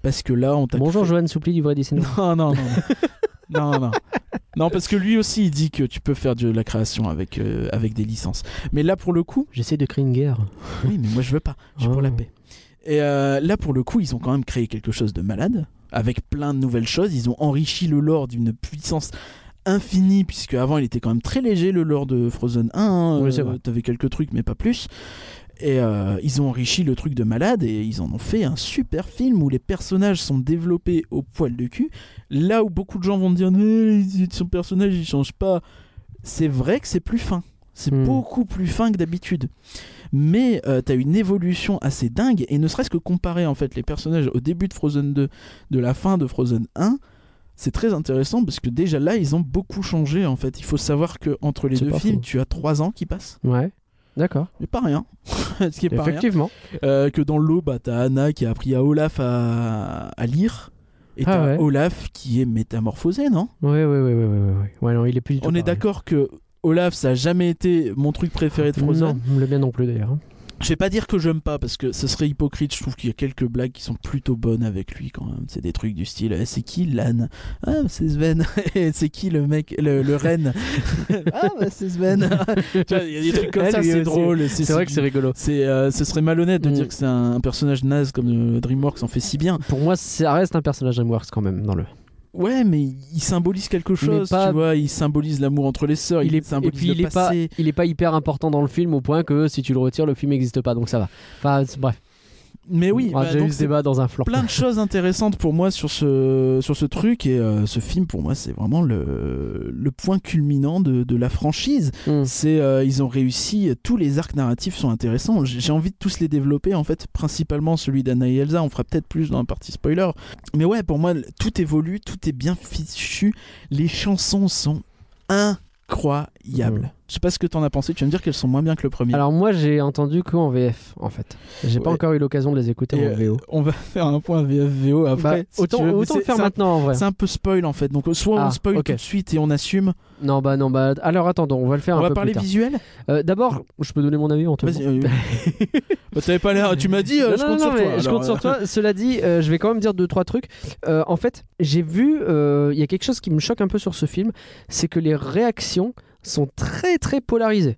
B: Parce que là, on t'a
A: Bonjour,
B: créé-
A: Johan Soupli du vrai dessin.
B: non, non, non. non. Non, non, non. Non, parce que lui aussi, il dit que tu peux faire de la création avec, euh, avec des licences. Mais là, pour le coup,
A: J'essaie de créer une guerre.
B: oui, mais moi, je veux pas. Je suis pour
A: Oh.
B: la paix. Et euh, là, pour le coup, ils ont quand même créé quelque chose de malade, avec plein de nouvelles choses. Ils ont enrichi le lore d'une puissance infinie, puisque avant, il était quand même très léger, le lore de Frozen 1. hein.
A: Oui, c'est
B: Euh,
A: vrai.
B: T'avais quelques trucs, mais pas plus. Et euh, ils ont enrichi le truc de malade et ils en ont fait un super film où les personnages sont développés au poil de cul. Là où beaucoup de gens vont dire Eh, son personnage il change pas, c'est vrai que c'est plus fin. C'est
A: Hmm.
B: beaucoup plus fin que d'habitude. Mais tu t'as une évolution assez dingue et ne serait-ce que comparer en fait les personnages au début de Frozen 2 de la fin de Frozen 1, c'est très intéressant parce que déjà là ils ont beaucoup changé en fait. Il faut savoir que entre les
A: C'est
B: deux
A: pas
B: films,
A: faux.
B: tu as 3 ans qui passent,
A: Ouais. D'accord.
B: mais pas rien. Ce qui est pas rien.
A: Effectivement.
B: Euh, que dans l'eau, bah, t'as Anna qui a appris à Olaf à, à lire. Et
A: Ah
B: t'as
A: ouais.
B: Olaf qui est métamorphosé, non
A: Ouais, ouais, ouais, ouais, ouais, ouais, ouais. Ouais, non, il est plus du tout
B: On est
A: pareil.
B: d'accord que Olaf, ça a jamais été mon truc préféré de Frozen.
A: Non, le bien non plus d'ailleurs.
B: Je vais pas dire que j'aime pas parce que ce serait hypocrite. Je trouve qu'il y a quelques blagues qui sont plutôt bonnes avec lui quand même. C'est des trucs du style eh, c'est qui l'âne Ah, c'est Sven. Eh, c'est qui le mec, le, le renne Ah, bah, c'est Sven. Tu vois, Il y a des trucs comme
A: Ah,
B: ça,
A: lui
B: c'est
A: aussi.
B: drôle.
A: C'est vrai que c'est rigolo.
B: c'est, euh, ce serait malhonnête de
A: Mm.
B: dire que c'est un, un personnage naze comme euh, DreamWorks en fait si bien.
A: Pour moi, ça reste un personnage DreamWorks quand même dans le.
B: Ouais, mais il symbolise quelque chose,
A: pas-
B: tu vois. Il symbolise l'amour entre les sœurs. Il,
A: et
B: symbolise
A: puis
B: le
A: il est pas,
B: passé.
A: il est pas hyper important dans le film au point que si tu le retires, le film n'existe pas. Donc ça va. Enfin, c'est- bref.
B: Mais oui,
A: on a
B: bah,
A: déjà
B: donc
A: eu ce
B: c'est
A: débat dans un flanc.
B: plein de choses intéressantes pour moi sur ce, sur ce truc et euh, ce film pour moi c'est vraiment le, le point culminant de, de la franchise
A: Mm.
B: c'est euh, ils ont réussi tous les arcs narratifs sont intéressants j'ai j'ai envie de tous les développer en fait principalement celui d'Anna et Elsa on fera peut-être plus dans la partie spoiler mais ouais pour moi tout évolue tout est bien fichu les chansons sont incroyables
A: Mm.
B: je sais pas ce que t'en as pensé tu vas me dire qu'elles sont moins bien que le premier
A: Alors moi, j'ai entendu qu'en VF en fait. J'ai pas
B: Ouais.
A: encore eu l'occasion de les écouter
B: Et,
A: en
B: euh,
A: VO.
B: on va faire un point VFVO après
A: Bah,
B: si
A: autant
B: tu veux, mais
A: autant le
B: c'est-
A: faire
B: c'est un
A: maintenant en vrai.
B: C'est un peu spoil en fait. Donc soit
A: Ah,
B: on spoil
A: ok.
B: tout de suite et on assume.
A: Non bah non bah alors attendons, on va le faire
B: on
A: un
B: va
A: peu
B: parler
A: plus tard.
B: visuel.
A: Euh, D'abord, je peux donner mon avis en tout.
B: Vas-y. euh, bah, t'avais pas l'air. Tu m'as dit. euh,
A: Non,
B: je
A: non,
B: compte
A: non,
B: sur
A: mais
B: toi.
A: je
B: Alors,
A: compte sur toi. Cela dit, euh, je vais quand même dire deux trois trucs. Euh, en fait, j'ai vu, euh, il y a quelque chose qui me choque un peu sur ce film, c'est que les réactions sont très très polarisées.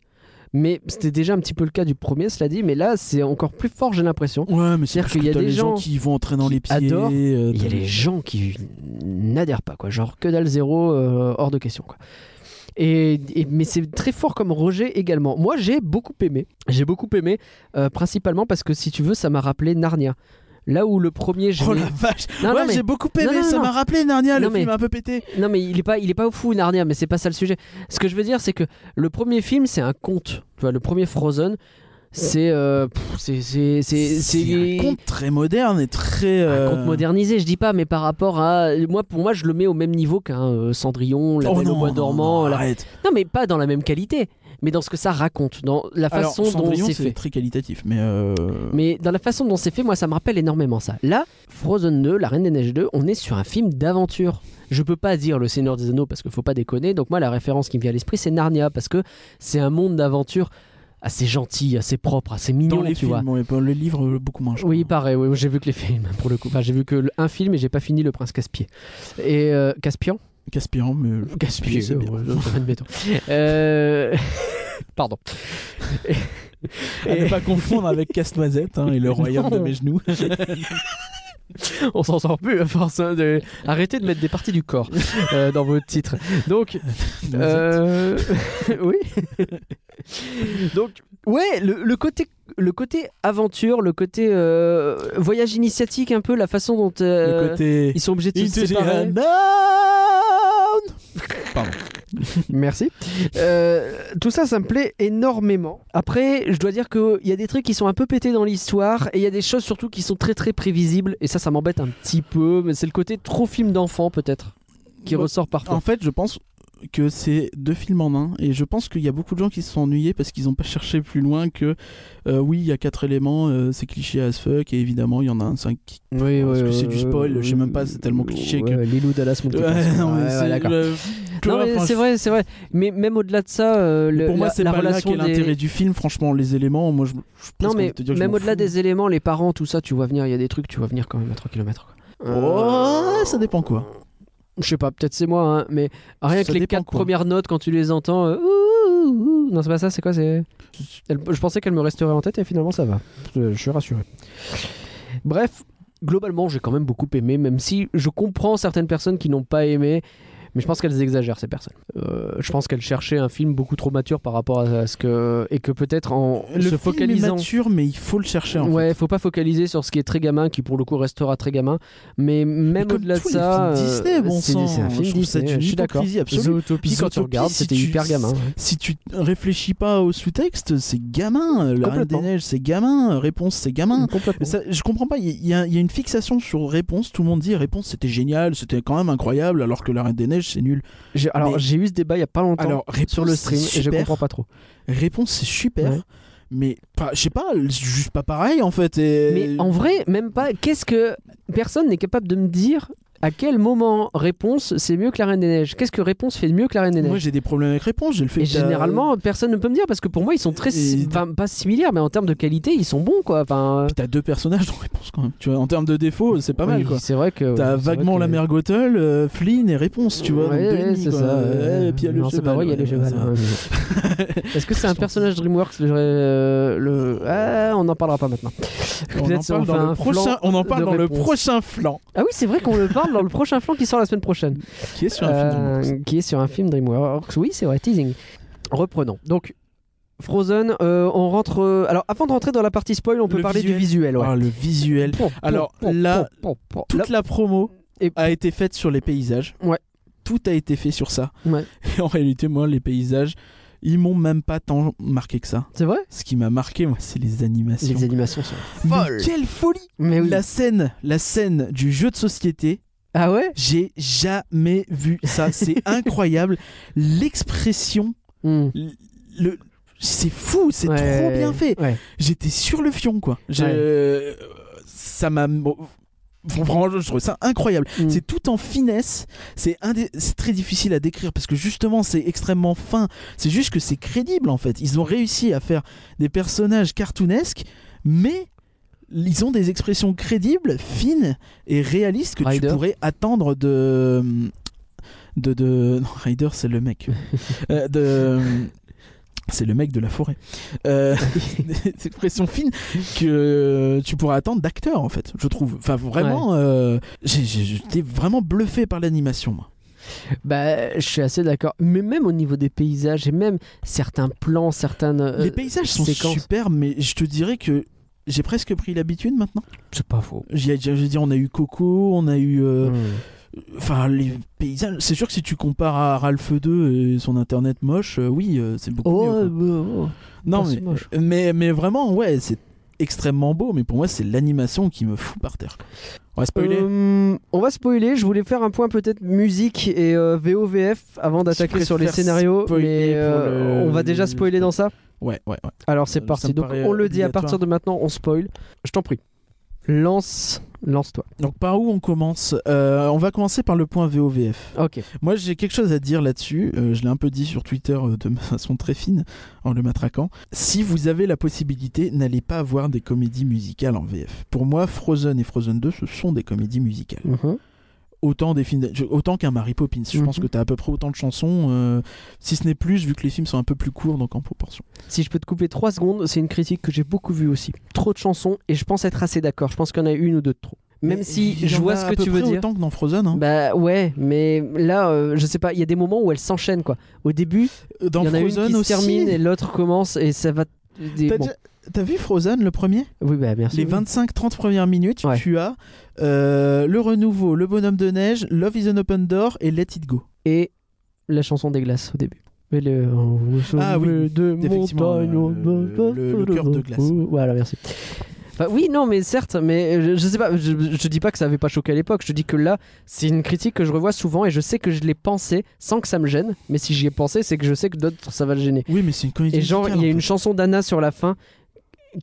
A: Mais c'était déjà un petit peu le cas du premier, cela dit, mais là c'est encore plus fort, j'ai l'impression.
B: euh, Ouais, mais c'est
A: C'est-à-dire
B: parce
A: qu'il
B: que
A: y a
B: t'as
A: des
B: les gens
A: gens
B: qui vont entrer dans
A: qui
B: les pieds.
A: adorent,
B: euh,
A: Il y a
B: t'as-
A: les gens qui n'adhèrent pas, quoi. Genre que dalle zéro, euh, hors de question, quoi. Et, et- mais c'est très fort comme rejet également. Moi, j'ai beaucoup aimé. J'ai beaucoup aimé, euh, principalement parce que si tu veux, ça m'a rappelé Narnia. Là où le premier, je
B: Oh
A: l'ai-
B: la vache.
A: Non, non,
B: ouais,
A: mais-
B: j'ai beaucoup
A: Non,
B: aimé.
A: non,
B: Ça
A: non.
B: m'a rappelé Narnia, le
A: Non, mais-
B: film un peu pété.
A: Non mais il est pas il est pas fou Narnia mais c'est pas ça le sujet. Ce que je veux dire c'est que le premier film c'est un conte. Tu vois le premier Frozen c'est euh, pff, c'est c'est c'est
B: C'est un conte très moderne et très.
A: un
B: euh,
A: conte modernisé, je dis pas mais par rapport à moi pour moi je le mets au même niveau qu'un euh, Cendrillon, la
B: Oh
A: Belle au
B: non,
A: bois
B: non,
A: dormant.
B: non,
A: la-
B: arrête.
A: Non, mais pas dans la même qualité, mais dans ce que ça raconte, dans la
B: Alors,
A: façon dont
B: Cendrillon,
A: c'est
B: c'est
A: fait.
B: très qualitatif, mais. euh,
A: Mais dans la façon dont c'est fait, moi, ça me rappelle énormément ça. Là, Frozen 2, La Reine des Neiges 2, on est sur un film d'aventure. Je peux pas dire Le Seigneur des Anneaux parce qu'il faut pas déconner. Donc moi, la référence qui me vient à l'esprit, c'est Narnia parce que c'est un monde d'aventure assez gentil, assez propre, assez mignon,
B: Dans les
A: tu vois.
B: films, ouais, dans les livres, euh, beaucoup moins. je
A: Oui, bah-
B: crois.
A: pareil. oui, j'ai vu que les films pour le coup. Enfin, j'ai vu que le- un film et j'ai pas fini Le Prince Caspier et euh, Caspian.
B: Caspian, mais.
A: Gaspiller,
B: c'est bien.
A: ouais, je ferai de béton. Euh, Pardon.
B: À ne pas confondre avec Casse-Noisette hein, et le royaume de
A: Non.
B: mes genoux.
A: On s'en sort plus à force hein, de... Arrêtez de mettre des parties du corps euh, dans vos titres. Donc, euh, oui. Donc, ouais, le, le côté le côté aventure, le côté euh, voyage initiatique un peu, la façon dont euh,
B: le côté.
A: ils sont obligés de
B: Into
A: se
B: the
A: séparer.
B: unknown.
A: Merci. Euh, tout ça, ça me plaît énormément. Après, je dois dire qu'il y a des trucs qui sont un peu pétés dans l'histoire et il y a des choses surtout qui sont très très prévisibles. Et ça, ça m'embête un petit peu. Mais c'est le côté trop film d'enfant peut-être qui
B: Bah,
A: ressort parfois.
B: En fait, je pense que c'est deux films en un et je pense qu'il y a beaucoup de gens qui se sont ennuyés parce qu'ils n'ont pas cherché plus loin que euh, oui il y a quatre éléments euh, c'est cliché as fuck et évidemment il y en a un cinq qui
A: Oui,
B: Parce que c'est du spoil, je sais même pas, c'est tellement cliché que-
A: Lilou Dallas Multipass.
B: Ouais, non, mais
A: Ouais,
B: c'est-
A: ouais, d'accord.
B: euh, tu
A: Non,
B: vois,
A: mais
B: enfin,
A: c'est
B: je-
A: vrai, c'est vrai. Mais même au-delà de ça, euh, le-
B: pour moi
A: la,
B: c'est
A: la
B: pas là
A: relation
B: qu'est
A: des-
B: l'intérêt du film franchement les éléments moi je, je
A: Non,
B: presque envie
A: mais
B: de te dire que je
A: même
B: m'en
A: au-delà
B: fous.
A: des éléments, les parents, tout ça, tu vois venir, il y a des trucs, tu vois venir quand même à 3 km.
B: Oh, ça dépend quoi
A: je sais pas, peut-être c'est moi, hein, mais rien
B: Ça
A: que les
B: dépend,
A: quatre
B: quoi.
A: premières notes quand tu les entends. euh, ouh, ouh, ouh. Non, c'est pas ça, c'est quoi c'est... Elle- Je pensais qu'elle me resterait en tête et finalement ça va. Je je suis rassuré. Bref, globalement, j'ai quand même beaucoup aimé, même si je comprends certaines personnes qui n'ont pas aimé. Mais je pense qu'elles exagèrent ces personnes. Euh, je pense qu'elles cherchaient un film beaucoup trop mature par rapport à, à ce que et que peut-être en
B: Le
A: se
B: film est
A: focalisant.
B: mature, mais il faut le chercher. En
A: ouais, faut pas focaliser sur ce qui est très gamin, qui pour le coup restera très gamin. Mais même
B: comme
A: au-delà de
B: tous les
A: ça,
B: films
A: euh,
B: Disney, bon
A: c'est-
B: sang.
A: c'est un
B: Je
A: film
B: trouve ça
A: Disney, euh,
B: d'une
A: je suis d'accord.
B: hypocrisie absolue.
A: Zootopie, quand tu
B: Zootopie,
A: regardes,
B: si
A: c'était
B: tu-
A: hyper gamin. hein.
B: Si tu réfléchis pas au sous-texte, c'est gamin. La Reine des
A: Complètement. Mm.
B: Neiges, c'est gamin. Réponse, c'est gamin.
A: Complètement.
B: Mais ça, je comprends pas, il y, il y a il y a une fixation sur réponse. Tout le monde dit réponse, c'était génial, c'était quand même incroyable, alors que la Reine des Neiges, c'est nul.
A: J'ai- alors
B: Mais-
A: j'ai eu ce débat il y a pas longtemps
B: Alors, réponse,
A: sur le
B: c'est
A: stream et je
B: super.
A: comprends pas trop.
B: Réponse, c'est super,
A: Ouais.
B: mais pas, je sais pas, c'est juste pas pareil en fait. Et...
A: Mais en vrai, même pas. Qu'est-ce que personne n'est capable de me dire à quel moment réponse c'est mieux que la Reine des Neiges Qu'est-ce que réponse fait de mieux que la Reine des
B: Moi,
A: Neiges
B: j'ai des problèmes avec réponse, j'ai le fait
A: et
B: que t'as-
A: généralement, personne ne peut me dire parce que pour moi, ils sont très,
B: Et-
A: enfin, pas similaires, mais en termes de qualité, ils sont bons quoi. Enfin,
B: Puis t'as deux personnages dans réponse quand même. Tu vois, en termes de défauts, c'est pas mal
A: oui,
B: quoi.
A: C'est vrai que
B: T'as
A: ouais, c'est vrai
B: vaguement
A: que-
B: la mère Gothel, euh, Flynn et réponse, tu vois. donc
A: Ouais,
B: deux
A: ouais,
B: lignes,
A: c'est
B: quoi.
A: ça. ouais.
B: Ouais, Et puis il y a le
A: non, c'est pas vrai, il y a le
B: cheval, ouais,
A: cheval. ouais,
B: ça va.
A: mais- Est-ce que c'est un personnage DreamWorks le, euh, le- Ah, on n'en parlera pas maintenant.
B: On en
A: Peut-être
B: parle
A: on fait
B: dans le
A: un
B: prochain-
A: flanc
B: on en parle
A: de
B: dans le
A: réponse.
B: prochain flanc
A: Ah oui, c'est vrai qu'on le parle dans le prochain flanc qui sort la semaine prochaine.
B: qui est sur un film de
A: Euh,
B: réponse.
A: qui est sur un film DreamWorks. Oui, c'est vrai, teasing. Reprenons. Donc, Frozen, euh, on rentre. euh, alors, avant de rentrer dans la partie spoil, on peut
B: Le
A: parler
B: visuel.
A: du visuel. Ouais.
B: Ah, le visuel.
A: Pom, pom,
B: Alors,
A: pom,
B: là,
A: pom, pom, pom.
B: Toute la promo
A: Et-
B: a été faite sur les paysages.
A: Ouais.
B: Tout a été fait sur ça.
A: Ouais.
B: Et en réalité, moi, les paysages, ils m'ont même pas tant marqué que ça.
A: c'est vrai
B: Ce qui m'a marqué, moi, c'est les animations.
A: Les animations sont
B: Mais
A: folles.
B: quelle folie
A: Mais oui.
B: La scène, la scène du jeu de société,
A: Ah ouais
B: j'ai jamais vu ça. C'est incroyable. L'expression,
A: Hmm.
B: l- le, c'est fou, c'est
A: Ouais.
B: trop bien fait.
A: Ouais.
B: J'étais sur le fion, quoi. Je-
A: Ouais.
B: euh, Ça m'a. bon, Franchement, je trouve ça incroyable.
A: Mm.
B: C'est tout en finesse. C'est indé- c'est très difficile à décrire parce que justement, c'est extrêmement fin. C'est juste que c'est crédible en fait. Ils ont réussi à faire des personnages cartoonesques, mais ils ont des expressions crédibles, fines et réalistes que
A: Ryder.
B: tu pourrais attendre de. De. de... Non, Ryder, c'est le mec. Euh, de. C'est le mec de la forêt. Euh, cette expression fine que tu pourrais attendre d'acteurs en fait, je trouve. Enfin, vraiment, euh, j'ai- j'ai- j'étais vraiment bluffé par l'animation. moi.
A: Bah, je suis assez d'accord. Mais même au niveau des paysages et même certains plans, certaines. euh,
B: Les paysages sont
A: séquences.
B: super, mais je te dirais que j'ai presque pris l'habitude maintenant.
A: C'est pas faux.
B: J'ai j'ai dit, on a eu Coco, on a eu. euh,
A: Hmm.
B: Enfin, les paysages. C'est sûr que si tu compares à Ralph 2 et son internet moche, euh, oui, euh, c'est beaucoup
A: Oh,
B: mieux. quoi.
A: ouais, bah, oh.
B: non,
A: pas si
B: mais,
A: moche.
B: mais, mais vraiment, ouais, c'est extrêmement beau, mais pour moi, c'est l'animation qui me fout par terre. quoi. On va spoiler.
A: Euh, on va spoiler. Je voulais faire un point peut-être musique et euh, VOVF avant d'attaquer
B: Je
A: sur les
B: préfère
A: scénarios.
B: spoiler
A: Mais
B: pour
A: euh,
B: le-
A: on va déjà
B: le-
A: spoiler dans ça.
B: Ouais, ouais, ouais.
A: Alors c'est
B: Ça
A: parti.
B: me
A: Donc
B: paraît
A: on le dit à
B: obligatoire.
A: partir de maintenant, on spoil. Je t'en prie. Lance, lance-toi.
B: Donc par où on commence Euh, On va commencer par le point VOVF.
A: Ok.
B: Moi j'ai quelque chose à dire là-dessus, Euh, je l'ai un peu dit sur Twitter euh, de façon très fine en le matraquant. Si vous avez la possibilité, n'allez pas voir des comédies musicales en VF. Pour moi Frozen et Frozen 2 ce sont des comédies musicales.
A: Mhm.
B: Autant des films, je- autant qu'un Mary Poppins. Je
A: Mhm.
B: pense que tu as à peu près autant de chansons, euh, si ce n'est plus vu que les films sont un peu plus courts donc en proportion.
A: Si je peux te couper 3 secondes, c'est une critique que j'ai beaucoup vue aussi. Trop de chansons et je pense être assez d'accord. Je pense qu'il y en a une ou deux de trop. Même
B: Mais
A: si
B: il y
A: je
B: en
A: vois
B: a
A: ce
B: à
A: que
B: peu
A: tu veux
B: près
A: dire.
B: Autant que dans Frozen. hein.
A: Bah ouais, mais là, euh, je sais pas, il y a des moments où elles s'enchaînent quoi. Au début,
B: dans
A: Bah, il y en a une
B: Frozen
A: qui se
B: aussi.
A: termine et l'autre commence et ça va. des-
B: T'as
A: bon.
B: déjà- t'as vu Frozen le premier
A: Oui, bah merci.
B: les
A: oui.
B: 25-30 premières minutes,
A: Ouais.
B: tu as euh, le renouveau, le bonhomme de neige, Love is an open door et Let it go.
A: Et la chanson des glaces au début. Mais le, on se
B: Ah oui,
A: met de
B: effectivement,
A: montagne,
B: euh,
A: on- Oh,
B: le- le cœur de glace.
A: Voilà, merci. Enfin, oui, non, mais certes, mais je, je sais pas, je, je te dis pas que ça avait pas choqué à l'époque, je te dis que là, c'est une critique que je revois souvent et je sais que je l'ai pensé sans que ça me gêne, mais si j'y ai pensé, c'est que je sais que d'autres ça va le gêner.
B: Oui, mais c'est une comédie.
A: Et genre,
B: musicale,
A: il y a
B: en
A: une
B: fait.
A: chanson d'Anna sur la fin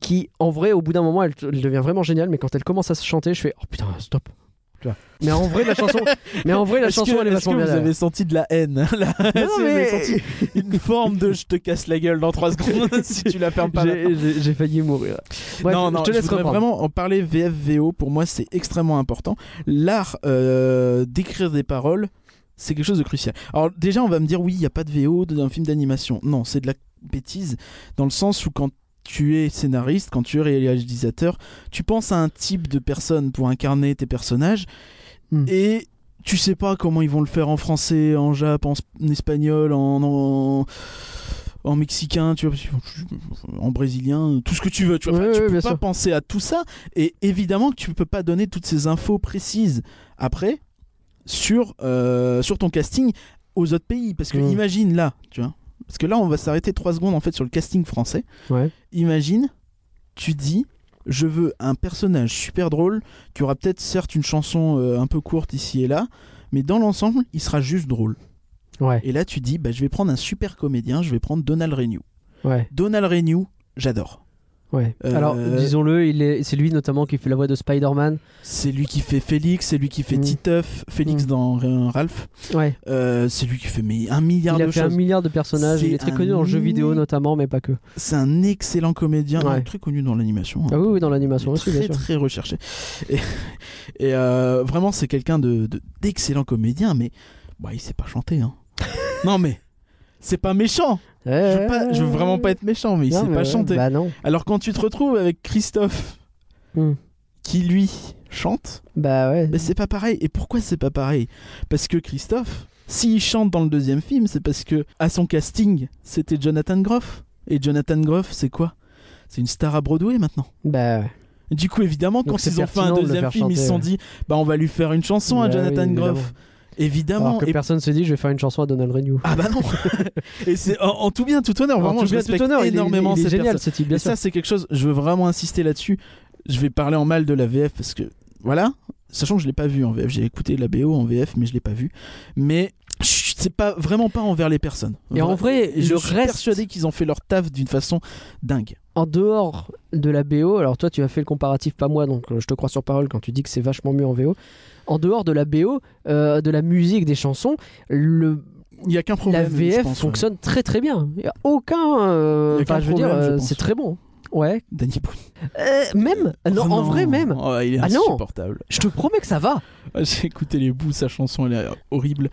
A: qui, en vrai, au bout d'un moment, elle, elle devient vraiment géniale, mais quand elle commence à se chanter, je fais oh putain, stop. Tu vois. Mais en vrai, la chanson, mais en vrai, la
B: Est-ce
A: chanson,
B: que,
A: elle est
B: est-ce que
A: vachement bien.
B: vous avez senti de la haine hein, là Est-ce que vous avez
A: Ah, mais-
B: senti une forme de je te casse la gueule dans 3 secondes si tu la fermes pas. maintenant.
A: J'ai- J'ai j'ai failli mourir. Bref,
B: non, non,
A: je te laisse
B: voudrais
A: reprendre.
B: vraiment en parler VFVO. Pour moi, c'est extrêmement important. L'art euh, d'écrire des paroles, c'est quelque chose de crucial. Alors déjà, on va me dire oui, il n'y a pas de VO d'un film d'animation. Non, c'est de la bêtise dans le sens où quand tu es scénariste, quand tu es réalisateur, tu penses à un type de personne pour incarner tes personnages
A: Hmm.
B: et tu sais pas comment ils vont le faire en français, en jap, en, s- en espagnol, en, en en mexicain, tu vois, en brésilien, tout ce que tu veux, tu vois. Enfin,
A: Ouais,
B: tu
A: ouais,
B: peux
A: bien
B: pas
A: sûr.
B: penser à tout ça et évidemment que tu peux pas donner toutes ces infos précises après sur euh, sur ton casting aux autres pays parce que
A: Hmm.
B: imagine là, tu vois. Parce que là, on va s'arrêter trois secondes en fait sur le casting français
A: Ouais.
B: imagine, tu dis, je veux un personnage super drôle, qui aura peut-être certes une chanson euh, un peu courte ici et là, mais dans l'ensemble, il sera juste drôle.
A: Ouais.
B: Et là, tu dis, bah, je vais prendre un super comédien, je vais prendre Donald Renew.
A: Ouais.
B: Donald Renew, j'adore.
A: Ouais.
B: Euh,
A: Alors, disons-le, il est- c'est lui notamment qui fait la voix de Spider-Man.
B: C'est lui qui fait Félix, c'est lui qui fait
A: Mm.
B: Titeuf, Félix
A: Mm.
B: dans euh, Ralph,
A: Ouais.
B: Euh, c'est lui qui fait mais, un milliard
A: Il a
B: de
A: fait un
B: choses.
A: milliard de personnages. Il
B: C'est
A: est très
B: un Oh.
A: connu dans le jeu vidéo
B: mini-
A: notamment, mais pas que.
B: C'est un excellent comédien,
A: Ouais.
B: très connu dans l'animation. hein.
A: Ah oui, oui, dans l'animation aussi, bien
B: très
A: sûr.
B: très recherché et, et, euh, vraiment c'est quelqu'un de de- d'excellent comédien mais bah il sait pas chanter hein. non mais c'est pas méchant je veux, pas- je veux vraiment pas être méchant mais il
A: Non,
B: sait
A: mais
B: pas
A: ouais,
B: chanter
A: Bah non.
B: alors quand tu te retrouves avec Christophe
A: Hmm.
B: qui lui chante
A: Bah ouais.
B: mais c'est pas pareil et pourquoi c'est pas pareil parce que Christophe s'il chante dans le deuxième film c'est parce que à son casting c'était Jonathan Groff et Jonathan Groff c'est quoi c'est une star à Broadway maintenant
A: Bah ouais.
B: du coup, évidemment,
A: Donc
B: quand
A: c'est
B: ils ont fait un
A: pertinent de le
B: deuxième
A: faire
B: film, ils
A: chanter,
B: se sont
A: ouais.
B: dit bah on va lui faire une chanson à
A: Bah
B: Jonathan
A: oui,
B: Groff. Évidemment.
A: Alors que
B: Et-
A: personne se dit, je vais faire une chanson à Donald Renew.
B: Ah bah non. et c'est en, en tout bien tout honneur. Vraiment,
A: Alors, tout
B: je
A: bien,
B: respecte
A: tout honneur, il est-
B: énormément
A: il est,
B: ces
A: génial
B: personnes.
A: ce type, bien
B: et
A: sûr.
B: ça, c'est quelque chose. Je veux vraiment insister là-dessus. Je vais parler en mal de la VF parce que voilà, sachant que je l'ai pas vu en VF. J'ai écouté la BO en VF, mais je l'ai pas vu. Mais chut, c'est pas vraiment pas envers les personnes.
A: Et en vrai,
B: je
A: le
B: suis
A: reste-
B: persuadé qu'ils ont fait leur taf d'une façon dingue.
A: En dehors de la BO, alors toi tu as fait le comparatif, pas moi, donc euh, je te crois sur parole quand tu dis que c'est vachement mieux en VO. En dehors de la BO, euh, de la musique, des chansons, le,
B: Il y a qu'un problème.
A: la VF
B: je pense, ouais.
A: fonctionne très très bien. Il n'y a aucun. euh,
B: Il y
A: enfin,
B: a qu'un
A: je veux dire,
B: problème, je
A: euh,
B: pense.
A: c'est très bon. Ouais.
B: Danny Boone.
A: Euh, même non,
B: Oh
A: en vrai, même.
B: Oh, il est
A: Ah non.
B: insupportable.
A: Je te promets que ça va.
B: Ah, J'ai écouté les bouts, sa chanson elle est horrible.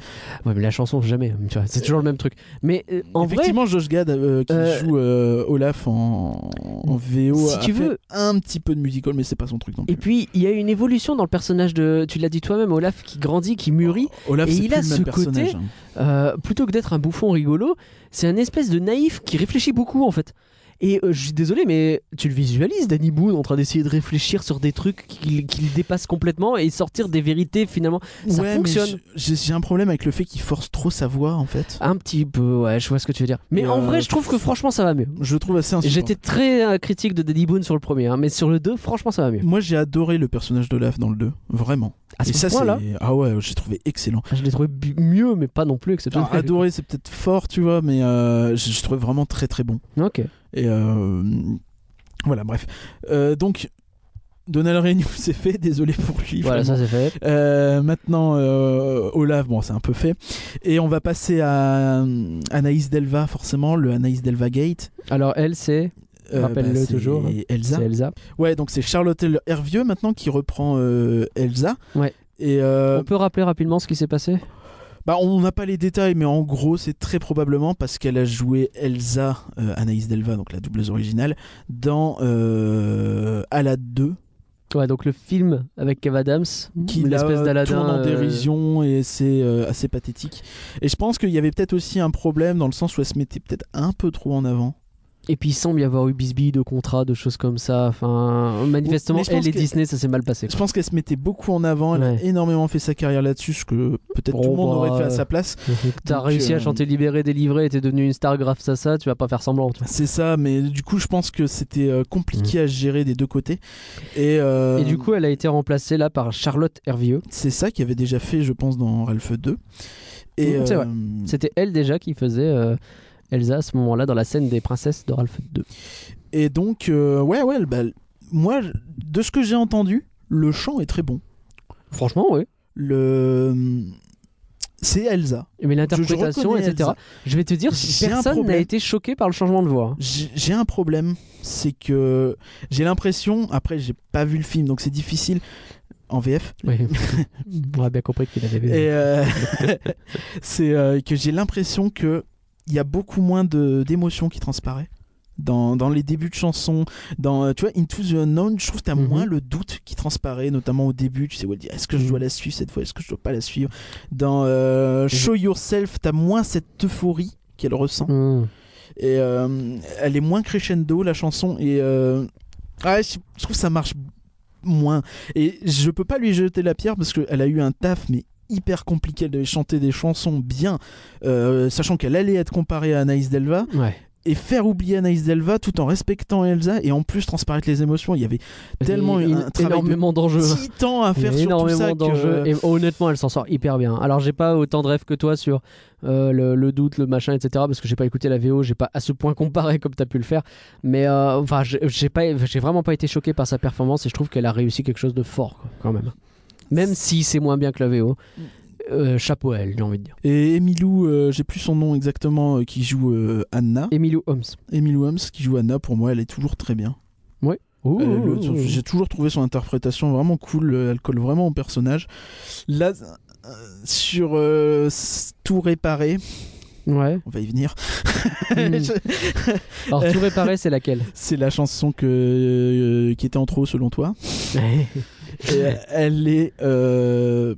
A: Ouais, mais la chanson, jamais. Tu vois, C'est toujours le même truc. Mais euh, en vrai,
B: Effectivement, Josh Gad euh, qui
A: Euh,
B: joue euh, Olaf en, en VO
A: Si
B: a
A: tu
B: fait
A: veux.
B: un petit peu de musical, mais c'est pas son truc non plus.
A: Et puis, il y a une évolution dans le personnage de. Tu l'as dit toi-même, Olaf, qui grandit, qui mûrit.
B: Olaf,
A: et
B: c'est
A: il
B: plus
A: a
B: le même
A: ce
B: personnage.
A: côté-
B: hein.
A: Euh, plutôt que d'être un bouffon rigolo, c'est un espèce de naïf qui réfléchit beaucoup, en fait. Et euh, je suis désolé, mais tu le visualises, Danny Boone, en train d'essayer de réfléchir sur des trucs qu'il qu'il dépasse complètement et sortir des vérités, finalement. Ça
B: Ouais, mais
A: fonctionne.
B: J'ai j'ai un problème avec le fait qu'il force trop sa voix en fait.
A: Un petit peu, ouais, je vois ce que tu veux dire. Mais
B: Et,
A: en
B: euh,
A: vrai, je trouve que franchement, ça va mieux.
B: Je le trouve assez
A: Et
B: insupportable.
A: J'étais très euh, critique de Danny Boone sur le premier, hein, mais sur le 2, franchement, ça va mieux.
B: Moi j'ai adoré le personnage d'Olaf dans le 2, vraiment.
A: À ce
B: et ça
A: point-là,
B: c'est ah ouais, j'ai trouvé excellent.
A: je l'ai trouvé bu- mieux, mais pas non plus exceptionnel.
B: Alors, adoré, c'est peut-être fort, tu vois, mais euh, je, je trouvais vraiment très très bon.
A: Ok.
B: Et euh, voilà, bref. Euh, donc, Donald Renew, c'est fait. Désolé pour lui.
A: Voilà,
B: vraiment.
A: ça c'est fait.
B: Euh, maintenant, euh, Olaf, bon, c'est un peu fait. Et on va passer à euh, Anaïs Delva, forcément, le Anaïs Delva Gate.
A: Alors, elle, c'est Rappelle-le
B: Euh, bah, c'est
A: toujours.
B: Elsa.
A: c'est Elsa.
B: Ouais, donc c'est Charlotte Hervieux maintenant qui reprend euh, Elsa.
A: Ouais. Oh.
B: Et euh,
A: On peut rappeler rapidement ce qui s'est passé
B: Bah, on n'a pas les détails, mais en gros, c'est très probablement parce qu'elle a joué Elsa, euh, Anaïs Delva, donc la doubleuse originale, dans euh, Alad 2,
A: Ouais, donc le film avec Kev Adams,
B: qui
A: une
B: la
A: espèce d'Aladin.
B: tourne en
A: euh,
B: dérision et c'est euh, assez pathétique. Et je pense qu'il y avait peut-être aussi un problème dans le sens où elle se mettait peut-être un peu trop en avant.
A: Et puis il semble y avoir eu bisbilles de contrats, de choses comme ça. Enfin, manifestement,
B: Mais je pense
A: elle et
B: que-
A: Disney, ça s'est mal passé.
B: Je
A: quoi.
B: pense qu'elle se mettait beaucoup en avant, elle a
A: Ouais.
B: énormément fait sa carrière là-dessus, ce que peut-être
A: Bon,
B: tout le monde
A: bah,
B: aurait fait à
A: euh,
B: sa place.
A: T'as
B: Donc,
A: réussi
B: euh,
A: à chanter Libéré, Délivré et t'es devenu une star grâce à ça, tu vas pas faire semblant. tu vois.
B: C'est ça, mais du coup, je pense que c'était euh, compliqué à gérer des deux côtés. Et, euh, Mmh.
A: Et du coup, elle a été remplacée là par Charlotte Hervieux.
B: C'est ça qu'il avait déjà fait, je pense, dans Ralph 2. Et,
A: Mm, c'est vrai.
B: euh,
A: C'était elle déjà qui faisait euh, Elsa à ce moment-là dans la scène des princesses de Ralph 2.
B: et donc, euh, ouais, ouais, bah, moi, de ce que j'ai entendu, le chant est très bon.
A: Franchement, oui.
B: Le... C'est Elsa.
A: Mais
B: Je- je
A: l'interprétation,
B: reconnais
A: etc.
B: Elsa.
A: Je vais te dire,
B: J'ai un
A: personne n'a
B: problème.
A: été choqué par le changement de voix. hein.
B: J'ai j'ai un problème, c'est que j'ai l'impression, après j'ai pas vu le film, donc c'est difficile, en VF.
A: Oui. On a bien compris qu'il avait vu.
B: Et euh, c'est euh, que j'ai l'impression que il y a beaucoup moins de d'émotion qui transparaît dans, dans les débuts de chansons. Dans euh, tu vois Into the Unknown, je trouve que t'as
A: Mhm.
B: moins le doute qui transparaît, notamment au début. Tu sais où elle dit est-ce que je dois la suivre cette fois, est-ce que je dois pas la suivre. Dans euh, Show Yourself, t'as moins cette euphorie qu'elle ressent.
A: Mmh.
B: Et euh, elle est moins crescendo la chanson et euh, ouais, je je trouve que ça marche moins. Et je peux pas lui jeter la pierre parce qu'elle a eu un taf mais hyper compliqué. Elle devait chanter des chansons bien, euh, sachant qu'elle allait être comparée à Anaïs Delva
A: Ouais.
B: et faire oublier Anaïs Delva tout en respectant Elsa et en plus transparaître les émotions. Il y avait tellement
A: Il y a
B: un travail de
A: énormément d'enjeux.
B: titan à
A: Il y
B: faire
A: a
B: sur tout
A: énormément
B: ça.
A: d'enjeux
B: que-
A: et honnêtement elle s'en sort hyper bien alors j'ai pas autant de rêves que toi sur euh, le, le doute le machin etc parce que j'ai pas écouté la VO j'ai pas à ce point comparé comme t'as pu le faire mais euh, enfin j'ai- j'ai pas j'ai vraiment pas été choqué par sa performance et je trouve qu'elle a réussi quelque chose de fort quoi, quand même même si c'est moins bien que la VO euh, chapeau à elle j'ai envie de dire
B: Et Emilou, euh, j'ai plus son nom exactement, euh, qui joue euh, Anna.
A: Emilio Holmes
B: Emily Holmes qui joue Anna, pour moi, elle est toujours très bien. Elle est le-
A: Ouh.
B: J'ai toujours trouvé son interprétation vraiment cool, euh, elle colle vraiment au personnage. Là, euh, sur euh, s- Tout réparé,
A: ouais
B: on va y venir,
A: Hmm. alors tout réparé c'est laquelle
B: c'est la chanson que, euh, qui était en trop selon toi. Et elle est. euh,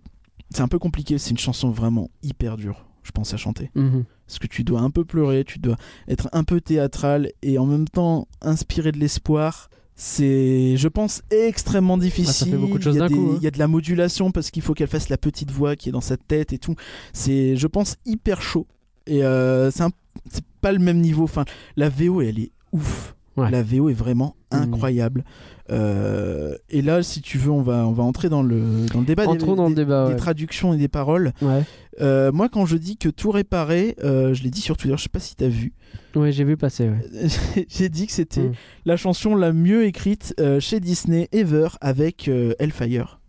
B: c'est un peu compliqué, c'est une chanson vraiment hyper dure, je pense, à chanter.
A: Mhm.
B: Parce que tu dois un peu pleurer, tu dois être un peu théâtral et en même temps inspirer de l'espoir. C'est, je pense, extrêmement difficile.
A: Ah, ça fait beaucoup de choses
B: il, y a
A: d'un
B: des-
A: coup, hein.
B: il y a de la modulation parce qu'il faut qu'elle fasse la petite voix qui est dans sa tête et tout. C'est, je pense, hyper chaud. Et euh, c'est, un- c'est pas le même niveau. Enfin, la VO, elle est ouf.
A: Ouais.
B: La VO est vraiment
A: Mhm.
B: incroyable. Euh, et là, si tu veux, on va, on va entrer dans le, dans le débat des,
A: entrons dans le
B: des-
A: débat
B: des
A: ouais.
B: traductions et des paroles.
A: ouais,
B: Euh, moi, quand je dis que tout réparer, euh, je l'ai dit sur Twitter, je sais pas si t'as vu.
A: Ouais, j'ai vu passer ouais.
B: J'ai dit que c'était
A: Mm.
B: la chanson la mieux écrite euh, chez Disney ever avec euh, Hellfire.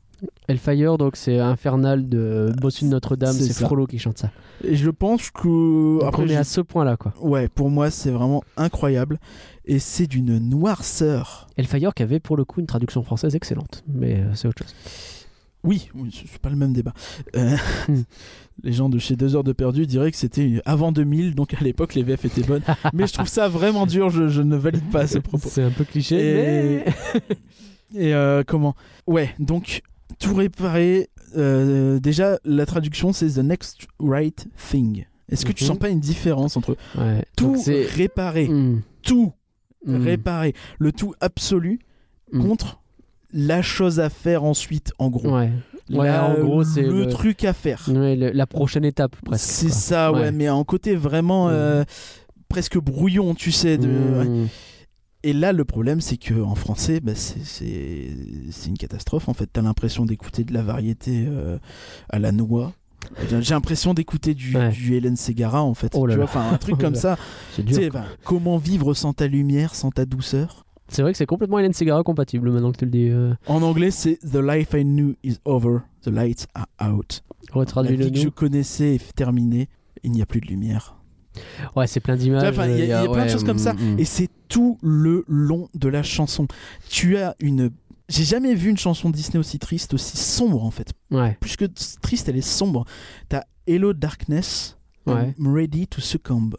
A: Hellfire, donc c'est Infernal de Bossu de Notre-Dame,
B: C'est
A: c'est
B: ça.
A: Frollo qui chante ça.
B: Et je pense que.
A: Donc
B: après,
A: on est
B: je-
A: à ce point-là, quoi.
B: Ouais, pour moi, c'est vraiment incroyable. Et c'est d'une noirceur.
A: Hellfire qui avait pour le coup une traduction française excellente, mais euh, c'est autre chose.
B: Oui, oui, c'est c'est pas le même débat. Euh,
A: Mm.
B: Les gens de chez 2 heures de perdu diraient que c'était avant 2000, donc à l'époque les VF étaient bonnes. Mais je trouve ça vraiment dur, je, je ne valide pas ce propos.
A: C'est un peu cliché,
B: Et-
A: mais...
B: Et euh, comment Ouais, donc tout réparer. euh, déjà, la traduction c'est the next right thing. Est-ce que tu
A: Mhm.
B: sens pas une différence entre
A: Ouais,
B: tout
A: donc c'est...
B: réparer,
A: Mm,
B: tout
A: mm,
B: réparer, le tout absolu
A: Mm.
B: contre la chose à faire ensuite, en gros.
A: Ouais, Ouais,
B: La-
A: en gros, c'est
B: le,
A: le-
B: truc à faire.
A: Ouais, le- la prochaine étape, presque.
B: C'est
A: quoi.
B: ça, ouais,
A: Ouais.
B: mais en côté vraiment euh, presque brouillon, tu sais. De... ouais.
A: Mm.
B: Et là, le problème, c'est que en français, bah, c'est- c'est c'est une catastrophe. En fait, t'as l'impression d'écouter de la variété euh, à la noix. J'ai j'ai l'impression d'écouter du,
A: Ouais.
B: du Hélène Ségara, en fait.
A: Oh là
B: tu vois,
A: là.
B: enfin, un truc
A: Oh
B: comme
A: là.
B: ça.
A: C'est
B: Tu
A: dur.
B: sais, bah, comment vivre sans ta lumière, sans ta douceur
A: C'est vrai que c'est complètement Hélène Segara compatible, maintenant que tu le dis. euh,
B: En anglais, c'est The life I knew is over, the lights are out. La
A: Retraduis-le
B: vie que je
A: nous.
B: connaissais est terminée, il n'y a plus de lumière.
A: Ouais, c'est plein
B: Tu vois,
A: d'images.
B: enfin, Il y a, il y a plein de
A: ouais,
B: choses comme ça.
A: mm, mm.
B: Et c'est tout le long de la chanson. Tu as une. J'ai jamais vu une chanson Disney aussi triste, aussi sombre en fait.
A: Ouais,
B: Plus que triste, elle est sombre. T'as Hello Darkness,
A: ouais.
B: I'm Ready to Succumb.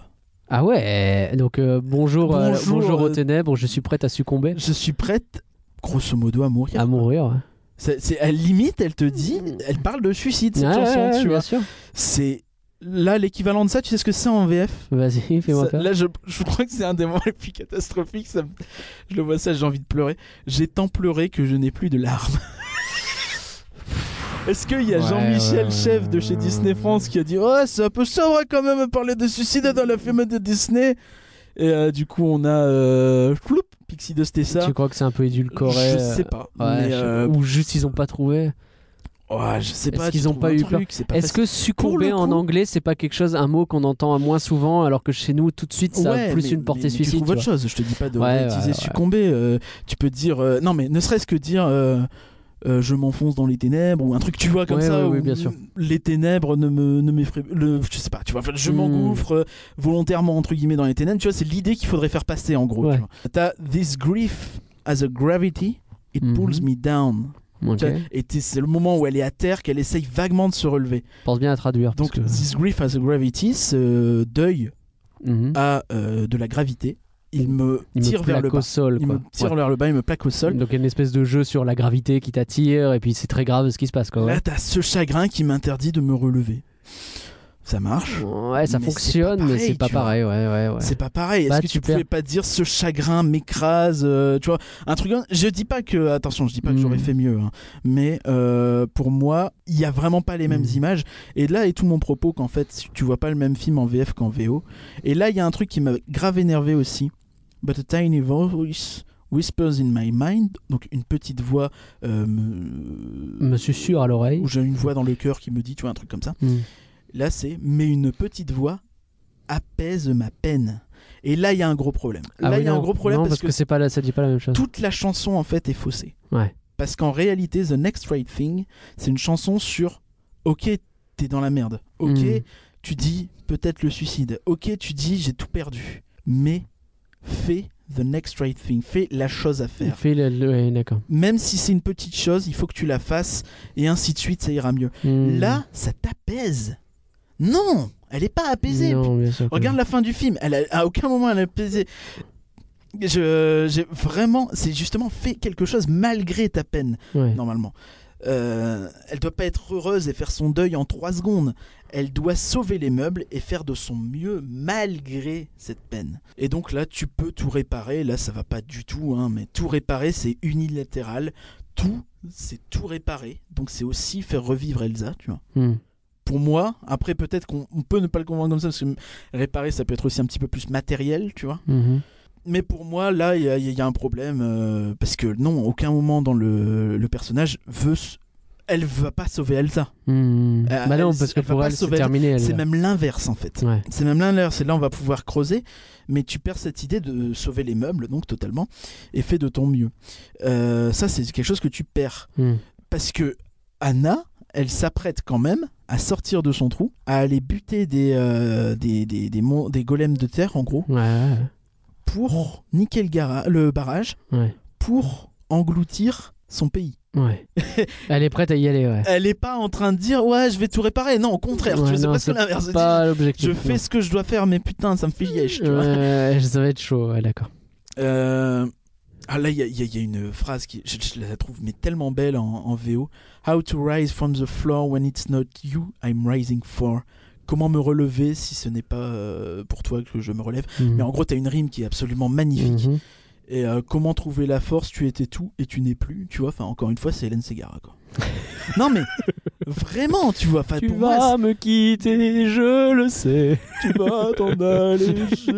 A: Ah ouais, donc euh, bonjour, euh,
B: Bonjour,
A: bonjour aux
B: euh,
A: ténèbres, je suis prête à succomber,
B: Je suis prête, grosso modo, à mourir.
A: à mourir. ouais.
B: C'est, c'est- à la limite, elle te dit, elle parle de suicide cette
A: Mm. Ouais,
B: chanson,
A: ouais,
B: tu
A: bien
B: vois.
A: sûr.
B: C'est là l'équivalent de ça. Tu sais ce que c'est en VF
A: Vas-y, fais-moi
B: Ça-
A: peur.
B: Là, je, je crois que c'est un des moments les plus catastrophiques. ça me- Je le vois ça, j'ai envie de pleurer. J'ai tant pleuré que je n'ai plus de larmes. Est-ce qu'il y a
A: Ouais,
B: Jean-Michel,
A: ouais, ouais,
B: chef de chez
A: ouais,
B: Disney
A: ouais.
B: France, qui a dit Oh, c'est un peu sobre quand même parler de suicide dans la film de Disney Et euh, du coup, on a euh, Floup, Pixie de Stessa.
A: Tu crois que c'est un peu édulcoré
B: Je
A: euh,
B: sais pas.
A: ouais,
B: mais,
A: je sais-
B: euh,
A: Ou juste ils ont pas trouvé.
B: ouais, je sais pas.
A: Est-ce
B: tu
A: qu'ils ont
B: trouves
A: pas
B: un
A: eu
B: truc,
A: peur
B: c'est pas
A: Est-ce
B: facile.
A: que
B: Pour le
A: succomber en
B: coup-
A: anglais, c'est pas quelque chose, un mot qu'on entend moins souvent, alors que chez nous, tout de suite, ça
B: Ouais,
A: a plus
B: mais-
A: une
B: mais-
A: portée
B: mais Tu
A: suicide.
B: trouves autre
A: tu
B: chose. Je te dis pas de
A: Ouais, ouais,
B: utiliser
A: ouais.
B: succomber. euh, tu peux dire euh, non, mais ne serait-ce que dire. euh, euh, je m'enfonce dans les ténèbres ou un truc tu vois comme
A: Ouais,
B: ça
A: ouais, ouais,
B: ou,
A: bien sûr.
B: les ténèbres ne me ne m'effraient- le je sais pas tu vois enfin, je
A: Hmm.
B: m'engouffre euh, volontairement entre guillemets dans les ténèbres tu vois c'est l'idée qu'il faudrait faire passer en gros tu
A: Ouais.
B: vois. t'as this grief as a gravity it pulls
A: Mhm.
B: me down
H: Ok.
B: Tiens, Et t'es- c'est le moment où elle est à terre qu'elle essaye vaguement de se relever.
H: Pense bien à traduire.
B: Donc,
H: parce que-
B: This Grief as a Gravity, ce deuil
H: Mhm.
B: à euh, de la gravité, il me
H: Il me
B: tire vers
H: plaque
B: le bas.
H: au sol.
B: Il
H: quoi.
B: me tire
H: Ouais.
B: vers le bas, il me plaque au sol.
H: Donc il y a une espèce de jeu sur la gravité qui t'attire et puis c'est très grave ce qui se passe quoi.
B: Là, t'as ce chagrin qui m'interdit de me relever. Ça marche.
H: Ouais, ça
B: Mais c'est
H: fonctionne,
B: pas
H: mais
B: pareil,
H: c'est pas
B: tu vois.
H: pareil. Ouais, ouais, ouais.
B: C'est pas pareil. Est-ce
H: Bah,
B: que tu
H: tu perds.
B: pouvais pas dire ce chagrin m'écrase euh, Tu vois, un truc. Je dis pas que. Attention, je dis pas que j'aurais
H: Mm.
B: fait mieux. hein. Mais euh, pour moi, il y a vraiment pas les mêmes
H: Mm.
B: images. Et là est tout mon propos qu'en fait, tu vois pas le même film en VF qu'en VO. Et là, il y a un truc qui m'a grave énervé aussi. But a tiny voice whispers in my mind. Donc une petite voix. euh, me-
H: Me susurre à l'oreille.
B: Où j'ai une voix dans le cœur qui me dit, tu vois, un truc comme ça.
H: Mm.
B: Là, c'est mais une petite voix apaise ma peine. Et là, il y a un gros problème.
H: Ah
B: là, il
H: oui,
B: y a un
H: non.
B: gros problème
H: Non,
B: parce,
H: que, c'est pas la- ça dit pas la même chose.
B: toute la chanson en fait est faussée.
H: Ouais.
B: Parce qu'en réalité, The Next Right Thing, c'est une chanson sur OK, t'es dans la merde. OK,
H: Mm.
B: tu dis peut-être le suicide. OK, tu dis j'ai tout perdu. Mais fais The Next Right Thing, fais la chose à faire.
H: Fais le, le- ouais, d'accord.
B: Même si c'est une petite chose, il faut que tu la fasses et ainsi de suite, ça ira mieux.
H: Mm.
B: Là, ça t'apaise. Non, elle est pas apaisée.
H: Non, bien sûr que
B: Regarde la fin du film, elle a- à aucun moment elle a plaisé. Je, j'ai vraiment, c'est justement fait quelque chose malgré ta peine
H: non.
A: Hmm.
H: Ouais.
B: normalement. Euh, elle doit pas être heureuse et faire son deuil en 3 secondes. Elle doit sauver les meubles et faire de son mieux malgré cette peine. Et donc là, tu peux tout réparer. Là, ça va pas du tout, hein, mais tout réparer, c'est unilatéral. Tout, c'est tout réparer. Donc c'est aussi faire revivre Elsa, tu vois
H: Mm.
B: pour moi, après peut-être qu'on on peut ne pas le convaincre comme ça, parce que réparer ça peut être aussi un petit peu plus matériel, tu vois.
H: Mhm.
B: Mais pour moi, là, il y, a- il y a un problème, euh, parce que non, aucun moment dans le, le personnage veut... s- Elle va pas sauver Elsa.
H: Mm.
B: Euh,
H: Bah non,
B: elle-
H: parce que
B: elle va
H: pour
B: pas
H: elle, c'est
B: sauver-
H: terminé. elle,
B: C'est
H: là.
B: même l'inverse en fait.
H: Ouais.
B: C'est même l'inverse, c'est là on va pouvoir creuser, mais tu perds cette idée de sauver les meubles, donc totalement, et fais de ton mieux. Euh, ça, c'est quelque chose que tu perds.
H: Mm.
B: parce que Anna, elle s'apprête quand même à sortir de son trou, à aller buter des, euh, des, des, des, mon- des golems de terre, en gros,
H: Ouais, ouais,
B: pour niquer le, gara- le barrage,
H: Oh. ouais.
B: pour engloutir son pays.
H: Ouais. elle est prête à y aller, ouais.
B: Elle n'est pas en train de dire, ouais, je vais tout réparer. Non, au contraire, tu
H: Ouais,
B: vois, c'est
H: non,
B: presque
H: c'est
B: l'inverse. Elle dit,
H: Pas
B: Je
H: l'objectif.
B: fais ce que je dois faire, mais putain, ça me fait yèche, tu
H: non.
B: vois.
H: Ouais, ça va être chaud, ouais, d'accord.
B: Euh, Ah là, il y, a- il y a- il y a une phrase qui, je, je la trouve mais tellement belle en, en VO. How to rise from the floor when it's not you I'm rising for. Comment me relever si ce n'est pas euh, pour toi que je me relève.
H: Mhm.
B: Mais en gros, t'as une rime qui est absolument magnifique.
H: Mhm.
B: Et euh, comment trouver la force Tu étais tout et tu n'es plus. Tu vois, enfin encore une fois, c'est Hélène Segara quoi. non mais vraiment, tu vois. Enfin
H: Tu
B: pour moi,
H: vas me quitter, je le sais.
B: tu vas t'en aller, je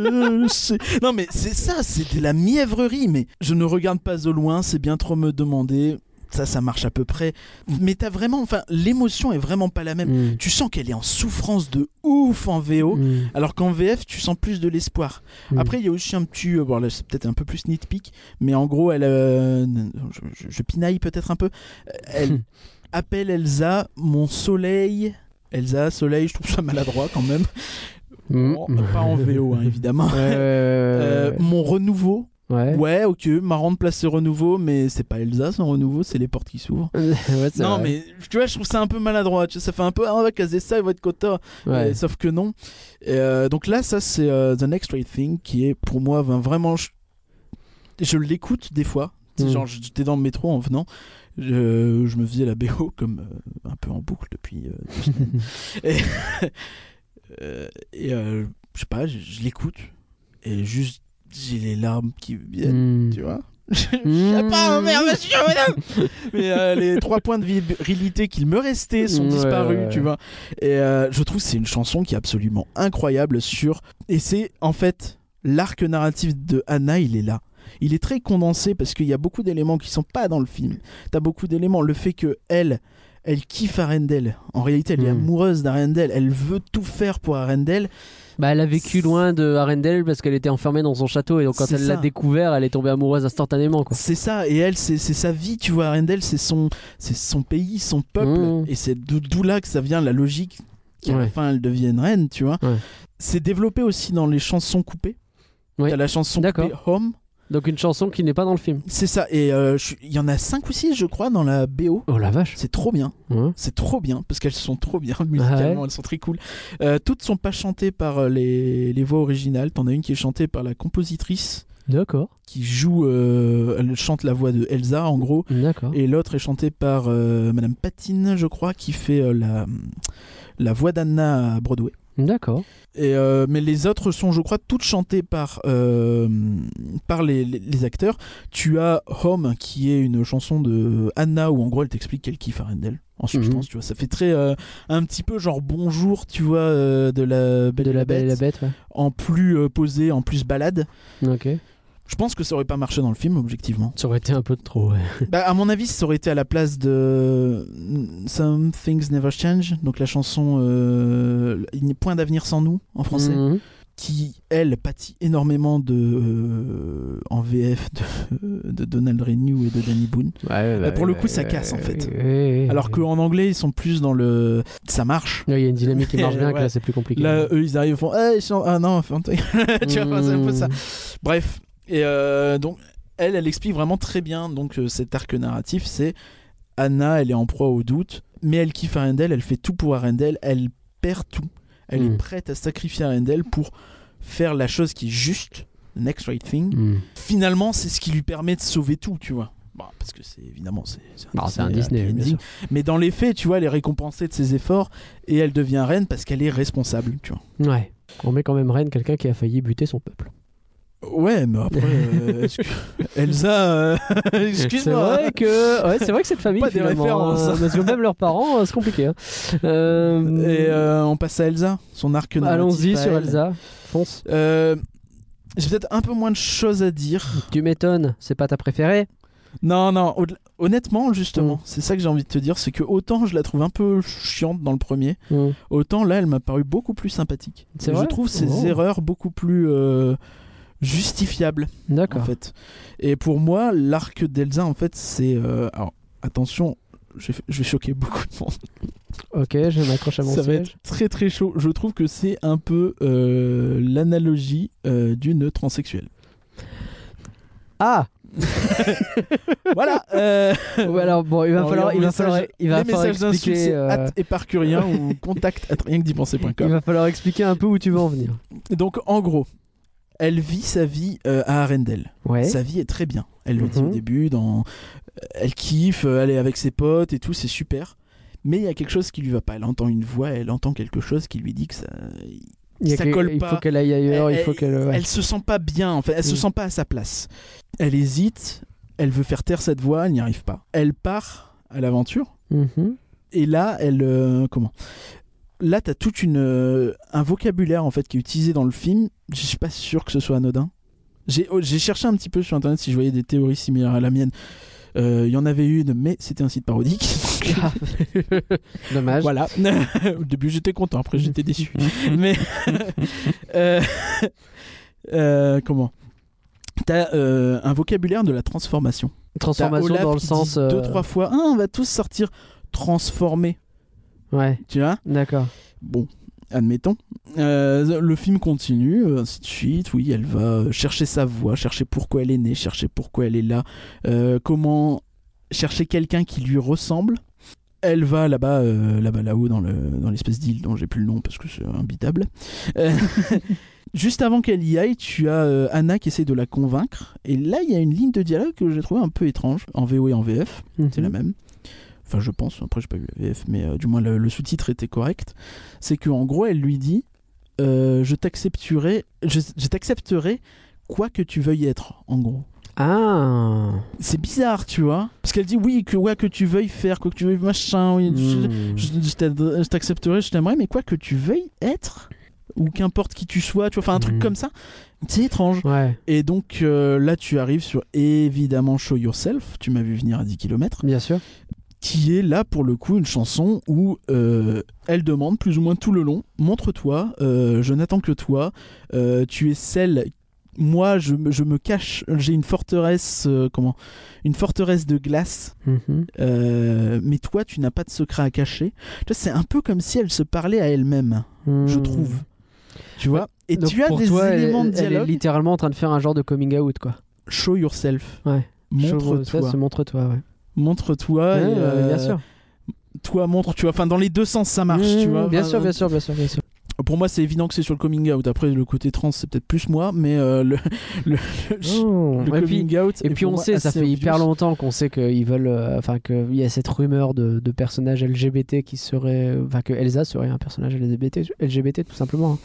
B: le sais. Non, mais c'est ça, c'est de la mièvrerie. Mais je ne regarde pas au loin, c'est bien trop me demander. Ça, ça marche à peu près. Mais t'as vraiment, enfin, l'émotion est vraiment pas la même.
H: Mm.
B: Tu sens qu'elle est en souffrance de ouf en VO.
H: Mm.
B: Alors qu'en VF, tu sens plus de l'espoir.
H: Mm.
B: Après, il y a aussi un petit. euh, bon, là, c'est peut-être un peu plus nitpick, mais en gros, elle. euh, je, je- je pinaille peut-être un peu. Euh, Elle appelle Elsa mon soleil. Elsa, soleil, je trouve ça maladroit quand même.
H: Mm.
B: Bon, Oh, pas en VO, hein, évidemment.
H: Ouais, ouais, ouais, ouais,
B: Euh,
H: ouais.
B: mon renouveau.
H: Ouais.
B: Ouais, ok, marrant de placer renouveau, mais c'est pas Elsa son renouveau, c'est les portes qui s'ouvrent.
H: Ouais, c'est
B: Non,
H: vrai.
B: mais tu vois, je trouve ça un peu maladroit. tu vois, ça fait un peu, ah, on va caser ça, il va être quota.
H: Ouais.
B: Euh, sauf que non. Et, euh, donc là, ça, c'est euh, The Next Right Thing qui est pour moi ben, vraiment. Je, je l'écoute des fois. C'est
H: Mm.
B: Genre, j'étais dans le métro en venant. Je, je me faisais la BO comme euh, un peu en boucle depuis euh, deux semaines. et euh, et, euh, je sais pas, je, je l'écoute. Et juste, j'ai les larmes qui viennent,
H: Mm.
B: tu vois. Je sais pas, oh merde, monsieur, madame Mais euh, les trois points de virilité qu'il me restait sont
H: Ouais,
B: disparus,
H: ouais,
B: tu
H: ouais.
B: vois. Et euh, je trouve que c'est une chanson qui est absolument incroyable sur... Et c'est, en fait, l'arc narratif de Anna, il est là. Il est très condensé parce qu'il y a beaucoup d'éléments qui sont pas dans le film. T'as beaucoup d'éléments. Le fait que elle, elle kiffe Arendelle. En réalité, elle est
H: Mm.
B: amoureuse d'Arendelle. Elle veut tout faire pour Arendelle.
H: Bah, elle a vécu loin de Arendelle parce qu'elle était enfermée dans son château et donc quand
B: C'est
H: elle l'a
B: ça.
H: découvert, elle est tombée amoureuse instantanément quoi.
B: C'est ça, et elle, c'est c'est sa vie, tu vois. Arendelle, c'est son, c'est son pays, son peuple,
H: Mmh.
B: et c'est d'o- d'où là que ça vient la logique qu'à la
H: Ouais.
B: fin elle devienne reine, tu vois.
H: Ouais.
B: C'est développé aussi dans les chansons coupées.
H: Oui.
B: T'as la chanson
H: D'accord.
B: coupée Home,
H: Donc une chanson qui n'est pas dans le film.
B: C'est ça, et euh, je suis- il y en a 5 ou 6, je crois, dans la BO.
H: Oh la vache.
B: C'est trop bien,
H: Ouais.
B: c'est trop bien, parce qu'elles sont trop bien musicalement, elles sont très cool. Euh, toutes sont pas chantées par euh, les, les voix originales, t'en as une qui est chantée par la compositrice
H: D'accord.
B: qui joue, euh, elle chante la voix de Elsa en gros,
H: D'accord.
B: et l'autre est chantée par euh, Madame Patine, je crois, qui fait euh, la, la voix d'Anna à Broadway.
H: D'accord.
B: Et, euh, mais les autres sont, je crois, toutes chantées par, euh, par les, les- les acteurs. Tu as Home, qui est une chanson de Anna, où en gros elle t'explique qu'elle kiffe Arendelle.
H: Mhm.
B: En substance, tu vois, ça fait très euh, un petit peu genre bonjour, tu vois, euh, de la belle,
H: De
B: et
H: la belle et la
B: Bête,
H: bête, ouais.
B: en plus euh, posé, en plus balade.
H: Ok.
B: Je pense que ça aurait pas marché dans le film, objectivement.
H: Ça aurait été un peu de trop, ouais.
B: Bah, à mon avis, ça aurait été à la place de Some Things Never Change, donc la chanson euh, Il n'y a Point d'avenir sans nous en français,
A: Mm.
H: Mhm.
B: qui elle pâtit énormément de euh, en VF de, de Donald Renew et de Danny Boone. Bah, pour le coup, ça casse, en fait.
H: Ouais, ouais, ouais.
B: Alors qu'en anglais, ils sont plus dans le ça marche.
H: Ouais, Il y a une dynamique qui marche bien, que
B: Ouais.
H: là c'est plus compliqué.
B: Là, eux, ils arrivent, ils font ah, ils sont- ah non, enfin, tu vois, c'est un peu ça. Bref, et euh, donc elle, elle explique vraiment très bien donc euh, cet arc narratif, c'est Anna, elle est en proie au doute, mais elle kiffe Arendelle, elle fait tout pour Arendelle, elle perd tout, elle
H: Mm.
B: est prête à sacrifier Arendelle pour faire la chose qui est juste, the next right thing.
H: Mhm.
B: Finalement, c'est ce qui lui permet de sauver tout, tu vois. Bon, parce que c'est évidemment c'est
H: Bah, c'est un Disney,
B: happy
H: bien
B: ending.
H: sûr.
B: mais dans les faits, tu vois, elle est récompensée de ses efforts et elle devient reine parce qu'elle est responsable, tu vois.
H: Ouais. On met quand même reine quelqu'un qui a failli buter son peuple.
B: Ouais, mais après, euh, est-ce que- Elsa, euh, excuse-moi.
H: C'est vrai que, ouais, c'est vrai que cette famille,
B: Pas des
H: finalement,
B: références.
H: euh, parce que même leurs parents, euh, c'est compliqué. hein. Euh,
B: Et euh, on passe à Elsa, son arc narratif.
H: Bah, Allons-y
B: à
H: sur
B: elle.
H: Elsa. Fonce.
B: Euh, J'ai peut-être un peu moins de choses à dire.
H: Tu m'étonnes, c'est pas ta préférée.
B: Non, non, au- honnêtement, justement,
H: Mm.
B: c'est ça que j'ai envie de te dire, c'est que autant je la trouve un peu chiante dans le premier,
H: Mhm.
B: autant là, elle m'a paru beaucoup plus sympathique.
H: C'est
B: Et
H: vrai
B: Je trouve ses
H: Oh.
B: erreurs beaucoup plus euh, justifiables. en
H: D'accord.
B: fait. Et pour moi, l'arc d'Elsa, en fait, c'est. euh, alors, attention, je vais, je vais choquer beaucoup de monde.
H: Ok, je m'accroche à mon
B: Ça va
H: siège.
B: être très très chaud. Je trouve que c'est un peu euh, l'analogie euh, d'une transsexuelle.
H: Ah
B: Voilà euh,
H: Ouais, alors bon, il va
B: Alors,
H: falloir,
B: les
H: il va
B: messages-
H: falloir, il va
B: Les
H: falloir
B: messages d'insultes,
H: expliquer.
B: c'est
H: euh,
B: at éparcurien ou contact at rien que d'y
H: il va falloir expliquer un peu où tu veux en venir.
B: Donc, en gros, elle vit sa vie euh, à Arendelle.
H: Ouais.
B: Sa vie est très bien. Elle le dit
H: Mhm.
B: au début, dans... euh, elle kiffe, elle est avec ses potes et tout, c'est super. Mais il y a quelque chose qui lui va pas. Elle entend une voix, elle entend quelque chose qui lui dit que ça.
H: il y a
B: ça
H: que-
B: colle
H: il faut
B: pas.
H: qu'elle aille ailleurs, il faut qu'elle. ouais.
B: elle se sent pas bien, en fait. Elle se
H: Mhm.
B: sent pas à sa place. Elle hésite, elle veut faire taire cette voix, elle n'y arrive pas. Elle part à l'aventure,
H: Mhm.
B: et là, elle. euh, comment Là, t'as tout une, euh, un vocabulaire, en fait, qui est utilisé dans le film. Je suis pas sûr que ce soit anodin. J'ai oh, j'ai cherché un petit peu sur internet si je voyais des théories similaires à la mienne. Euh, Il y en avait une, mais c'était un site parodique. Donc,
H: Dommage.
B: voilà. Au début, j'étais content, après, j'étais déçu. mais. euh, euh, comment T'as euh, un vocabulaire de la transformation. T'as
H: Transformation
B: Olaf
H: dans le
B: qui
H: sens.
B: dit
H: euh,
B: Deux, trois fois, Ah, on va tous sortir transformés,
H: Ouais,
B: tu vois
H: d'accord.
B: Bon, admettons. Euh, le film continue, euh, ainsi de suite. Oui, elle va euh, chercher sa voix, chercher pourquoi elle est née, chercher pourquoi elle est là, euh, comment chercher quelqu'un qui lui ressemble. Elle va là-bas, euh, là-bas, là-haut, dans, le, dans l'espèce d'île dont j'ai plus le nom parce que c'est imbitable. Euh, Juste avant qu'elle y aille, tu as euh, Anna qui essaie de la convaincre. Et là, il y a une ligne de dialogue que j'ai trouvé un peu étrange, en VO et en VF c'est la
H: Mhm.
B: même. Enfin, je pense, après, j'ai pas vu la VF, mais euh, du moins, le, le sous-titre était correct. C'est que en gros, elle lui dit euh, Je t'accepterai, je, je t'accepterai quoi que tu veuilles être, en gros.
H: Ah
B: C'est bizarre, tu vois. Parce qu'elle dit Oui, que quoi que tu veuilles faire, quoi que tu veuilles
A: Mhm.
B: machin, oui,
H: Hmm.
B: je, je- je t'ad- je t'accepterai, je t'aimerai, mais quoi que tu veuilles être, ou qu'importe qui tu sois, tu vois, enfin, un
H: Mm.
B: truc comme ça, c'est étrange.
H: Ouais,
B: Et donc, euh, là, tu arrives sur évidemment Show Yourself, tu m'as vu venir à 10 km
H: bien sûr.
B: qui est là pour le coup une chanson où euh, elle demande plus ou moins tout le long montre-toi, euh, je n'attends que toi, euh, tu es celle. Moi, je, me- je me cache, j'ai une forteresse, euh, comment Une forteresse de glace,
H: Mhm.
B: euh, mais toi, tu n'as pas de secret à cacher. Tu vois, C'est un peu comme si elle se parlait à elle-même, je
H: Hmm.
B: trouve. Tu vois Et
H: Donc,
B: tu as
H: pour
B: des
H: toi, elle-
B: éléments de
H: elle est
B: dialogue.
H: littéralement en train de faire un genre de coming out, quoi.
B: show yourself.
A: Ouais.
B: Montre-toi.
A: Ça se montre toi, ouais.
B: Montre-toi. et,
A: Ouais, euh,
B: euh,
A: bien sûr.
B: Toi, montre, tu vois. Enfin, dans les deux sens, ça marche, tu
A: Mmh,
B: vois.
A: Bien
B: Enfin, euh,
A: sûr, bien sûr, bien sûr, bien sûr.
B: Pour moi, c'est évident que c'est sur le coming out. Après, le côté trans, c'est peut-être plus moi, mais euh, le, le, le-
A: Oh.
B: le
A: Et puis,
B: coming out.
A: et
B: est
A: puis
B: pour
A: on
B: moi
A: sait, ça
B: assez
A: fait hyper
B: obvious.
A: longtemps qu'on sait qu'ils veulent, euh, enfin qu'il y a cette rumeur de, de personnages LGBT qui serait, enfin que Elsa serait un personnage LGBT, LGBT tout simplement. hein.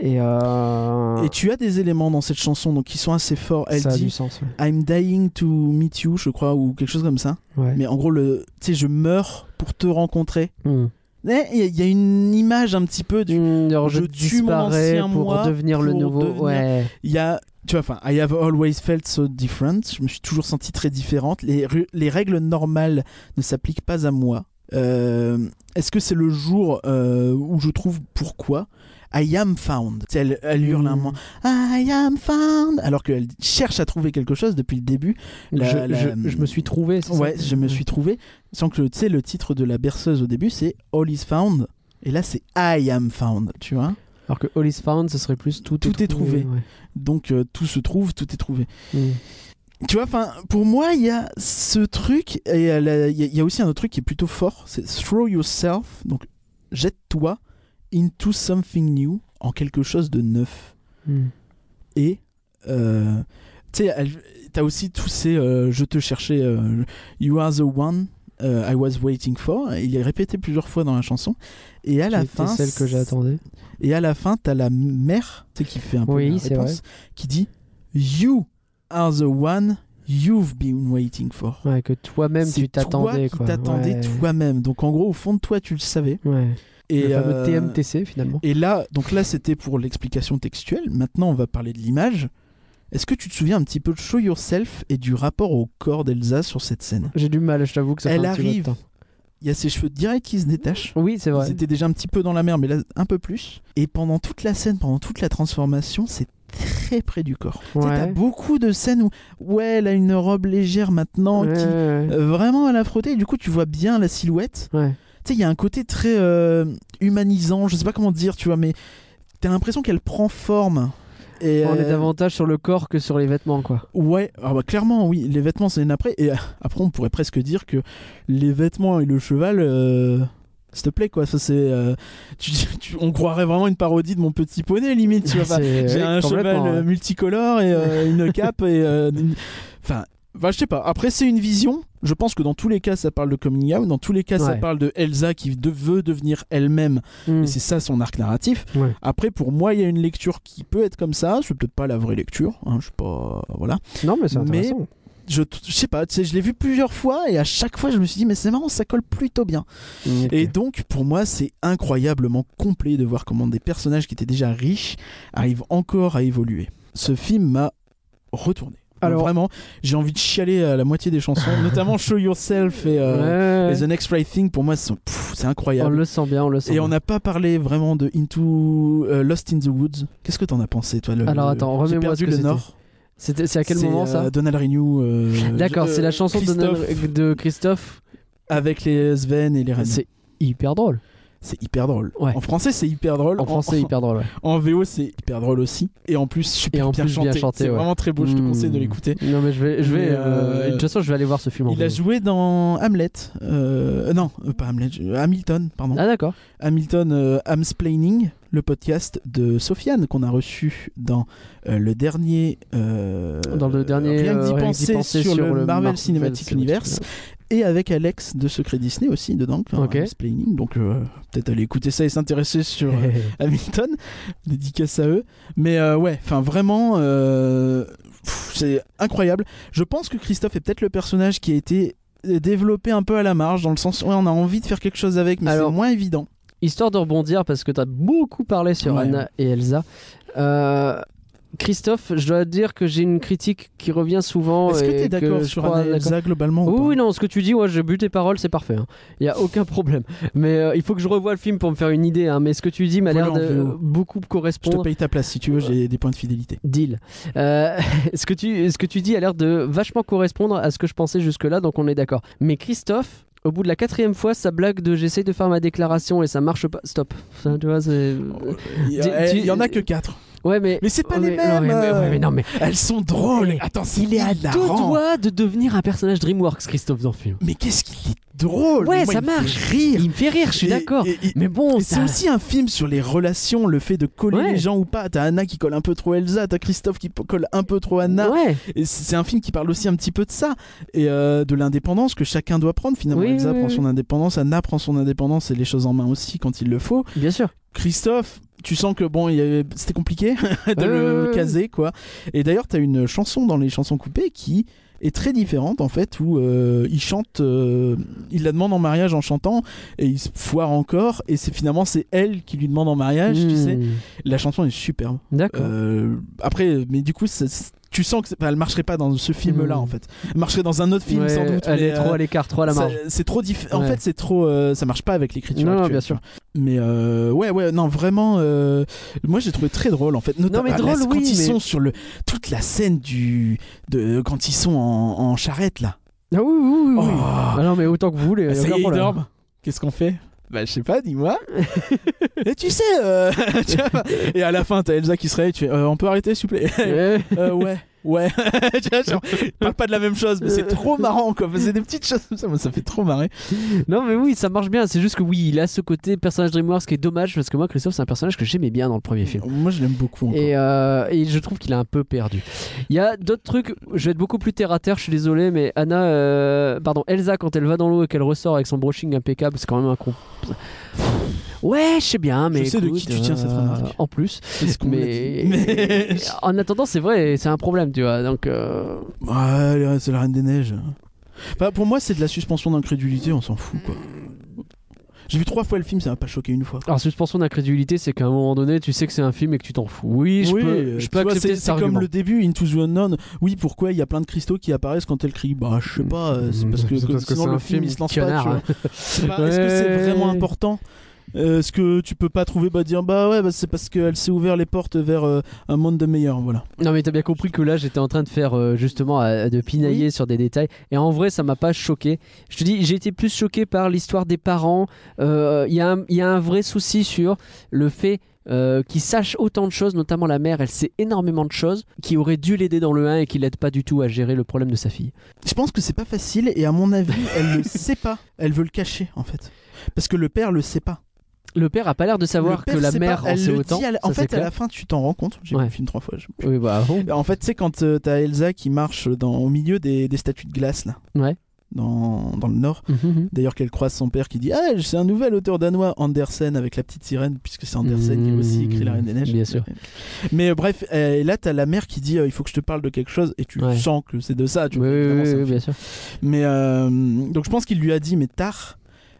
A: Et, euh,
B: Et tu as des éléments dans cette chanson donc, qui sont assez forts. Elle
A: ça a du
B: dit
A: sens. ouais.
B: I'm dying to meet you, je crois, ou quelque chose comme ça.
A: Ouais.
B: Mais en gros, le, tu sais, je meurs pour te rencontrer.
A: Mmh.
B: Eh, Il y, a- il y a une image un petit peu du.
A: Mmh, alors je,
B: je tue mon
A: disparais
B: ancien
A: pour
B: moi
A: devenir le
B: pour
A: nouveau.
B: devenir-
A: Ouais.
B: Il y a. Tu vois, enfin, I have always felt so different. Je me suis toujours sentie très différente. Les, ru- les règles normales ne s'appliquent pas à moi. Euh, Est-ce que c'est le jour euh, où je trouve pourquoi I am found. Tu sais, Elle, elle hurle un
A: Mmh.
B: moment I am found. Alors qu'elle cherche à trouver quelque chose depuis le début. La-
A: je,
B: la- hum.
A: je- je me suis trouvé. c'est ça
B: Ouais, je me suis trouvé. Sans que tu sais, le titre de la berceuse au début, c'est All is found. Et là, c'est I am found, tu vois.
A: Alors que All is Found, ce serait plus tout,
B: Tout est trouvé.
A: ouais.
B: Donc, euh, tout se trouve, tout est trouvé.
A: Mmh.
B: Tu vois, enfin, pour moi, il y a ce truc, et elle a- il y, a- il y a aussi un autre truc qui est plutôt fort, c'est throw yourself, donc jette-toi into something new, en quelque chose de neuf.
A: Mmh.
B: Et, euh, tu sais, elle- t'as aussi tous ces euh, je te cherchais, euh, you are the one euh, I was waiting for, il est répété plusieurs fois dans la chanson, et à la
A: C'était
B: fin.
A: celle que j'attendais.
B: Et à la fin, t'as la mère, tu sais, qui fait un peu
A: Oui,
B: la
A: c'est
B: réponse, qui dit You are the one you've been waiting for.
A: Ouais, que toi-même
B: C'est
A: tu t'attendais.
B: toi
A: quoi.
B: qui t'attendais
A: Ouais.
B: toi-même. Donc en gros, au fond de toi, tu le savais.
A: Ouais.
B: Et
A: le fameux
B: euh,
A: TMTC finalement.
B: Et là, donc là, c'était pour l'explication textuelle. Maintenant, on va parler de l'image. Est-ce que tu te souviens un petit peu de Show Yourself et du rapport au corps d'Elsa sur cette scène
A: J'ai du mal, je t'avoue que ça
B: Elle
A: fait un petit peu de
B: arrive.
A: temps.
B: Il y a ses cheveux directs qui se détachent.
A: Oui, c'est vrai.
B: Ils étaient déjà un petit peu dans la mer, mais là un peu plus. Et pendant toute la scène, pendant toute la transformation, c'est très près du corps. Tu sais,
A: Ouais.
B: T'as beaucoup de scènes où, ouais, elle a une robe légère maintenant,
A: Ouais,
B: qui
A: ouais, ouais.
B: euh, vraiment elle a frotté. Et du coup, tu vois bien la silhouette.
A: Ouais.
B: Tu sais, il y a un côté très euh, humanisant. Je sais pas comment dire, tu vois, mais t'as l'impression qu'elle prend forme. Et,
A: On est
B: euh,
A: davantage sur le corps que sur les vêtements, quoi.
B: Ouais, ah bah, clairement, oui. Les vêtements, c'est une après. Et euh, après, on pourrait presque dire que les vêtements et le cheval, euh, s'il te plaît, quoi. Ça, c'est. euh, tu- tu- on croirait vraiment une parodie de mon petit poney, limite, tu vois. Enfin,
A: C'est-
B: J'ai
A: ouais,
B: un cheval
A: complètement,
B: euh,
A: ouais.
B: multicolore et euh, une cape et. euh, une- Enfin. bah, je sais pas. Après, c'est une vision. Je pense que dans tous les cas, ça parle de coming out. Dans tous les cas, ça
A: Ouais.
B: parle de Elsa qui de- veut devenir elle-même.
A: Mm.
B: Et c'est ça son arc narratif.
A: Ouais.
B: Après, pour moi, il y a une lecture qui peut être comme ça. C'est peut-être pas la vraie lecture. hein, je sais pas. Voilà
A: Non, mais c'est
B: mais-
A: intéressant.
B: je, je sais pas, tu sais, je l'ai vu plusieurs fois et à chaque fois je me suis dit mais c'est marrant, ça colle plutôt bien.
A: Ok.
B: Et donc pour moi c'est incroyablement complet de voir comment des personnages qui étaient déjà riches arrivent encore à évoluer. Ce film m'a retourné.
A: Alors-
B: Alors vraiment, j'ai envie de chialer à la moitié des chansons, notamment Show Yourself et, euh,
A: Ouais,
B: et The Next Right Thing. Pour moi, sont- pff, c'est
A: on
B: incroyable.
A: le sent bien, on le sent.
B: Et
A: bien.
B: on n'a pas parlé vraiment de Into euh, Lost in the Woods. Qu'est-ce que t'en as pensé, toi le-
A: Alors,
B: le-
A: attends,
B: J'ai
A: remets-moi
B: perdu
A: ce que
B: le
A: c'était.
B: Nord.
A: C'était- C'est à quel
B: C'est,
A: moment ça
B: euh, Donald Renew. euh,
A: D'accord,
B: euh,
A: c'est la chanson de
B: Christophe.
A: Donald- de Christophe.
B: avec les Sven et les Rennes.
A: C'est hyper drôle.
B: C'est hyper drôle.
A: Ouais.
B: En français, c'est hyper drôle.
A: En français, hyper drôle. ouais.
B: En VO, c'est hyper drôle aussi. Et en plus, super
A: Et en
B: bien,
A: plus, bien
B: chanté.
A: chanté,
B: C'est
A: ouais.
B: vraiment très beau. Je te
A: Mm.
B: conseille de l'écouter.
A: Non, mais je vais, je vais.
B: Mais,
A: euh,
B: euh,
A: De toute façon, je vais aller voir ce film. en
B: Il a
A: vrai.
B: joué dans Hamlet. Euh, non, euh, pas Hamlet. je- Hamilton, pardon.
A: Ah d'accord.
B: Hamilton euh, Amsplaining, le podcast de Sofiane qu'on a reçu dans euh, le dernier. euh,
A: Dans le dernier.
B: Rien que d'y
A: euh,
B: penser sur, le Marvel,
A: Marvel
B: Cinematic Universe. et avec Alex de Secret Disney aussi dedans, enfin,
A: Ok.
B: Mansplaining. donc euh, peut-être aller écouter ça et s'intéresser sur euh, Hamilton, dédicace à eux. Mais euh, ouais, enfin vraiment, euh, pff, c'est incroyable. Je pense que Christophe est peut-être le personnage qui a été développé un peu à la marge, dans le sens où on a envie de faire quelque chose avec, mais
A: Alors-
B: c'est moins évident.
A: Histoire de rebondir parce que tu as beaucoup parlé sur
B: Ouais.
A: Anna et Elsa. Euh, Christophe, je dois dire que j'ai une critique qui revient souvent.
B: Est-ce que
A: oh, et
B: t'es d'accord
A: je
B: sur
A: crois
B: Anna et
A: d'accord.
B: Elsa globalement ou
A: Oui,
B: pas
A: oui, non, ce que tu dis, ouais, j'ai bu tes paroles, c'est parfait. Il n'y a aucun problème. Mais euh, il faut que je revoie le film pour me faire une idée. hein, Mais ce que tu dis m'a
B: Voilà,
A: l'air de
B: en VO.
A: beaucoup
B: Je te
A: correspondre.
B: paye ta place si tu veux, j'ai des points de fidélité.
A: Deal. Euh, ce, que tu, ce que tu dis a l'air de vachement correspondre à ce que je pensais jusque-là, donc on est d'accord. Mais Christophe, au bout de la quatrième fois, sa blague de j'essaye de faire ma déclaration et ça marche pas. Stop. Ça, tu vois, c'est.
B: Il Eh, y, a-
A: Tu- tu-
B: il y en a que 4.
A: Ouais, mais.
B: Oh. Mais c'est pas
A: ouais,
B: les
A: mais- ouais,
B: mêmes.
A: mais- ouais, mais non, mais.
B: Elles sont drôles.
A: Eh,
B: Attends, c'est
A: Il est à deux
B: hilarant.
A: doigts de devenir un personnage DreamWorks, Christophe Damphion.
B: Mais qu'est-ce qu'il est drôle.
A: Ouais,
B: Moi,
A: ça
B: il me fait
A: marche.
B: Rire.
A: Il me fait rire, je suis
B: Et-
A: d'accord.
B: et- et-
A: Mais bon,
B: Et c'est
A: ça-
B: aussi un film sur les relations, le fait de coller
A: Ouais.
B: les gens ou pas. T'as Anna qui colle un peu trop Elsa, t'as Christophe qui p- colle un peu trop Anna.
A: Ouais,
B: Et c- c'est un film qui parle aussi un petit peu de ça et euh, de l'indépendance que chacun doit prendre. Finalement,
A: Oui,
B: Elsa
A: oui,
B: prend
A: oui.
B: son indépendance, Anna prend son indépendance et les choses en main aussi quand il le faut.
A: bien sûr.
B: Christophe, tu sens que bon, il y avait- c'était compliqué de
A: Ouais, ouais,
B: le
A: ouais.
B: caser quoi. Et d'ailleurs, t'as une chanson dans les chansons coupées qui est très différente en fait où euh, il chante, euh, il la demande en mariage en chantant et il se foire encore et c'est finalement c'est elle qui lui demande en mariage. Ah, Tu
A: Hmm.
B: sais, la chanson est superbe.
A: D'accord.
B: Euh, après, mais du coup, ça- tu sens que c'est- enfin, elle marcherait pas dans ce film-là
A: Mm.
B: en fait. Elle marcherait dans un autre film
A: Ouais,
B: sans doute.
A: Elle
B: mais,
A: est trop
B: euh,
A: à l'écart, trop à la
B: ça-
A: marge.
B: C'est trop diff- En
A: Ouais.
B: fait, c'est trop. euh, ça marche pas avec l'écriture.
A: Non, non,
B: actuelle,
A: bien
B: tu
A: sûr.
B: vois. Mais euh, ouais, ouais, non, vraiment. euh, moi, j'ai trouvé très drôle en fait. Notamment
A: mais drôle,
B: la- quand
A: oui,
B: ils
A: mais-
B: sont sur le toute la scène du de quand ils sont en, en charrette là.
A: Ah oui, oui, oui. oui.
B: Oh.
A: Ah non, mais autant que vous voulez.
B: ça
A: aucun
B: y est, ils
A: problème.
B: dorment. Qu'est-ce qu'on fait Bah, je sais pas, dis-moi. Et tu sais, euh, tu vois, et à la fin, t'as Elsa qui se réveille. Tu fais, euh, on peut arrêter, s'il vous plaît.
A: Ouais.
B: Euh, ouais. Ouais, Tu vois, genre, ils parlent pas de la même chose, mais c'est trop marrant quoi. C'est des petites choses comme ça, moi ça fait trop marrer.
A: Non, mais oui, ça marche bien. C'est juste que oui, il a ce côté personnage DreamWorks qui est dommage parce que moi, Christophe, c'est un personnage que j'aimais bien dans le premier film.
B: Moi je l'aime beaucoup. Encore.
A: Et, euh, et je trouve qu'il a un peu perdu. Il y a d'autres trucs, je vais être beaucoup plus terre à terre, je suis désolé, mais Anna, euh, pardon, Elsa, quand elle va dans l'eau et qu'elle ressort avec son brushing impeccable, c'est quand même un con. Ouais, je sais bien, mais.
B: Je sais de qui
A: écoute, euh,
B: tu tiens cette remarque.
A: En plus.
B: C'est ce qu'on
A: Mais...
B: m'a dit. Mais-
A: en attendant, c'est vrai, c'est un problème, tu vois. Donc, euh,
B: Ouais, c'est la Reine des Neiges. Enfin, pour moi, c'est de la suspension d'incrédulité, on s'en fout quoi. J'ai vu trois fois le film, ça m'a pas choqué une fois. quoi.
A: Alors, suspension d'incrédulité, c'est qu'à un moment donné, tu sais que c'est un film et que tu t'en fous. Oui, je
B: Oui, euh,
A: peux, je
B: tu
A: peux
B: vois,
A: accepter
B: c'est-
A: cet
B: C'est comme
A: argument.
B: le début, Into the Unknown. Oui, pourquoi il y a plein de cristaux qui apparaissent quand elle crie Bah, je sais pas, euh, c'est parce que,
A: Mhm. C'est parce que
B: sinon
A: c'est
B: le
A: un
B: film
A: film
B: il se lance
A: connard,
B: pas.
A: hein.
B: tu vois. Je sais pas, Est-ce que c'est
A: Ouais.
B: vraiment important Euh, Est-ce que tu peux pas trouver, bah, dire Bah, ouais, bah, c'est parce qu'elle s'est ouvert les portes vers euh, un monde de meilleur, voilà.
A: Non, mais t'as bien compris que là, j'étais en train de faire euh, justement à- à de pinailler sur des détails. Et en vrai, ça m'a pas choqué. Je te dis, j'ai été plus choqué par l'histoire des parents. Euh, Il y, a un- il y a un vrai souci sur le fait. euh, qu'ils sachent autant de choses, notamment la mère, elle sait énormément de choses qui auraient dû l'aider dans le 1 et qui l'aide pas du tout à gérer le problème de sa fille.
B: Je pense que c'est pas facile et à mon avis, elle le sait pas. Elle veut le cacher en fait. Parce que le père le sait pas.
A: Le père a pas l'air de savoir
B: Le père
A: que la
B: sait
A: mère
B: pas,
A: en
B: elle
A: sait
B: le
A: autant.
B: dit à la- en
A: ça, c'est
B: fait, à
A: clair.
B: la fin, tu t'en rends compte. J'ai vu
A: Ouais.
B: le film trois fois. je-
A: Oui, bah, bon.
B: En fait, c'est quand euh, t'as Elsa qui marche dans, au milieu des, des statues de glace là.
A: Ouais.
B: Dans, dans le nord.
A: Mhm.
B: D'ailleurs, qu'elle croise son père qui dit Ah, c'est un nouvel auteur danois, Andersen, avec la petite sirène, puisque c'est Andersen qui a aussi écrit La Reine des Neiges.
A: Bien sûr.
B: Mais euh, bref, euh, et là, t'as la mère qui dit euh, Il faut que je te parle de quelque chose, et tu
A: Ouais.
B: sens que c'est de ça. Tu
A: Oui,
B: vois,
A: oui,
B: clairement,
A: oui,
B: c'est un
A: oui,
B: film
A: bien sûr.
B: mais euh, donc je pense qu'il lui a dit mais tard.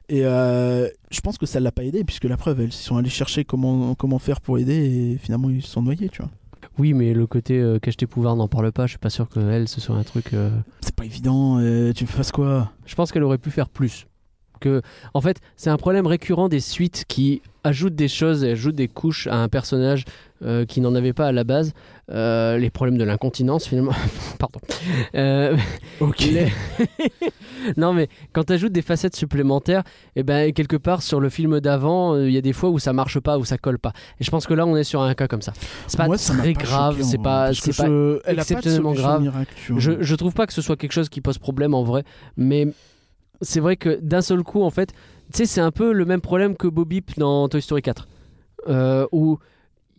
B: Et euh, je pense que ça l'a pas aidé puisque la preuve, elles sont allées chercher comment comment faire pour aider et finalement ils se sont noyés, tu vois.
A: Oui, mais le côté euh, cache tes pouvoirs n'en parle pas. Je suis pas sûr que elle, ce soit un truc. euh,
B: C'est pas évident. euh, tu fasses quoi
A: Je pense qu'elle aurait pu faire plus. Que, en fait, c'est un problème récurrent des suites qui ajoutent des choses et ajoutent des couches à un personnage euh, qui n'en avait pas à la base. Euh, les problèmes de l'incontinence, finalement. Pardon. Euh,
B: Ok.
A: les- non, mais quand tu ajoutes des facettes supplémentaires, et ben, quelque part sur le film d'avant, euh, il y a des fois où ça marche pas, où ça colle pas. Et je pense que là, on est sur un cas comme ça. C'est pas hein, très grave,
B: hein,
A: c'est pas, c'est pas exceptionnellement grave. Je, je trouve pas que ce soit quelque chose qui pose problème en vrai, mais c'est vrai que d'un seul coup, en fait, tu sais, c'est un peu le même problème que Bobip dans Toy Story 4, euh, où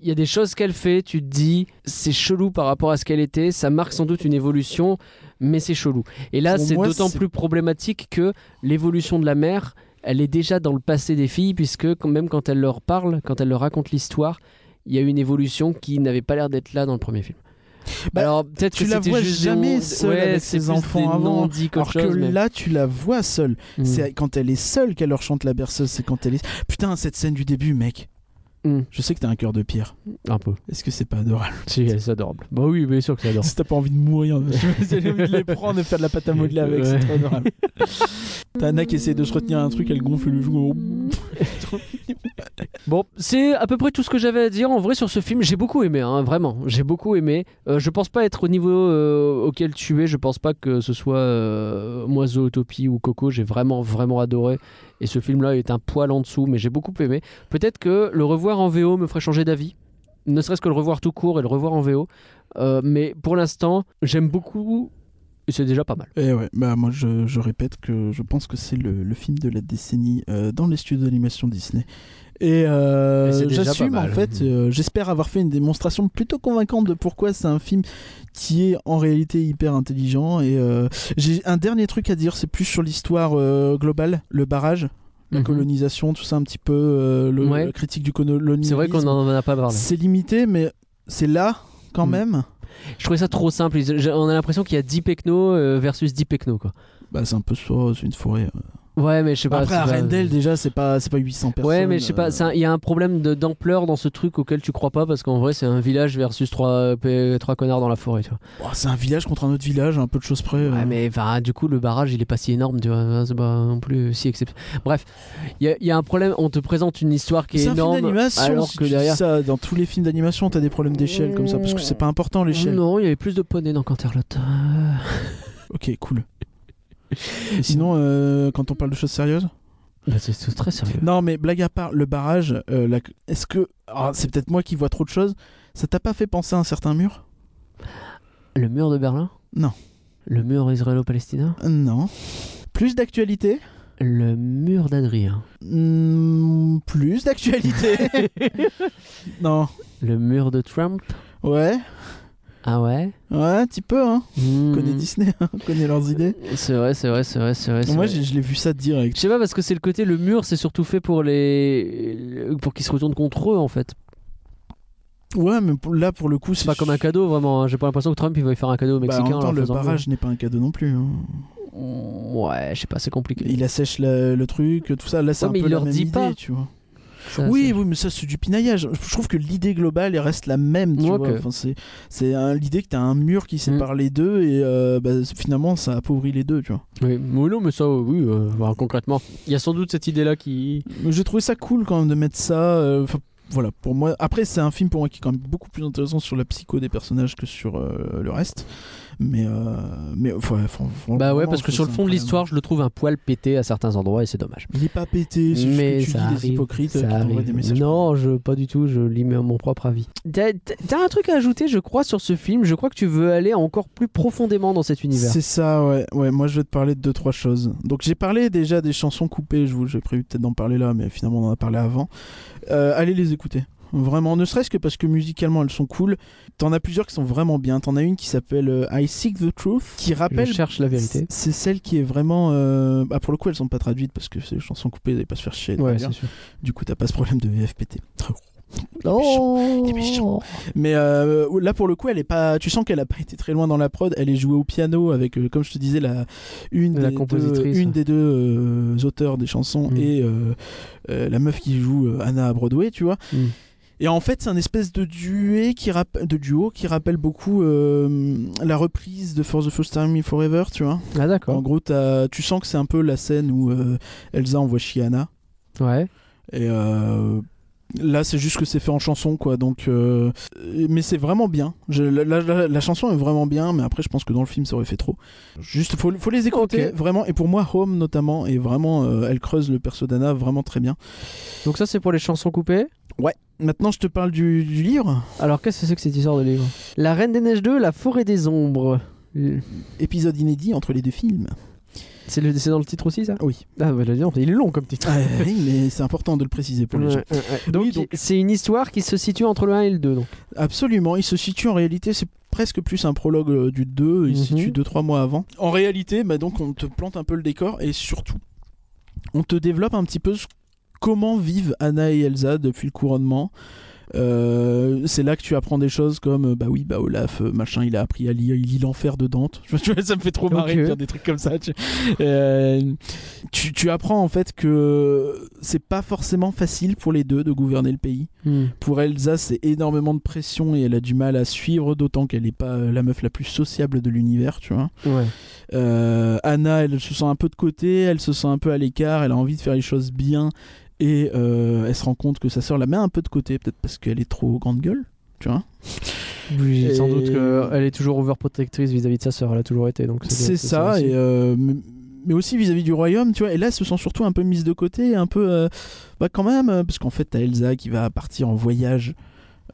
A: il y a des choses qu'elle fait, tu te dis, c'est chelou par rapport à ce qu'elle était, ça marque sans doute une évolution, mais c'est chelou. Et là,
B: Pour
A: c'est
B: moi,
A: d'autant
B: c'est-
A: plus problématique que l'évolution de la mère, elle est déjà dans le passé des filles, puisque quand même quand elle leur parle, quand elle leur raconte l'histoire, il y a une évolution qui n'avait pas l'air d'être là dans le premier film.
B: Bah,
A: Alors peut-être
B: tu
A: que
B: la
A: c'était
B: vois
A: juste
B: jamais
A: des-
B: seule
A: ouais,
B: avec
A: c'est
B: ses
A: plus
B: enfants
A: des
B: avant,
A: non-dits qu'autre
B: Alors que
A: chose, mais-
B: là, tu la vois seule.
A: Mm.
B: C'est quand elle est seule qu'elle leur chante la berceuse. C'est quand elle est. Putain, cette scène du début, mec.
A: Mm.
B: Je sais que t'as un cœur de pierre.
A: un peu.
B: Est-ce que c'est pas adorable
A: Si, c'est adorable. Bah oui, bien sûr que c'est adorable.
B: Si t'as pas envie de mourir, j'ai envie de les prendre et faire de la pâte à modeler avec, c'est
A: Ouais.
B: trop adorable. T'as Anna qui essaie de se retenir un truc, elle gonfle le jour.
A: Bon, c'est à peu près tout ce que j'avais à dire en vrai sur ce film. J'ai beaucoup aimé, hein, vraiment. J'ai beaucoup aimé. Euh, je pense pas être au niveau euh, auquel tu es. Je pense pas que ce soit euh, moi Zootopie ou Coco. J'ai vraiment, vraiment adoré. Et ce film-là est un poil en dessous, mais j'ai beaucoup aimé. Peut-être que le revoir en VO me ferait changer d'avis. ne serait-ce que le revoir tout court et le revoir en VO. Euh, mais pour l'instant, j'aime beaucoup. et C'est déjà pas mal.
B: Et ouais, bah moi je, je répète que je pense que c'est le, le film de la décennie euh, dans les studios d'animation Disney. Et, euh,
I: Et c'est déjà
B: j'assume
I: pas
B: en
I: mal.
B: fait, euh, j'espère avoir fait une démonstration plutôt convaincante de pourquoi c'est un film qui est en réalité hyper intelligent. Et euh, j'ai un dernier truc à dire, c'est plus sur l'histoire euh, globale, le barrage, la
A: Mhm.
B: colonisation, tout ça un petit peu, euh, le,
A: Ouais.
B: la critique du colonialisme.
A: C'est vrai qu'on en a pas parlé.
B: C'est limité, mais c'est là quand
A: Mm.
B: même.
A: Je trouvais ça trop simple. Ils- j'ai- On a l'impression qu'il y a 10 pecnos euh, versus 10 pecnos. Quoi.
B: Bah, c'est un peu ça, c'est une forêt. euh.
A: Ouais, mais je sais pas.
B: Après,
A: c'est
B: à
A: pas-
B: Rendell, déjà, c'est pas, c'est pas 800 personnes.
A: Ouais, mais je sais
B: euh,
A: pas, c'est un- il y a un problème de- d'ampleur dans ce truc auquel tu crois pas parce qu'en vrai, c'est un village versus trois, p- trois connards dans la forêt, tu vois.
B: oh, c'est un village contre un autre village, un peu de choses près. euh.
A: Ouais, mais enfin, du coup, le barrage, il est pas si énorme, tu vois. C'est pas non plus si exceptionnel. Bref, il y, a- il y a un problème, on te présente une histoire qui est,
B: C'est un film
A: énorme.
B: d'animation.
A: alors
B: si
A: que
B: tu dis
A: derrière.
B: ça, dans tous les films d'animation, t'as des problèmes d'échelle comme ça, parce que c'est pas important l'échelle.
A: Non, il y avait plus de poney dans Canterlot. Euh,
B: Ok, cool. Et sinon, euh, quand on parle de choses sérieuses Bah,
A: c'est c'est très sérieux.
B: Non, mais blague à part, le barrage, euh, la- est-ce que. alors, c'est peut-être moi qui vois trop de choses. Ça t'a pas fait penser à un certain mur
A: Le mur de Berlin
B: Non.
A: Le mur israélo-palestinien
B: Non. Plus d'actualité
A: Le mur d'Adrien.
B: Hmm, Plus d'actualité Non.
A: Le mur de Trump
B: Ouais.
A: Ah ouais
B: Ouais, un petit peu, hein. On
A: Hmm.
B: connaît Disney, hein, on connaît leurs idées.
A: C'est vrai, c'est vrai, c'est vrai, c'est vrai. c'est
B: Moi,
A: vrai.
B: j'ai- je l'ai vu ça
A: Je
B: direct.
A: sais pas parce que c'est le côté le mur, c'est surtout fait pour les pour qu'ils se retournent contre eux en fait.
B: Ouais, mais pour- là, pour le coup,
A: C'est pas comme un cadeau vraiment. hein. J'ai pas l'impression que Trump il va faire un cadeau aux
B: Bah,
A: Mexicains.
B: en même temps,
A: en leur
B: le
A: faisant
B: barrage n'est pas un cadeau non plus. hein.
A: le- Ouais, je sais pas, c'est compliqué.
B: Il assèche la- le truc, tout ça. Là, c'est
A: Ouais,
B: un
A: mais
B: peu
A: il
B: la
A: leur
B: même
A: dit
B: idée,
A: pas.
B: tu vois.
A: Ça,
B: oui,
A: c'est-
B: oui, mais ça, c'est du pinaillage. Je trouve que l'idée globale, elle reste la même, tu
A: Ok. Mm.
B: vois. Enfin, c'est c'est un- l'idée que t'as un mur qui sépare les deux et euh, bah, finalement, ça appauvrit les deux, tu vois.
A: oui. Oui, non, mais ça, oui, euh, bah, concrètement, il y a sans doute cette idée là qui.
B: Mais J'ai trouvé ça cool quand même de mettre ça. euh, enfin, voilà, pour moi. Après, c'est un film pour moi qui est quand même beaucoup plus intéressant sur la psycho des personnages que sur euh, le reste. Mais, euh, mais enfin, fran- fran-
A: Bah ouais,
B: vraiment,
A: parce
B: je
A: que
B: trouve
A: sur le
B: ça
A: fond de
B: incroyable.
A: l'histoire, je le trouve un poil pété à certains endroits et c'est dommage.
B: Il est pas pété, c'est juste
A: Mais
B: que tu
A: ça
B: dis des
A: arrive,
B: hypocrites
A: ça
B: qui t'envoient
A: arrive.
B: des messages.
A: Non, je, pas du tout, je lis mes- mon propre avis. T'as t'as un truc à ajouter, je crois, sur ce film. Je crois que tu veux aller encore plus profondément dans cet univers.
B: C'est ça, ouais. ouais. Moi, je vais te parler de deux, trois choses. Donc, j'ai parlé déjà des chansons coupées. Je vous, j'ai prévu peut-être d'en parler là, mais finalement, on en a parlé avant. Euh, allez les écouter. Vraiment, ne serait-ce que parce que musicalement elles sont cool. T'en as plusieurs qui sont vraiment bien. T'en as une qui s'appelle euh, I Seek the Truth, qui
A: Je
B: rappelle
A: cherche la vérité.
B: C'est celle qui est vraiment. euh, Bah pour le coup, elles sont pas traduites parce que c'est les chansons coupées, vous allez pas se faire chier. de
A: Ouais,
B: traduire.
A: c'est sûr.
B: du coup, t'as pas ce problème de VFPT.
G: 어.
A: Oh.
B: Il est méchant. Mais euh, là, pour le coup, elle est pas. Tu sens qu'elle a pas été très loin dans la prod. Elle est jouée au piano avec, euh, comme je te disais, la une
A: La
B: des
A: compositrice,
B: deux, une
A: ouais.
B: des deux euh, auteurs des chansons
A: Mm.
B: et euh, euh, la meuf qui joue euh, Anna à Broadway, tu vois.
A: Mm.
B: Et en fait, c'est un espèce de, duet qui rappe- de duo qui rappelle beaucoup euh, la reprise de For the First Time in Forever, tu vois.
A: Ah
B: En
A: d'accord.
B: gros, t'as- tu sens que c'est un peu la scène où euh, Elsa envoie chier Anna.
A: Ouais.
B: Et euh, là, c'est juste que c'est fait en chanson, quoi. Donc, euh, mais c'est vraiment bien. Je- la, la- la- la chanson est vraiment bien, mais après, je pense que dans le film, ça aurait fait trop. Juste, faut, faut les écouter,
A: Ok.
B: vraiment. Et pour moi, Home, notamment, est vraiment, euh, elle creuse le perso d'Anna vraiment très bien.
A: Donc ça c'est pour les chansons coupées.
B: Maintenant, je te parle du, du livre,
A: Alors qu'est-ce que c'est que cette histoire de livre La Reine des Neiges 2, La Forêt des Ombres.
B: épisode inédit entre les deux films.
A: C'est le- c'est dans le titre aussi ça
B: Oui.
A: Ah bah, dis donc, il est long comme titre.
B: Ah, oui, mais c'est important de le préciser pour les gens.
A: Ouais, ouais, ouais. Donc
B: Oui, donc-
A: c'est une histoire qui se situe entre le 1 et le 2 donc.
B: Absolument, il se situe en réalité, c'est presque plus un prologue euh, du 2, il se
A: Mhm.
B: situe 2-3 mois avant. En réalité, bah donc on te plante un peu le décor et surtout, on te développe un petit peu ce- comment vivent Anna et Elsa depuis le couronnement. Euh, c'est là que tu apprends des choses comme euh, bah oui bah Olaf euh, machin il a appris à lire il lit l'enfer de Dante Tu vois, tu vois, ça me fait trop marrer
A: Ok.
B: de dire des trucs comme ça tu, Euh, tu- tu apprends en fait que c'est pas forcément facile pour les deux de gouverner le pays
A: Hmm.
B: pour Elsa, c'est énormément de pression et elle a du mal à suivre, d'autant qu'elle n'est pas euh, la meuf la plus sociable de l'univers, tu vois.
A: Ouais.
B: Euh, Anna, elle se sent un peu de côté, elle se sent un peu à l'écart, elle a envie de faire les choses bien et euh, elle se rend compte que sa sœur la met un peu de côté, peut-être parce qu'elle est trop grande gueule, tu vois.
A: Oui,
B: Et-
A: sans doute qu'elle est toujours overprotectrice vis-à-vis de sa sœur, elle a toujours été. donc
B: C'est ça,
A: aussi.
B: et, euh, mais- mais aussi vis-à-vis du royaume, tu vois. Et là, elles se sont surtout un peu mises de côté, un peu, euh, bah quand même, euh, parce qu'en fait, t'as Elsa qui va partir en voyage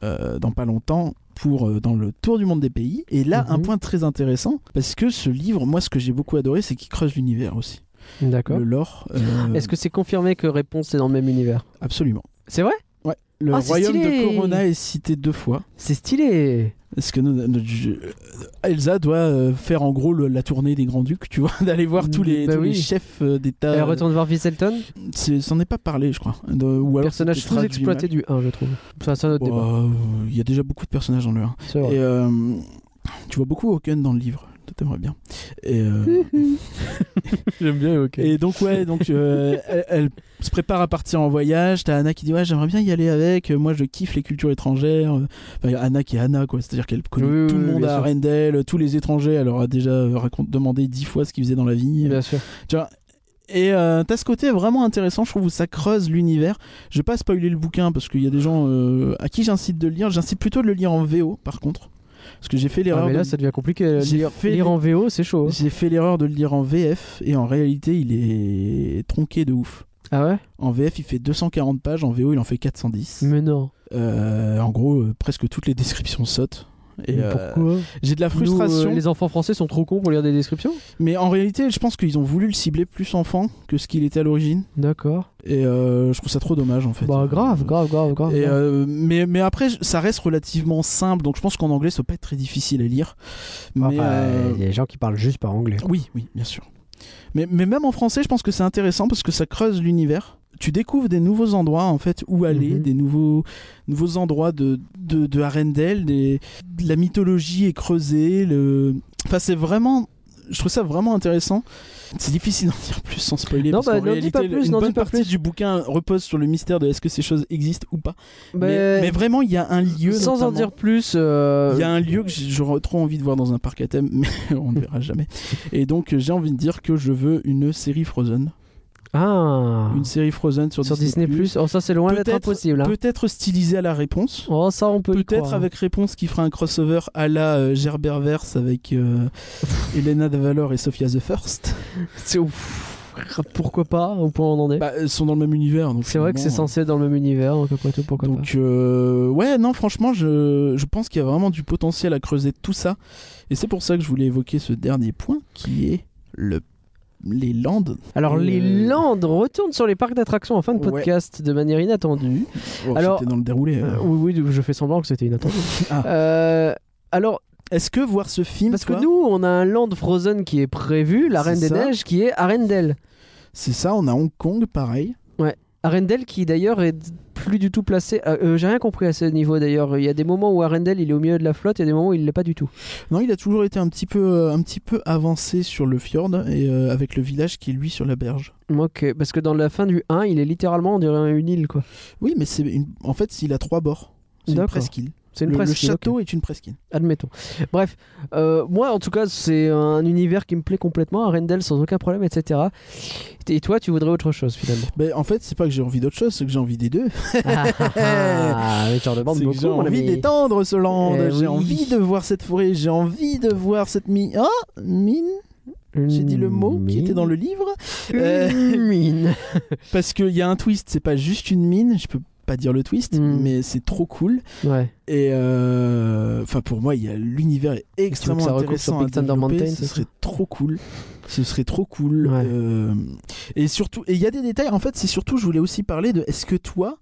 B: euh, dans pas longtemps pour euh, dans le tour du monde des pays. Et là, un
A: Mhm.
B: point très intéressant parce que ce livre, moi, ce que j'ai beaucoup adoré, c'est qu'il creuse l'univers aussi.
A: D'accord.
B: Le lore. euh,
A: Est-ce que c'est confirmé que Réponse c'est dans le même univers
B: Absolument.
A: C'est vrai
B: Ouais. Le
A: Ah, c'est
B: royaume
A: stylé.
B: de Corona est cité deux fois.
A: C'est stylé
B: Parce que nous- notre ju- Elsa doit euh, faire en gros le- la tournée des grands ducs, tu vois, d'aller voir tous les,
A: Bah
B: tous les
A: oui.
B: chefs euh, d'État.
A: Elle retourne voir Visselton
B: C'est- C'en est pas parlé, je crois. De- ou alors
A: Personnage
B: c'était traduit
A: sous-exploité du 1, je trouve. Ça, c'est un
B: mal.
A: autre débat.
B: Bah, euh, Il y a déjà beaucoup de personnages dans le 1.
A: C'est vrai.
B: Et euh, tu vois beaucoup Hawken dans le livre. Toi, T'aimerais bien. Et, euh,
A: J'aime bien, ok.
B: et donc, ouais, donc, euh, elle, elle se prépare à partir en voyage. T'as Anna qui dit Ouais, j'aimerais bien y aller avec. Euh, Moi, je kiffe les cultures étrangères. Enfin, Anna qui est Anna, quoi. C'est-à-dire qu'elle connaît
A: Oui, oui,
B: tout le
A: oui,
B: monde
A: bien
B: à
A: sûr.
B: Arendelle, tous les étrangers. Elle leur a déjà euh, racont- demandé dix fois ce qu'ils faisaient dans la vie.
A: Bien sûr.
B: Et euh, t'as ce côté vraiment intéressant, je trouve, où ça creuse l'univers. Je vais pas spoiler le bouquin parce qu'il y a des gens euh, à qui j'incite de le lire. J'incite plutôt de le lire en VO, par contre. Parce que j'ai fait
A: Ah,
B: l'erreur
A: mais là,
B: de-
A: ça devient compliqué.
B: J'ai
A: Lire,
B: fait
A: lire
B: des-
A: en VO, c'est chaud. hein.
B: J'ai fait l'erreur de le lire en VF et en réalité il est tronqué de ouf.
A: Ah ouais
B: En VF il fait 240 pages, en VO il en fait 410.
A: Mais non.
B: Euh, en gros euh, presque toutes les descriptions sautent. Et
A: Mais
B: euh,
A: Pourquoi
B: j'ai de la
A: Nous, euh,
B: frustration,
A: les enfants français sont trop cons pour lire des descriptions
B: mais en réalité je pense qu'ils ont voulu le cibler plus enfant que ce qu'il était à l'origine.
A: D'accord.
B: Et euh, je trouve ça trop dommage en fait.
A: Bah, grave, grave, grave, grave.
B: Et,
A: grave.
B: euh, mais, mais après je- ça reste relativement simple, donc je pense qu'en anglais ça peut pas être très difficile à lire.
J: Enfin,
B: Mais, euh,
J: il y a des gens qui parlent juste par anglais.
B: Oui, oui, bien sûr. Mais, mais même en français, je pense que c'est intéressant parce que ça creuse l'univers. Tu découvres des nouveaux endroits en fait où aller,
A: Mhm.
B: des nouveaux, nouveaux endroits de, de, de Arendelle, des- de la mythologie est creusée. Le... Enfin, c'est vraiment. Je trouve ça vraiment intéressant. C'est difficile d'en dire plus sans spoiler.
A: Non,
B: parce
A: bah,
B: qu'en
A: n'en dis
B: réalité,
A: pas plus,
B: une
A: n'en dis
B: bonne
A: pas
B: partie
A: plus.
B: du bouquin repose sur le mystère de est-ce que ces choses existent ou pas.
A: Bah,
B: Mais, mais vraiment, il y a un lieu.
A: sans en
B: notamment-
A: dire plus, euh,
B: il y a un lieu que j'ai- j'aurais trop envie de voir dans un parc à thème, mais on ne verra jamais. Et donc euh, j'ai envie de dire que je veux une série Frozen.
A: ah,
B: Une série Frozen sur,
A: sur Disney+, oh, ça c'est loin d'être
B: Peut-être-
A: impossible. hein.
B: Peut-être stylisée à la réponse.
A: Oh, ça on peut y
B: Peut-être
A: croire.
B: avec réponse qui fera un crossover à la euh, Gerberverse avec euh, Elena de Valor et Sophia the First.
A: C'est ouf. Pourquoi pas Au point où on en est.
B: Bah, elles sont dans le même univers. donc
A: c'est vrai que c'est
B: finalement,
A: censé être dans le même univers, donc après tout, pourquoi
B: Donc euh, ouais non franchement je, je pense qu'il y a vraiment du potentiel à creuser tout ça et c'est pour ça que je voulais évoquer ce dernier point qui est le les Landes.
A: pas. Alors,
B: euh,
A: les Landes retournent sur les parcs d'attractions en fin de
B: Ouais.
A: podcast de manière inattendue.
B: Oh,
A: Alors-
B: c'était dans le déroulé.
A: Euh,
B: euh.
A: oui, oui, je fais semblant que c'était inattendu.
B: Ah.
A: Euh, alors,
B: Est-ce que voir ce film
A: parce que
B: toi,
A: nous, on a un Land Frozen qui est prévu, la
B: C'est
A: Reine des
B: ça.
A: Neiges qui est Arendelle.
B: c'est ça on a Hong Kong pareil.
A: Arendelle qui d'ailleurs est plus du tout placé. euh, euh, J'ai rien compris à ce niveau d'ailleurs. Il y a des moments où Arendelle il est au milieu de la flotte et des moments où il l'est pas du tout.
B: Non, il a toujours été un petit peu euh, un petit peu avancé sur le fjord et euh, avec le village qui est lui sur la berge.
A: Ok, parce que dans la fin du 1, il est littéralement on dirait une île quoi.
B: Oui, mais c'est une- en fait, il a trois bords. C'est une
A: D'accord.
B: presqu'île.
A: C'est une
B: le, le
A: presqu'île, ok.
B: château est une presqu'île.
A: Admettons. Bref, euh, moi en tout cas, c'est un univers qui me plaît complètement, Arendelle sans aucun problème, etc. Et toi, tu voudrais autre chose finalement.
B: Ben, en fait, c'est pas que j'ai envie d'autre chose, c'est que j'ai envie des deux.
A: ah, ah, ah, mais tu en demandes
B: C'est que
A: beaucoup,
B: j'ai
A: mon
B: envie
A: ami.
B: d'étendre ce land,
A: Eh
B: j'ai
A: oui.
B: envie de voir cette forêt, j'ai envie de voir cette mine. Oh, mine, j'ai dit le mot qui était dans le livre. Euh,
A: Une mine.
B: Parce qu'il y a un twist, c'est pas juste une mine, je peux pas dire le twist,
A: Mm.
B: mais c'est trop cool.
A: Ouais.
B: Et euh, enfin pour moi, il y a l'univers est extrêmement
A: ça recoupe
B: intéressant
A: sur
B: à
A: Big Thunder
B: développer,
A: Mountain,
B: ce
A: c'est
B: serait
A: ça
B: trop cool. Ce serait trop cool.
A: Ouais.
B: Euh, et surtout, et il y a des détails. En fait, c'est surtout, je voulais aussi parler de. Est-ce que toi,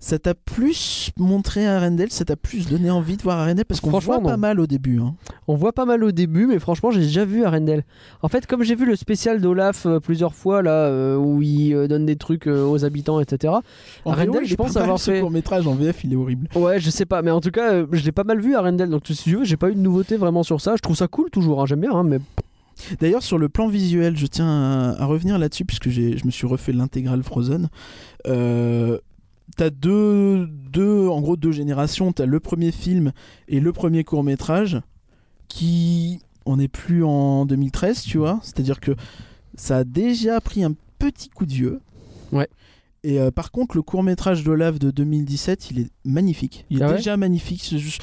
B: ça t'a plus montré Arendelle, ça t'a plus donné envie de voir Arendelle parce qu'on voit
A: Franchement,
B: pas
A: non.
B: mal au début. hein.
A: On voit pas mal au début, mais franchement, j'ai déjà vu Arendelle. En fait, comme j'ai vu le spécial d'Olaf euh, plusieurs fois, là, euh, où il euh, donne des trucs euh, aux habitants, etc.
B: En
A: Arendelle,
B: VO, il
A: je
B: est pas
A: pense
B: mal,
A: avoir
B: ce
A: fait-
B: court métrage en VF, il est horrible.
A: Ouais, je sais pas, mais en tout cas, euh, je l'ai pas mal vu Arendelle. Donc, si tu veux, j'ai pas eu de nouveauté vraiment sur ça. Je trouve ça cool toujours, hein, j'aime bien, hein, mais
B: D'ailleurs, sur le plan visuel, je tiens à, à revenir là-dessus puisque j'ai- je me suis refait l'intégrale Frozen. Euh, t'as deux, deux, en gros, deux générations. T'as le premier film et le premier court métrage qui, on n'est plus en 2013, tu vois. C'est-à-dire que ça a déjà pris un petit coup de vieux.
A: Ouais.
B: Et euh, par contre, le court métrage d'Olaf de 2017, il est magnifique. Il est
A: Ah ouais
B: déjà magnifique. C'est juste-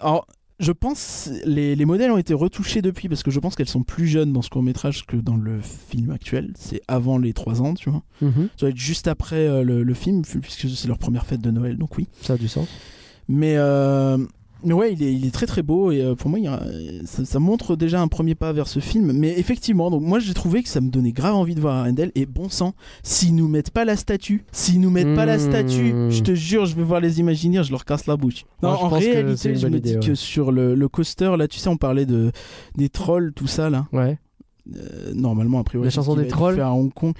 B: Alors, je pense les, les modèles ont été retouchés depuis parce que je pense qu'elles sont plus jeunes dans ce court métrage que dans le film actuel. C'est avant les 3 ans, tu vois.
A: Mhm.
B: Ça doit être juste après euh, le, le film, puisque c'est leur première fête de Noël, donc oui.
A: ça a du sens.
B: Mais, euh, mais ouais, il est, il est très très beau et euh, pour moi, il y a- ça, ça montre déjà un premier pas vers ce film. Mais effectivement, donc moi j'ai trouvé que ça me donnait grave envie de voir Arendelle et bon sang, s'ils nous mettent pas la statue, s'ils nous mettent pas la statue,
A: Mmh.
B: je te jure, je vais voir les imaginaires, je leur casse la bouche. Non,
A: Moi, je
B: en
A: pense que c'est
B: réalité,
A: une
B: je
A: bonne
B: me
A: idée,
B: dis
A: ouais.
B: que sur le, le coaster, là, tu sais, on parlait de, des trolls, tout ça là.
A: Ouais.
B: Euh, normalement, a priori,
A: La
B: c'est ce
A: chanson
B: qui
A: des
B: va être
A: trolls.
B: fait à Hong Kong.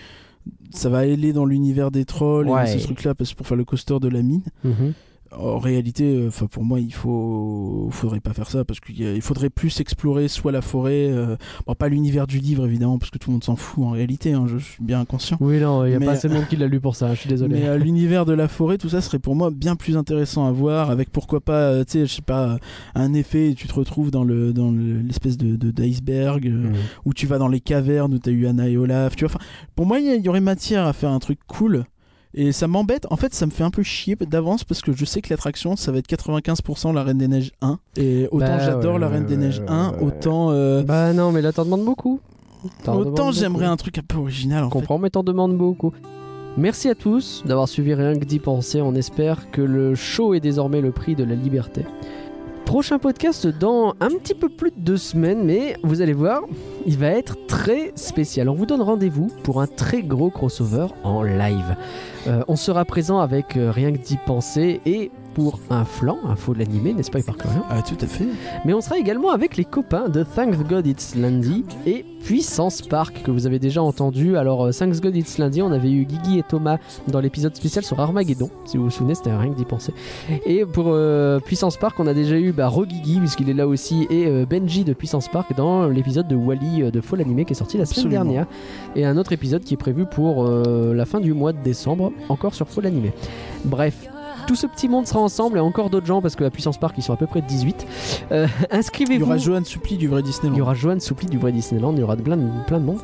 B: Ça va aller dans l'univers des trolls
A: Ouais.
B: et dans ce truc-là parce que pour faire le coaster de la mine.
A: Mhm.
B: En réalité, euh, 'fin, pour moi, il faut, faudrait pas faire ça parce qu'il y a- il faudrait plus explorer soit la forêt, euh, bon, pas l'univers du livre évidemment parce que tout le monde s'en fout en réalité. hein, je, je suis bien conscient.
A: Oui, non, il n'y a
B: Mais- euh,
A: pas assez de monde qui l'a lu pour ça, je suis désolé.
B: Mais euh, l'univers de la forêt, tout ça serait pour moi bien plus intéressant à voir avec pourquoi pas, euh, tu sais, je sais pas, un effet. Tu te retrouves dans le dans le- l'espèce de de- d'iceberg. euh,
K: Mhm.
B: où tu vas dans les cavernes où t'as eu Anna et Olaf. Tu vois, enfin, pour moi, il y, a- il y aurait matière à faire un truc cool. Et ça m'embête, en fait, ça me fait un peu chier d'avance parce que je sais que l'attraction, ça va être 95% la Reine des Neiges 1. Et autant
A: Bah,
B: j'adore
A: ouais,
B: la
A: ouais,
B: Reine des
A: ouais,
B: Neiges
A: ouais,
B: 1,
A: ouais, ouais.
B: autant, euh,
A: Bah non, mais là, t'en demandes beaucoup. T'en
B: autant
A: demandes
B: j'aimerais
A: beaucoup.
B: un truc un peu original en
A: Je comprends, mais t'en demandes beaucoup. Merci à tous d'avoir suivi Rien que d'y penser. On espère que le show est désormais le prix de la liberté. Prochain podcast dans un petit peu plus de deux semaines, mais vous allez voir, il va être très spécial. On vous donne rendez-vous pour un très gros crossover en live. Euh, on sera présent avec euh, Rien que d'y penser et pour un flanc, un faux de l'animé, n'est-ce pas, Hyper Coréen
B: fait. Ah, tout à fait.
A: mais on sera également avec les copains de Thanks God It's Lundi et Puissance Park que vous avez déjà entendu. Alors euh, Thanks God It's Lundi, on avait eu Guigui et Thomas dans l'épisode spécial sur Armageddon, si vous vous souvenez, c'était rien que d'y penser. Et pour euh, Puissance Park, on a déjà eu bah, Guigui puisqu'il est là aussi et euh, Benji de Puissance Park dans l'épisode de Wally de Fall Animé qui est sorti la semaine
B: Absolument.
A: dernière et un autre épisode qui est prévu pour euh, la fin du mois de décembre, encore sur Fall Animé. Bref. Tout ce petit monde sera ensemble et encore d'autres gens parce que la Puissance Park ils sont à peu près 18. Euh,
B: Il y
A: Inscrivez-vous.
B: aura Johan Suppli du vrai Disneyland.
A: Il y aura Johan Soupli du vrai Disneyland, il y aura de plein de, plein de monde.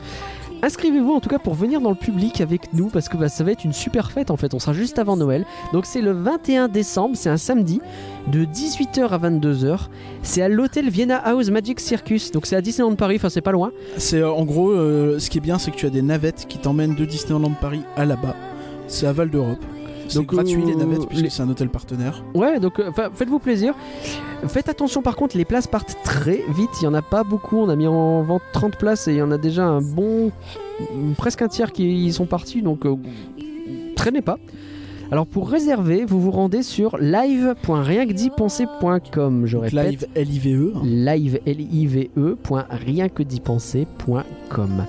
A: Inscrivez-vous en tout cas pour venir dans le public avec nous parce que bah, ça va être une super fête en fait. On sera juste avant Noël. Donc c'est le 21 décembre, c'est un samedi de 18h à 22h. C'est à l'hôtel Vienna House Magic Circus. Donc c'est à Disneyland Paris, enfin c'est pas loin.
B: C'est euh, en gros, euh, ce qui est bien, c'est que tu as des navettes qui t'emmènent de Disneyland Paris à là-bas. C'est à Val d'Europe. C'est
A: Donc,
B: gratuit les
A: euh,
B: navettes puisque
A: les-
B: c'est un hôtel partenaire.
A: Ouais, donc euh, fa- faites-vous plaisir. Faites attention par contre, les places partent très vite. Il y en a pas beaucoup. On a mis en vente 30 places et il y en a déjà un bon. mm, presque un tiers qui sont partis. Donc euh, traînez pas. Alors pour réserver, vous vous rendez sur live.rienquedipenser.com. Je
B: Donc,
A: répète
B: Live LIVE. hein.
A: live L-I-V-E, E point, rien que d'y penser, point com.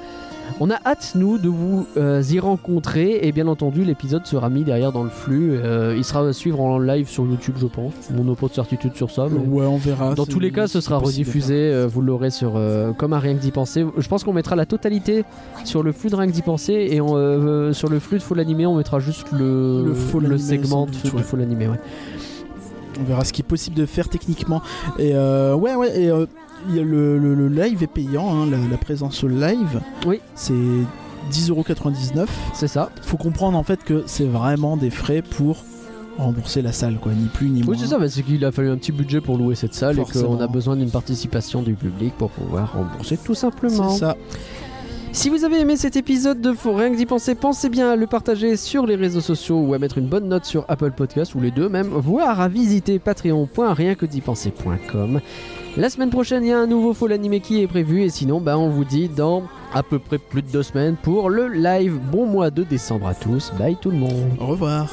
A: On a hâte, nous, de vous euh, y rencontrer. Et bien entendu, l'épisode sera mis derrière dans le flux. Euh, il sera à suivre en live sur YouTube, je pense. On n'a pas de certitude sur ça. mais-
B: Ouais, on verra.
A: Dans
B: C'est-
A: tous les cas, ce
B: c'est
A: sera
B: possible de
A: rediffusé. euh, vous l'aurez sur euh, comme à rien que d'y penser. Je pense qu'on mettra la totalité sur le flux de rien que d'y penser. Et on, euh, euh, sur le flux de Full Animé, on mettra juste le,
B: Le full animé,
A: segment
B: sans doute,
A: de-
B: ouais.
A: du Full Animé. ouais.
B: On verra ce qui est possible de faire techniquement. Et euh, ouais, ouais, et euh, il y a le, le- le live est payant, hein, la, la présence au live.
A: Oui.
B: C'est 10,99€.
A: C'est ça.
B: Faut comprendre en fait que c'est vraiment des frais pour rembourser la salle, quoi. Ni plus ni moins.
A: Oui, c'est ça, bah, c'est qu'il a fallu un petit budget pour louer cette salle et
B: Forcément.
A: qu'on a besoin d'une participation du public pour pouvoir rembourser tout simplement.
B: C'est ça.
A: Si vous avez aimé cet épisode de Faut rien que d'y penser, pensez bien à le partager sur les réseaux sociaux ou à mettre une bonne note sur Apple Podcast ou les deux même, voire à visiter patreon.rienquedipenser.com. La semaine prochaine, il y a un nouveau Faux l'animé qui est prévu et sinon, bah, on vous dit dans à peu près plus de deux semaines pour le live. Bon mois de décembre à tous. Bye tout le monde.
B: Au revoir.